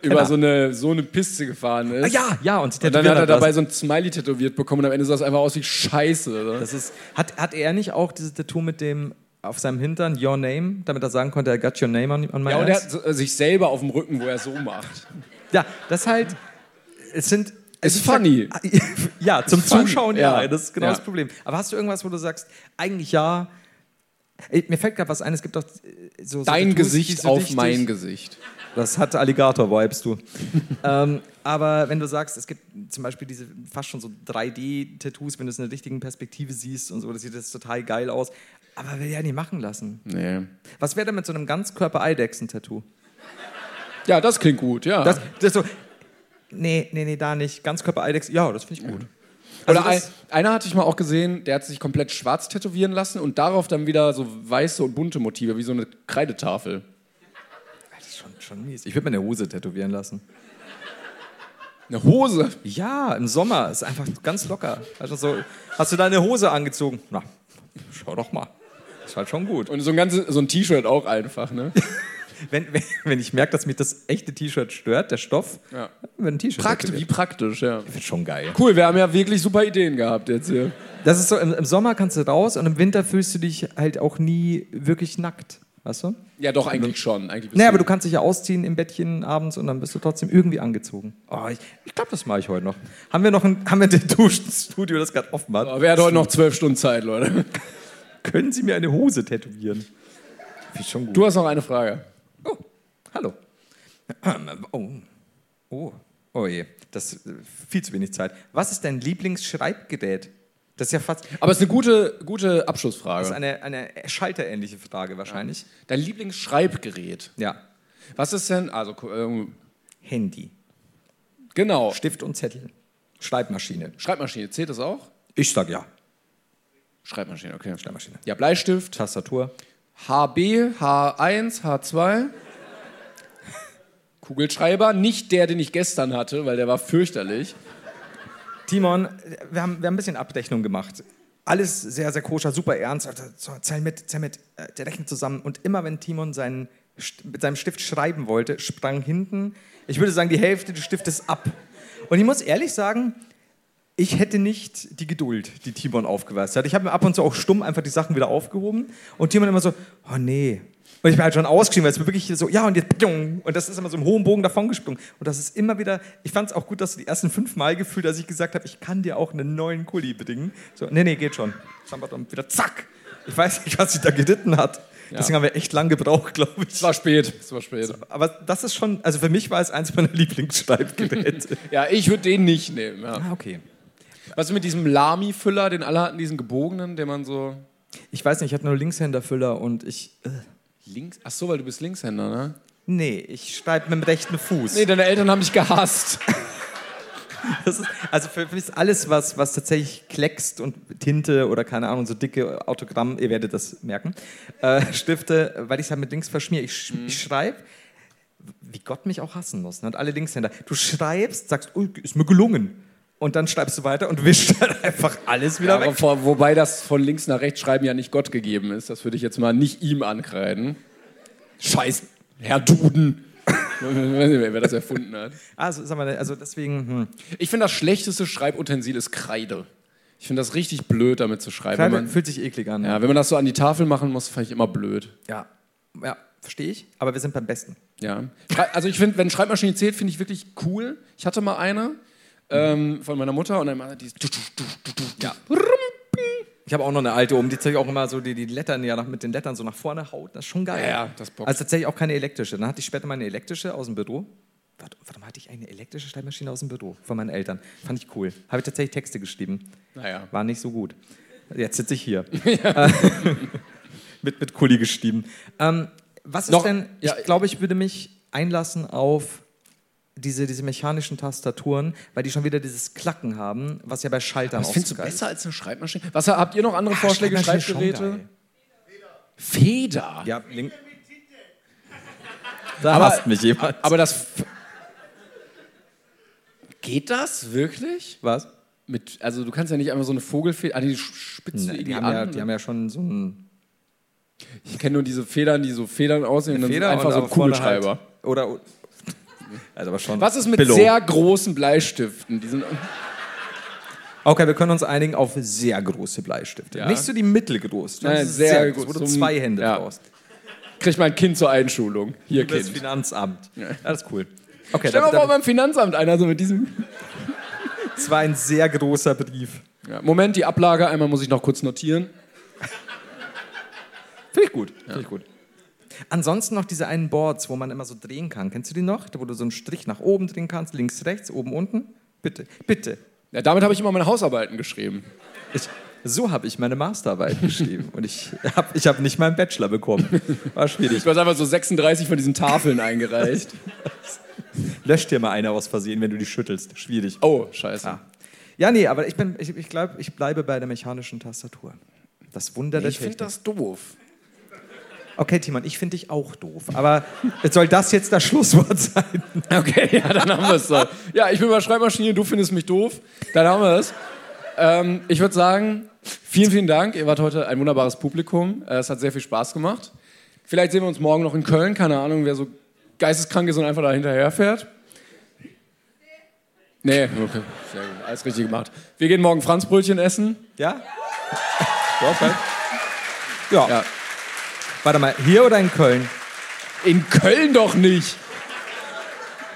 über so eine, so eine Piste gefahren ist.
Äh, Ah, ja, ja, und,
Und dann hat er
das.
dabei so ein Smiley tätowiert bekommen und am Ende sah es einfach aus wie Scheiße. Oder?
Das ist, hat, hat er nicht auch dieses Tattoo mit dem auf seinem Hintern, Your Name, damit er sagen konnte, I got your name on, on my
Ja, und er
ass?
hat so- äh, sich selber auf dem Rücken, wo er so macht.
Ja, das halt, es sind.
Ist
ich
funny.
Sag, ja, zum
funny,
Zuschauen, ja,
ja.
das ist genau
Ja.
das Problem. Aber hast du irgendwas, wo du sagst, eigentlich ja? Ey, Mir fällt gerade was ein, es gibt doch äh, so. so
Dein
Tattoos, die
Gesicht
so
auf
dichtig-
mein Gesicht.
Das hat Alligator-Vibes, du. ähm, aber wenn du sagst, es gibt zum Beispiel diese fast schon so 3D-Tattoos, wenn du es in der richtigen Perspektive siehst und so, das sieht das total geil aus. Aber will ja nicht machen lassen.
Nee.
Was wäre denn mit so einem Ganzkörper-Eidechsen-Tattoo?
Ja, das klingt gut, ja.
Das, das so, nee, nee, nee, da nicht. Ganzkörper-Eidechsen, ja, das finde ich gut.
Oder
Also das-
ein, einer hatte ich mal auch gesehen, der hat sich komplett schwarz tätowieren lassen und darauf dann wieder so weiße und bunte Motive, wie so eine Kreidetafel.
Das ist schon, schon mies. Ich würde mir eine Hose tätowieren lassen.
Eine Hose.
Ja, im Sommer ist einfach ganz locker. Also so, hast du deine Hose angezogen? Na, schau doch mal. Ist halt schon gut.
Und so ein, ganzes- so ein T-Shirt auch einfach, ne?
Wenn, wenn, wenn ich merke, dass mich das echte T-Shirt stört, der Stoff,
Ja.
wenn ein T-Shirt
Praktisch, wie
tätowiert.
praktisch, ja.
Wird schon geil.
Cool, wir haben ja wirklich super Ideen gehabt jetzt hier.
Das ist so, im, im Sommer kannst du raus und im Winter fühlst du dich halt auch nie wirklich nackt. Weißt du?
Ja, doch, eigentlich schon. Eigentlich bist
Naja, aber du kannst dich ja ausziehen im Bettchen abends und dann bist du trotzdem irgendwie angezogen. Oh, ich ich glaube, das mache ich heute noch. Haben wir noch ein, haben wir ein Tattoo-Studio, das gerade offen hat?
Aber wer hat heute noch zwölf Stunden Zeit, Leute?
Können Sie mir eine Hose tätowieren? Finde ich schon gut.
Du hast noch eine Frage.
Oh, hallo. Oh. Oh. Oh je, das ist äh, viel zu wenig Zeit. Was ist dein Lieblingsschreibgerät? Das ist ja fast oh,
Aber es ist eine gute, gute
das ist
Abschlussfrage.
eine, eine schalterähnliche Frage wahrscheinlich.
Dein Lieblingsschreibgerät.
Ja.
Was ist denn, also, ähm,
Handy,
genau,
Stift und Zettel, Schreibmaschine.
Schreibmaschine, zählt das auch?
Ich sag ja.
Schreibmaschine, okay.
Schreibmaschine.
Ja, Bleistift,
Tastatur.
HB, H1, H2. Kugelschreiber, nicht der, den ich gestern hatte, weil der war fürchterlich.
Timon, wir haben, wir haben ein bisschen Abrechnung gemacht. Alles sehr, sehr koscher, super ernst. Also, So, zähl mit, zähl mit, äh, der rechnet zusammen. Und immer wenn Timon seinen, St- mit seinem Stift schreiben wollte, sprang hinten, ich würde sagen, die Hälfte des Stiftes ab. Und ich muss ehrlich sagen, ich hätte nicht die Geduld, die Timon aufgeweist hat. Ich habe mir ab und zu auch stumm einfach die Sachen wieder aufgehoben. Und Timon immer so, oh nee. Und ich bin halt schon ausgeschrieben, weil es mir wirklich so, ja und jetzt, pjong. und das ist immer so im hohen Bogen davongesprungen. Und das ist immer wieder, ich fand es auch gut, dass du die ersten fünf Mal gefühlt, dass ich gesagt habe, ich kann dir auch einen neuen Kuli bedingen. So, nee, nee, geht schon. Dann wieder zack. Ich weiß nicht, was sie da geritten hat. Deswegen haben wir echt lang gebraucht, glaube ich.
Es war spät, es war spät.
Aber das ist schon, also für mich war es eins meiner Lieblingsschreibgeräte.
Ja, ich würde den nicht nehmen. Ja.
ah, okay.
Was ist mit diesem Lami-Füller, den alle hatten, diesen gebogenen, den man so
Ich weiß nicht, ich hatte nur Linkshänderfüller und ich. Äh,
links. Ach so, weil du bist Linkshänder, ne?
nee, ich schreibe mit dem rechten Fuß.
Nee, deine Eltern haben dich gehasst.
Das ist, also für mich ist alles, was, was tatsächlich kleckst und Tinte oder keine Ahnung, so dicke Autogramm, ihr werdet das merken, äh, Stifte, weil ich es halt mit links verschmier. Ich,
Mhm.
sch ich schreibe, wie Gott mich auch hassen muss. Ne? Und alle Linkshänder. Du schreibst, sagst, oh, ist mir gelungen. Und dann schreibst du weiter und wischst dann einfach alles wieder
Ja, aber
weg.
vor, wobei das von links nach rechts schreiben ja nicht Gott gegeben ist. Das würde ich jetzt mal nicht ihm ankreiden. Scheiß Herr Duden. ich weiß nicht, wer wer das erfunden hat.
Also, sag mal, also deswegen. Hm.
Ich finde, das schlechteste Schreibutensil ist Kreide. Ich finde das richtig blöd, damit zu schreiben. Wenn
Kleidung
man,
fühlt sich eklig an.
ja, wenn man das so an die Tafel machen muss, fand ich immer blöd.
ja, ja verstehe ich. Aber wir sind beim Besten.
Ja. Schrei- Also ich finde, wenn Schreibmaschine zählt, finde ich wirklich cool. Ich hatte mal eine ähm, von meiner Mutter und dann mal die. Ja.
Ich habe auch noch eine alte oben, die tatsächlich auch immer so die, die Lettern ja nach, mit den Lettern so nach vorne haut. Das ist schon geil.
Ja, ja, das bockt.
Also tatsächlich auch keine elektrische. Dann hatte ich später meine elektrische aus dem Büro. Warte, warte mal, hatte ich eine elektrische Schreibmaschine aus dem Büro von meinen Eltern. Fand ich cool. Habe ich tatsächlich Texte geschrieben.
Naja.
War nicht so gut. Jetzt sitze ich hier. mit, mit Kuli geschrieben. Ähm, was ist
Noch-
denn,
ja,
ich glaube, ich würde mich einlassen auf diese, diese mechanischen Tastaturen, weil die schon wieder dieses Klacken haben, was ja bei Schaltern
Was findest du
geil ist.
besser als eine Schreibmaschine? Was habt ihr noch andere Vorschläge?
Schreibmaschine Ah, ist schon
Schreibgeräte? Feder.
Ja, link. Da
Aber-
hasst mich jemand.
Aber das. F- Geht das wirklich?
was?
Mit, also du kannst ja nicht einfach so eine Vogelfeder, ah, die sch- spitzt du
Na,
irgendwie
die, haben
an.
ja, die haben ja schon so einen
ich kenne nur diese Federn, die so Federn aussehen und dann sind einfach
und
so ein
aber vorne
Kugelschreiber.
Halt, oder. Also aber schon.
Was ist mit
Pillow.
sehr großen Bleistiften? Die sind,
Okay, wir können uns einigen auf sehr große Bleistifte.
Ja.
Nicht so die mittelgroß.
Nein,
das ist
sehr
groß, wo
groß,
du
so ein-
zwei Hände
ja.
brauchst.
kriegt mein Kind zur Einschulung. Hier,
Das
Kind.
Finanzamt. Ja. Das ist cool. Okay,
Stell mal
damit,
vor,
damit,
beim Finanzamt einer so mit diesem.
das war ein sehr großer Brief.
Ja, Moment, die Ablage, einmal muss ich noch kurz notieren.
Finde ich gut. Finde ich gut. Ansonsten noch diese einen Boards, wo man immer so drehen kann. Kennst du die noch? Da, Wo du so einen Strich nach oben drehen kannst, links, rechts, oben, unten. Bitte, bitte.
Ja, damit habe ich immer meine Hausarbeiten geschrieben.
Ich, so habe ich meine Masterarbeit geschrieben. Und ich habe ich hab nicht meinen Bachelor bekommen. War schwierig.
Ich habe einfach so 36 von diesen Tafeln eingereicht.
Löscht dir mal eine aus Versehen, wenn du die schüttelst. Schwierig.
Oh, scheiße.
Ja, ja nee, aber ich, bin, ich, ich glaube, ich bleibe bei der mechanischen Tastatur. Das Wunder der
Ich finde
Technik.
das doof.
Okay, Timon, ich finde dich auch doof. Aber jetzt soll das jetzt das Schlusswort sein?
Okay, ja, dann haben wir es so. Ja, ich bin bei Schreibmaschine, du findest mich doof. Dann haben wir es. Ähm, ich würde sagen, vielen, vielen Dank. Ihr wart heute ein wunderbares Publikum. Äh, es hat sehr viel Spaß gemacht. Vielleicht sehen wir uns morgen noch in Köln. Keine Ahnung, wer so geisteskrank ist und einfach da hinterherfährt. Nee, okay. Sehr gut. Alles richtig gemacht. Wir gehen morgen Franzbrötchen essen.
Ja? Ja, okay. Ja.
Ja.
Warte mal, hier oder in Köln?
In Köln doch nicht.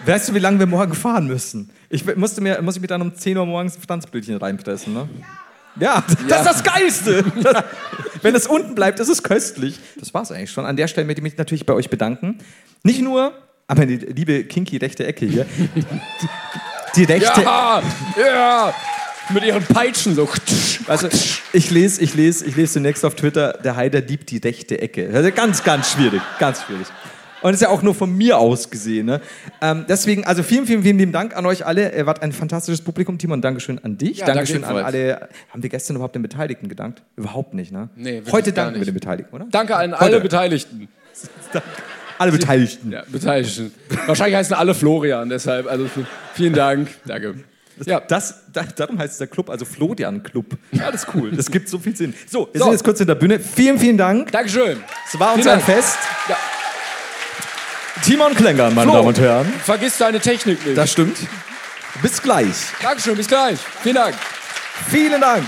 Weißt du, wie lange wir morgen fahren müssen? Ich w- musste mir, muss ich mir dann um 10 Uhr morgens ein Franzbrötchen reinpressen, ne? Ja, das ist das Geilste. Das, wenn es unten bleibt, ist es köstlich. Das war's eigentlich schon. An der Stelle möchte ich mich natürlich bei euch bedanken. Nicht nur, aber die liebe kinky rechte Ecke hier. Die, die rechte
Ja, ja. Mit ihren Peitschen so.
Also ich lese, ich lese, ich lese demnächst auf Twitter, der Haider liebt die rechte Ecke. Also ganz, ganz schwierig, ganz schwierig. Und ist ja auch nur von mir aus gesehen. Ne? Ähm, deswegen, also vielen, vielen, vielen lieben Dank an euch alle. Ihr wart ein fantastisches Publikum, Timon. Dankeschön an dich.
Ja,
Dankeschön
danke
an alle. Haben wir gestern überhaupt den Beteiligten gedankt? Überhaupt nicht, ne?
Nee, wirklich
Heute
gar
danken wir
nicht.
den Beteiligten, oder?
Danke an alle Beteiligten.
Alle Beteiligten.
Ja, Beteiligten. Wahrscheinlich heißen alle Florian, deshalb. Also v- vielen Dank. Danke. Ja,
Das, da, darum heißt der Club, also Florian Club. Ja, das ist cool. Das gibt so viel Sinn. So, wir
So.
sind jetzt kurz in der Bühne. Vielen, vielen Dank.
Dankeschön.
Es war uns
Vielen
ein
Dank.
Fest.
Ja.
Timon Klenger, meine
Flo.
Damen und Herren.
Vergiss deine Technik nicht.
Das stimmt. Bis gleich.
Dankeschön, bis gleich. Vielen Dank.
Vielen Dank.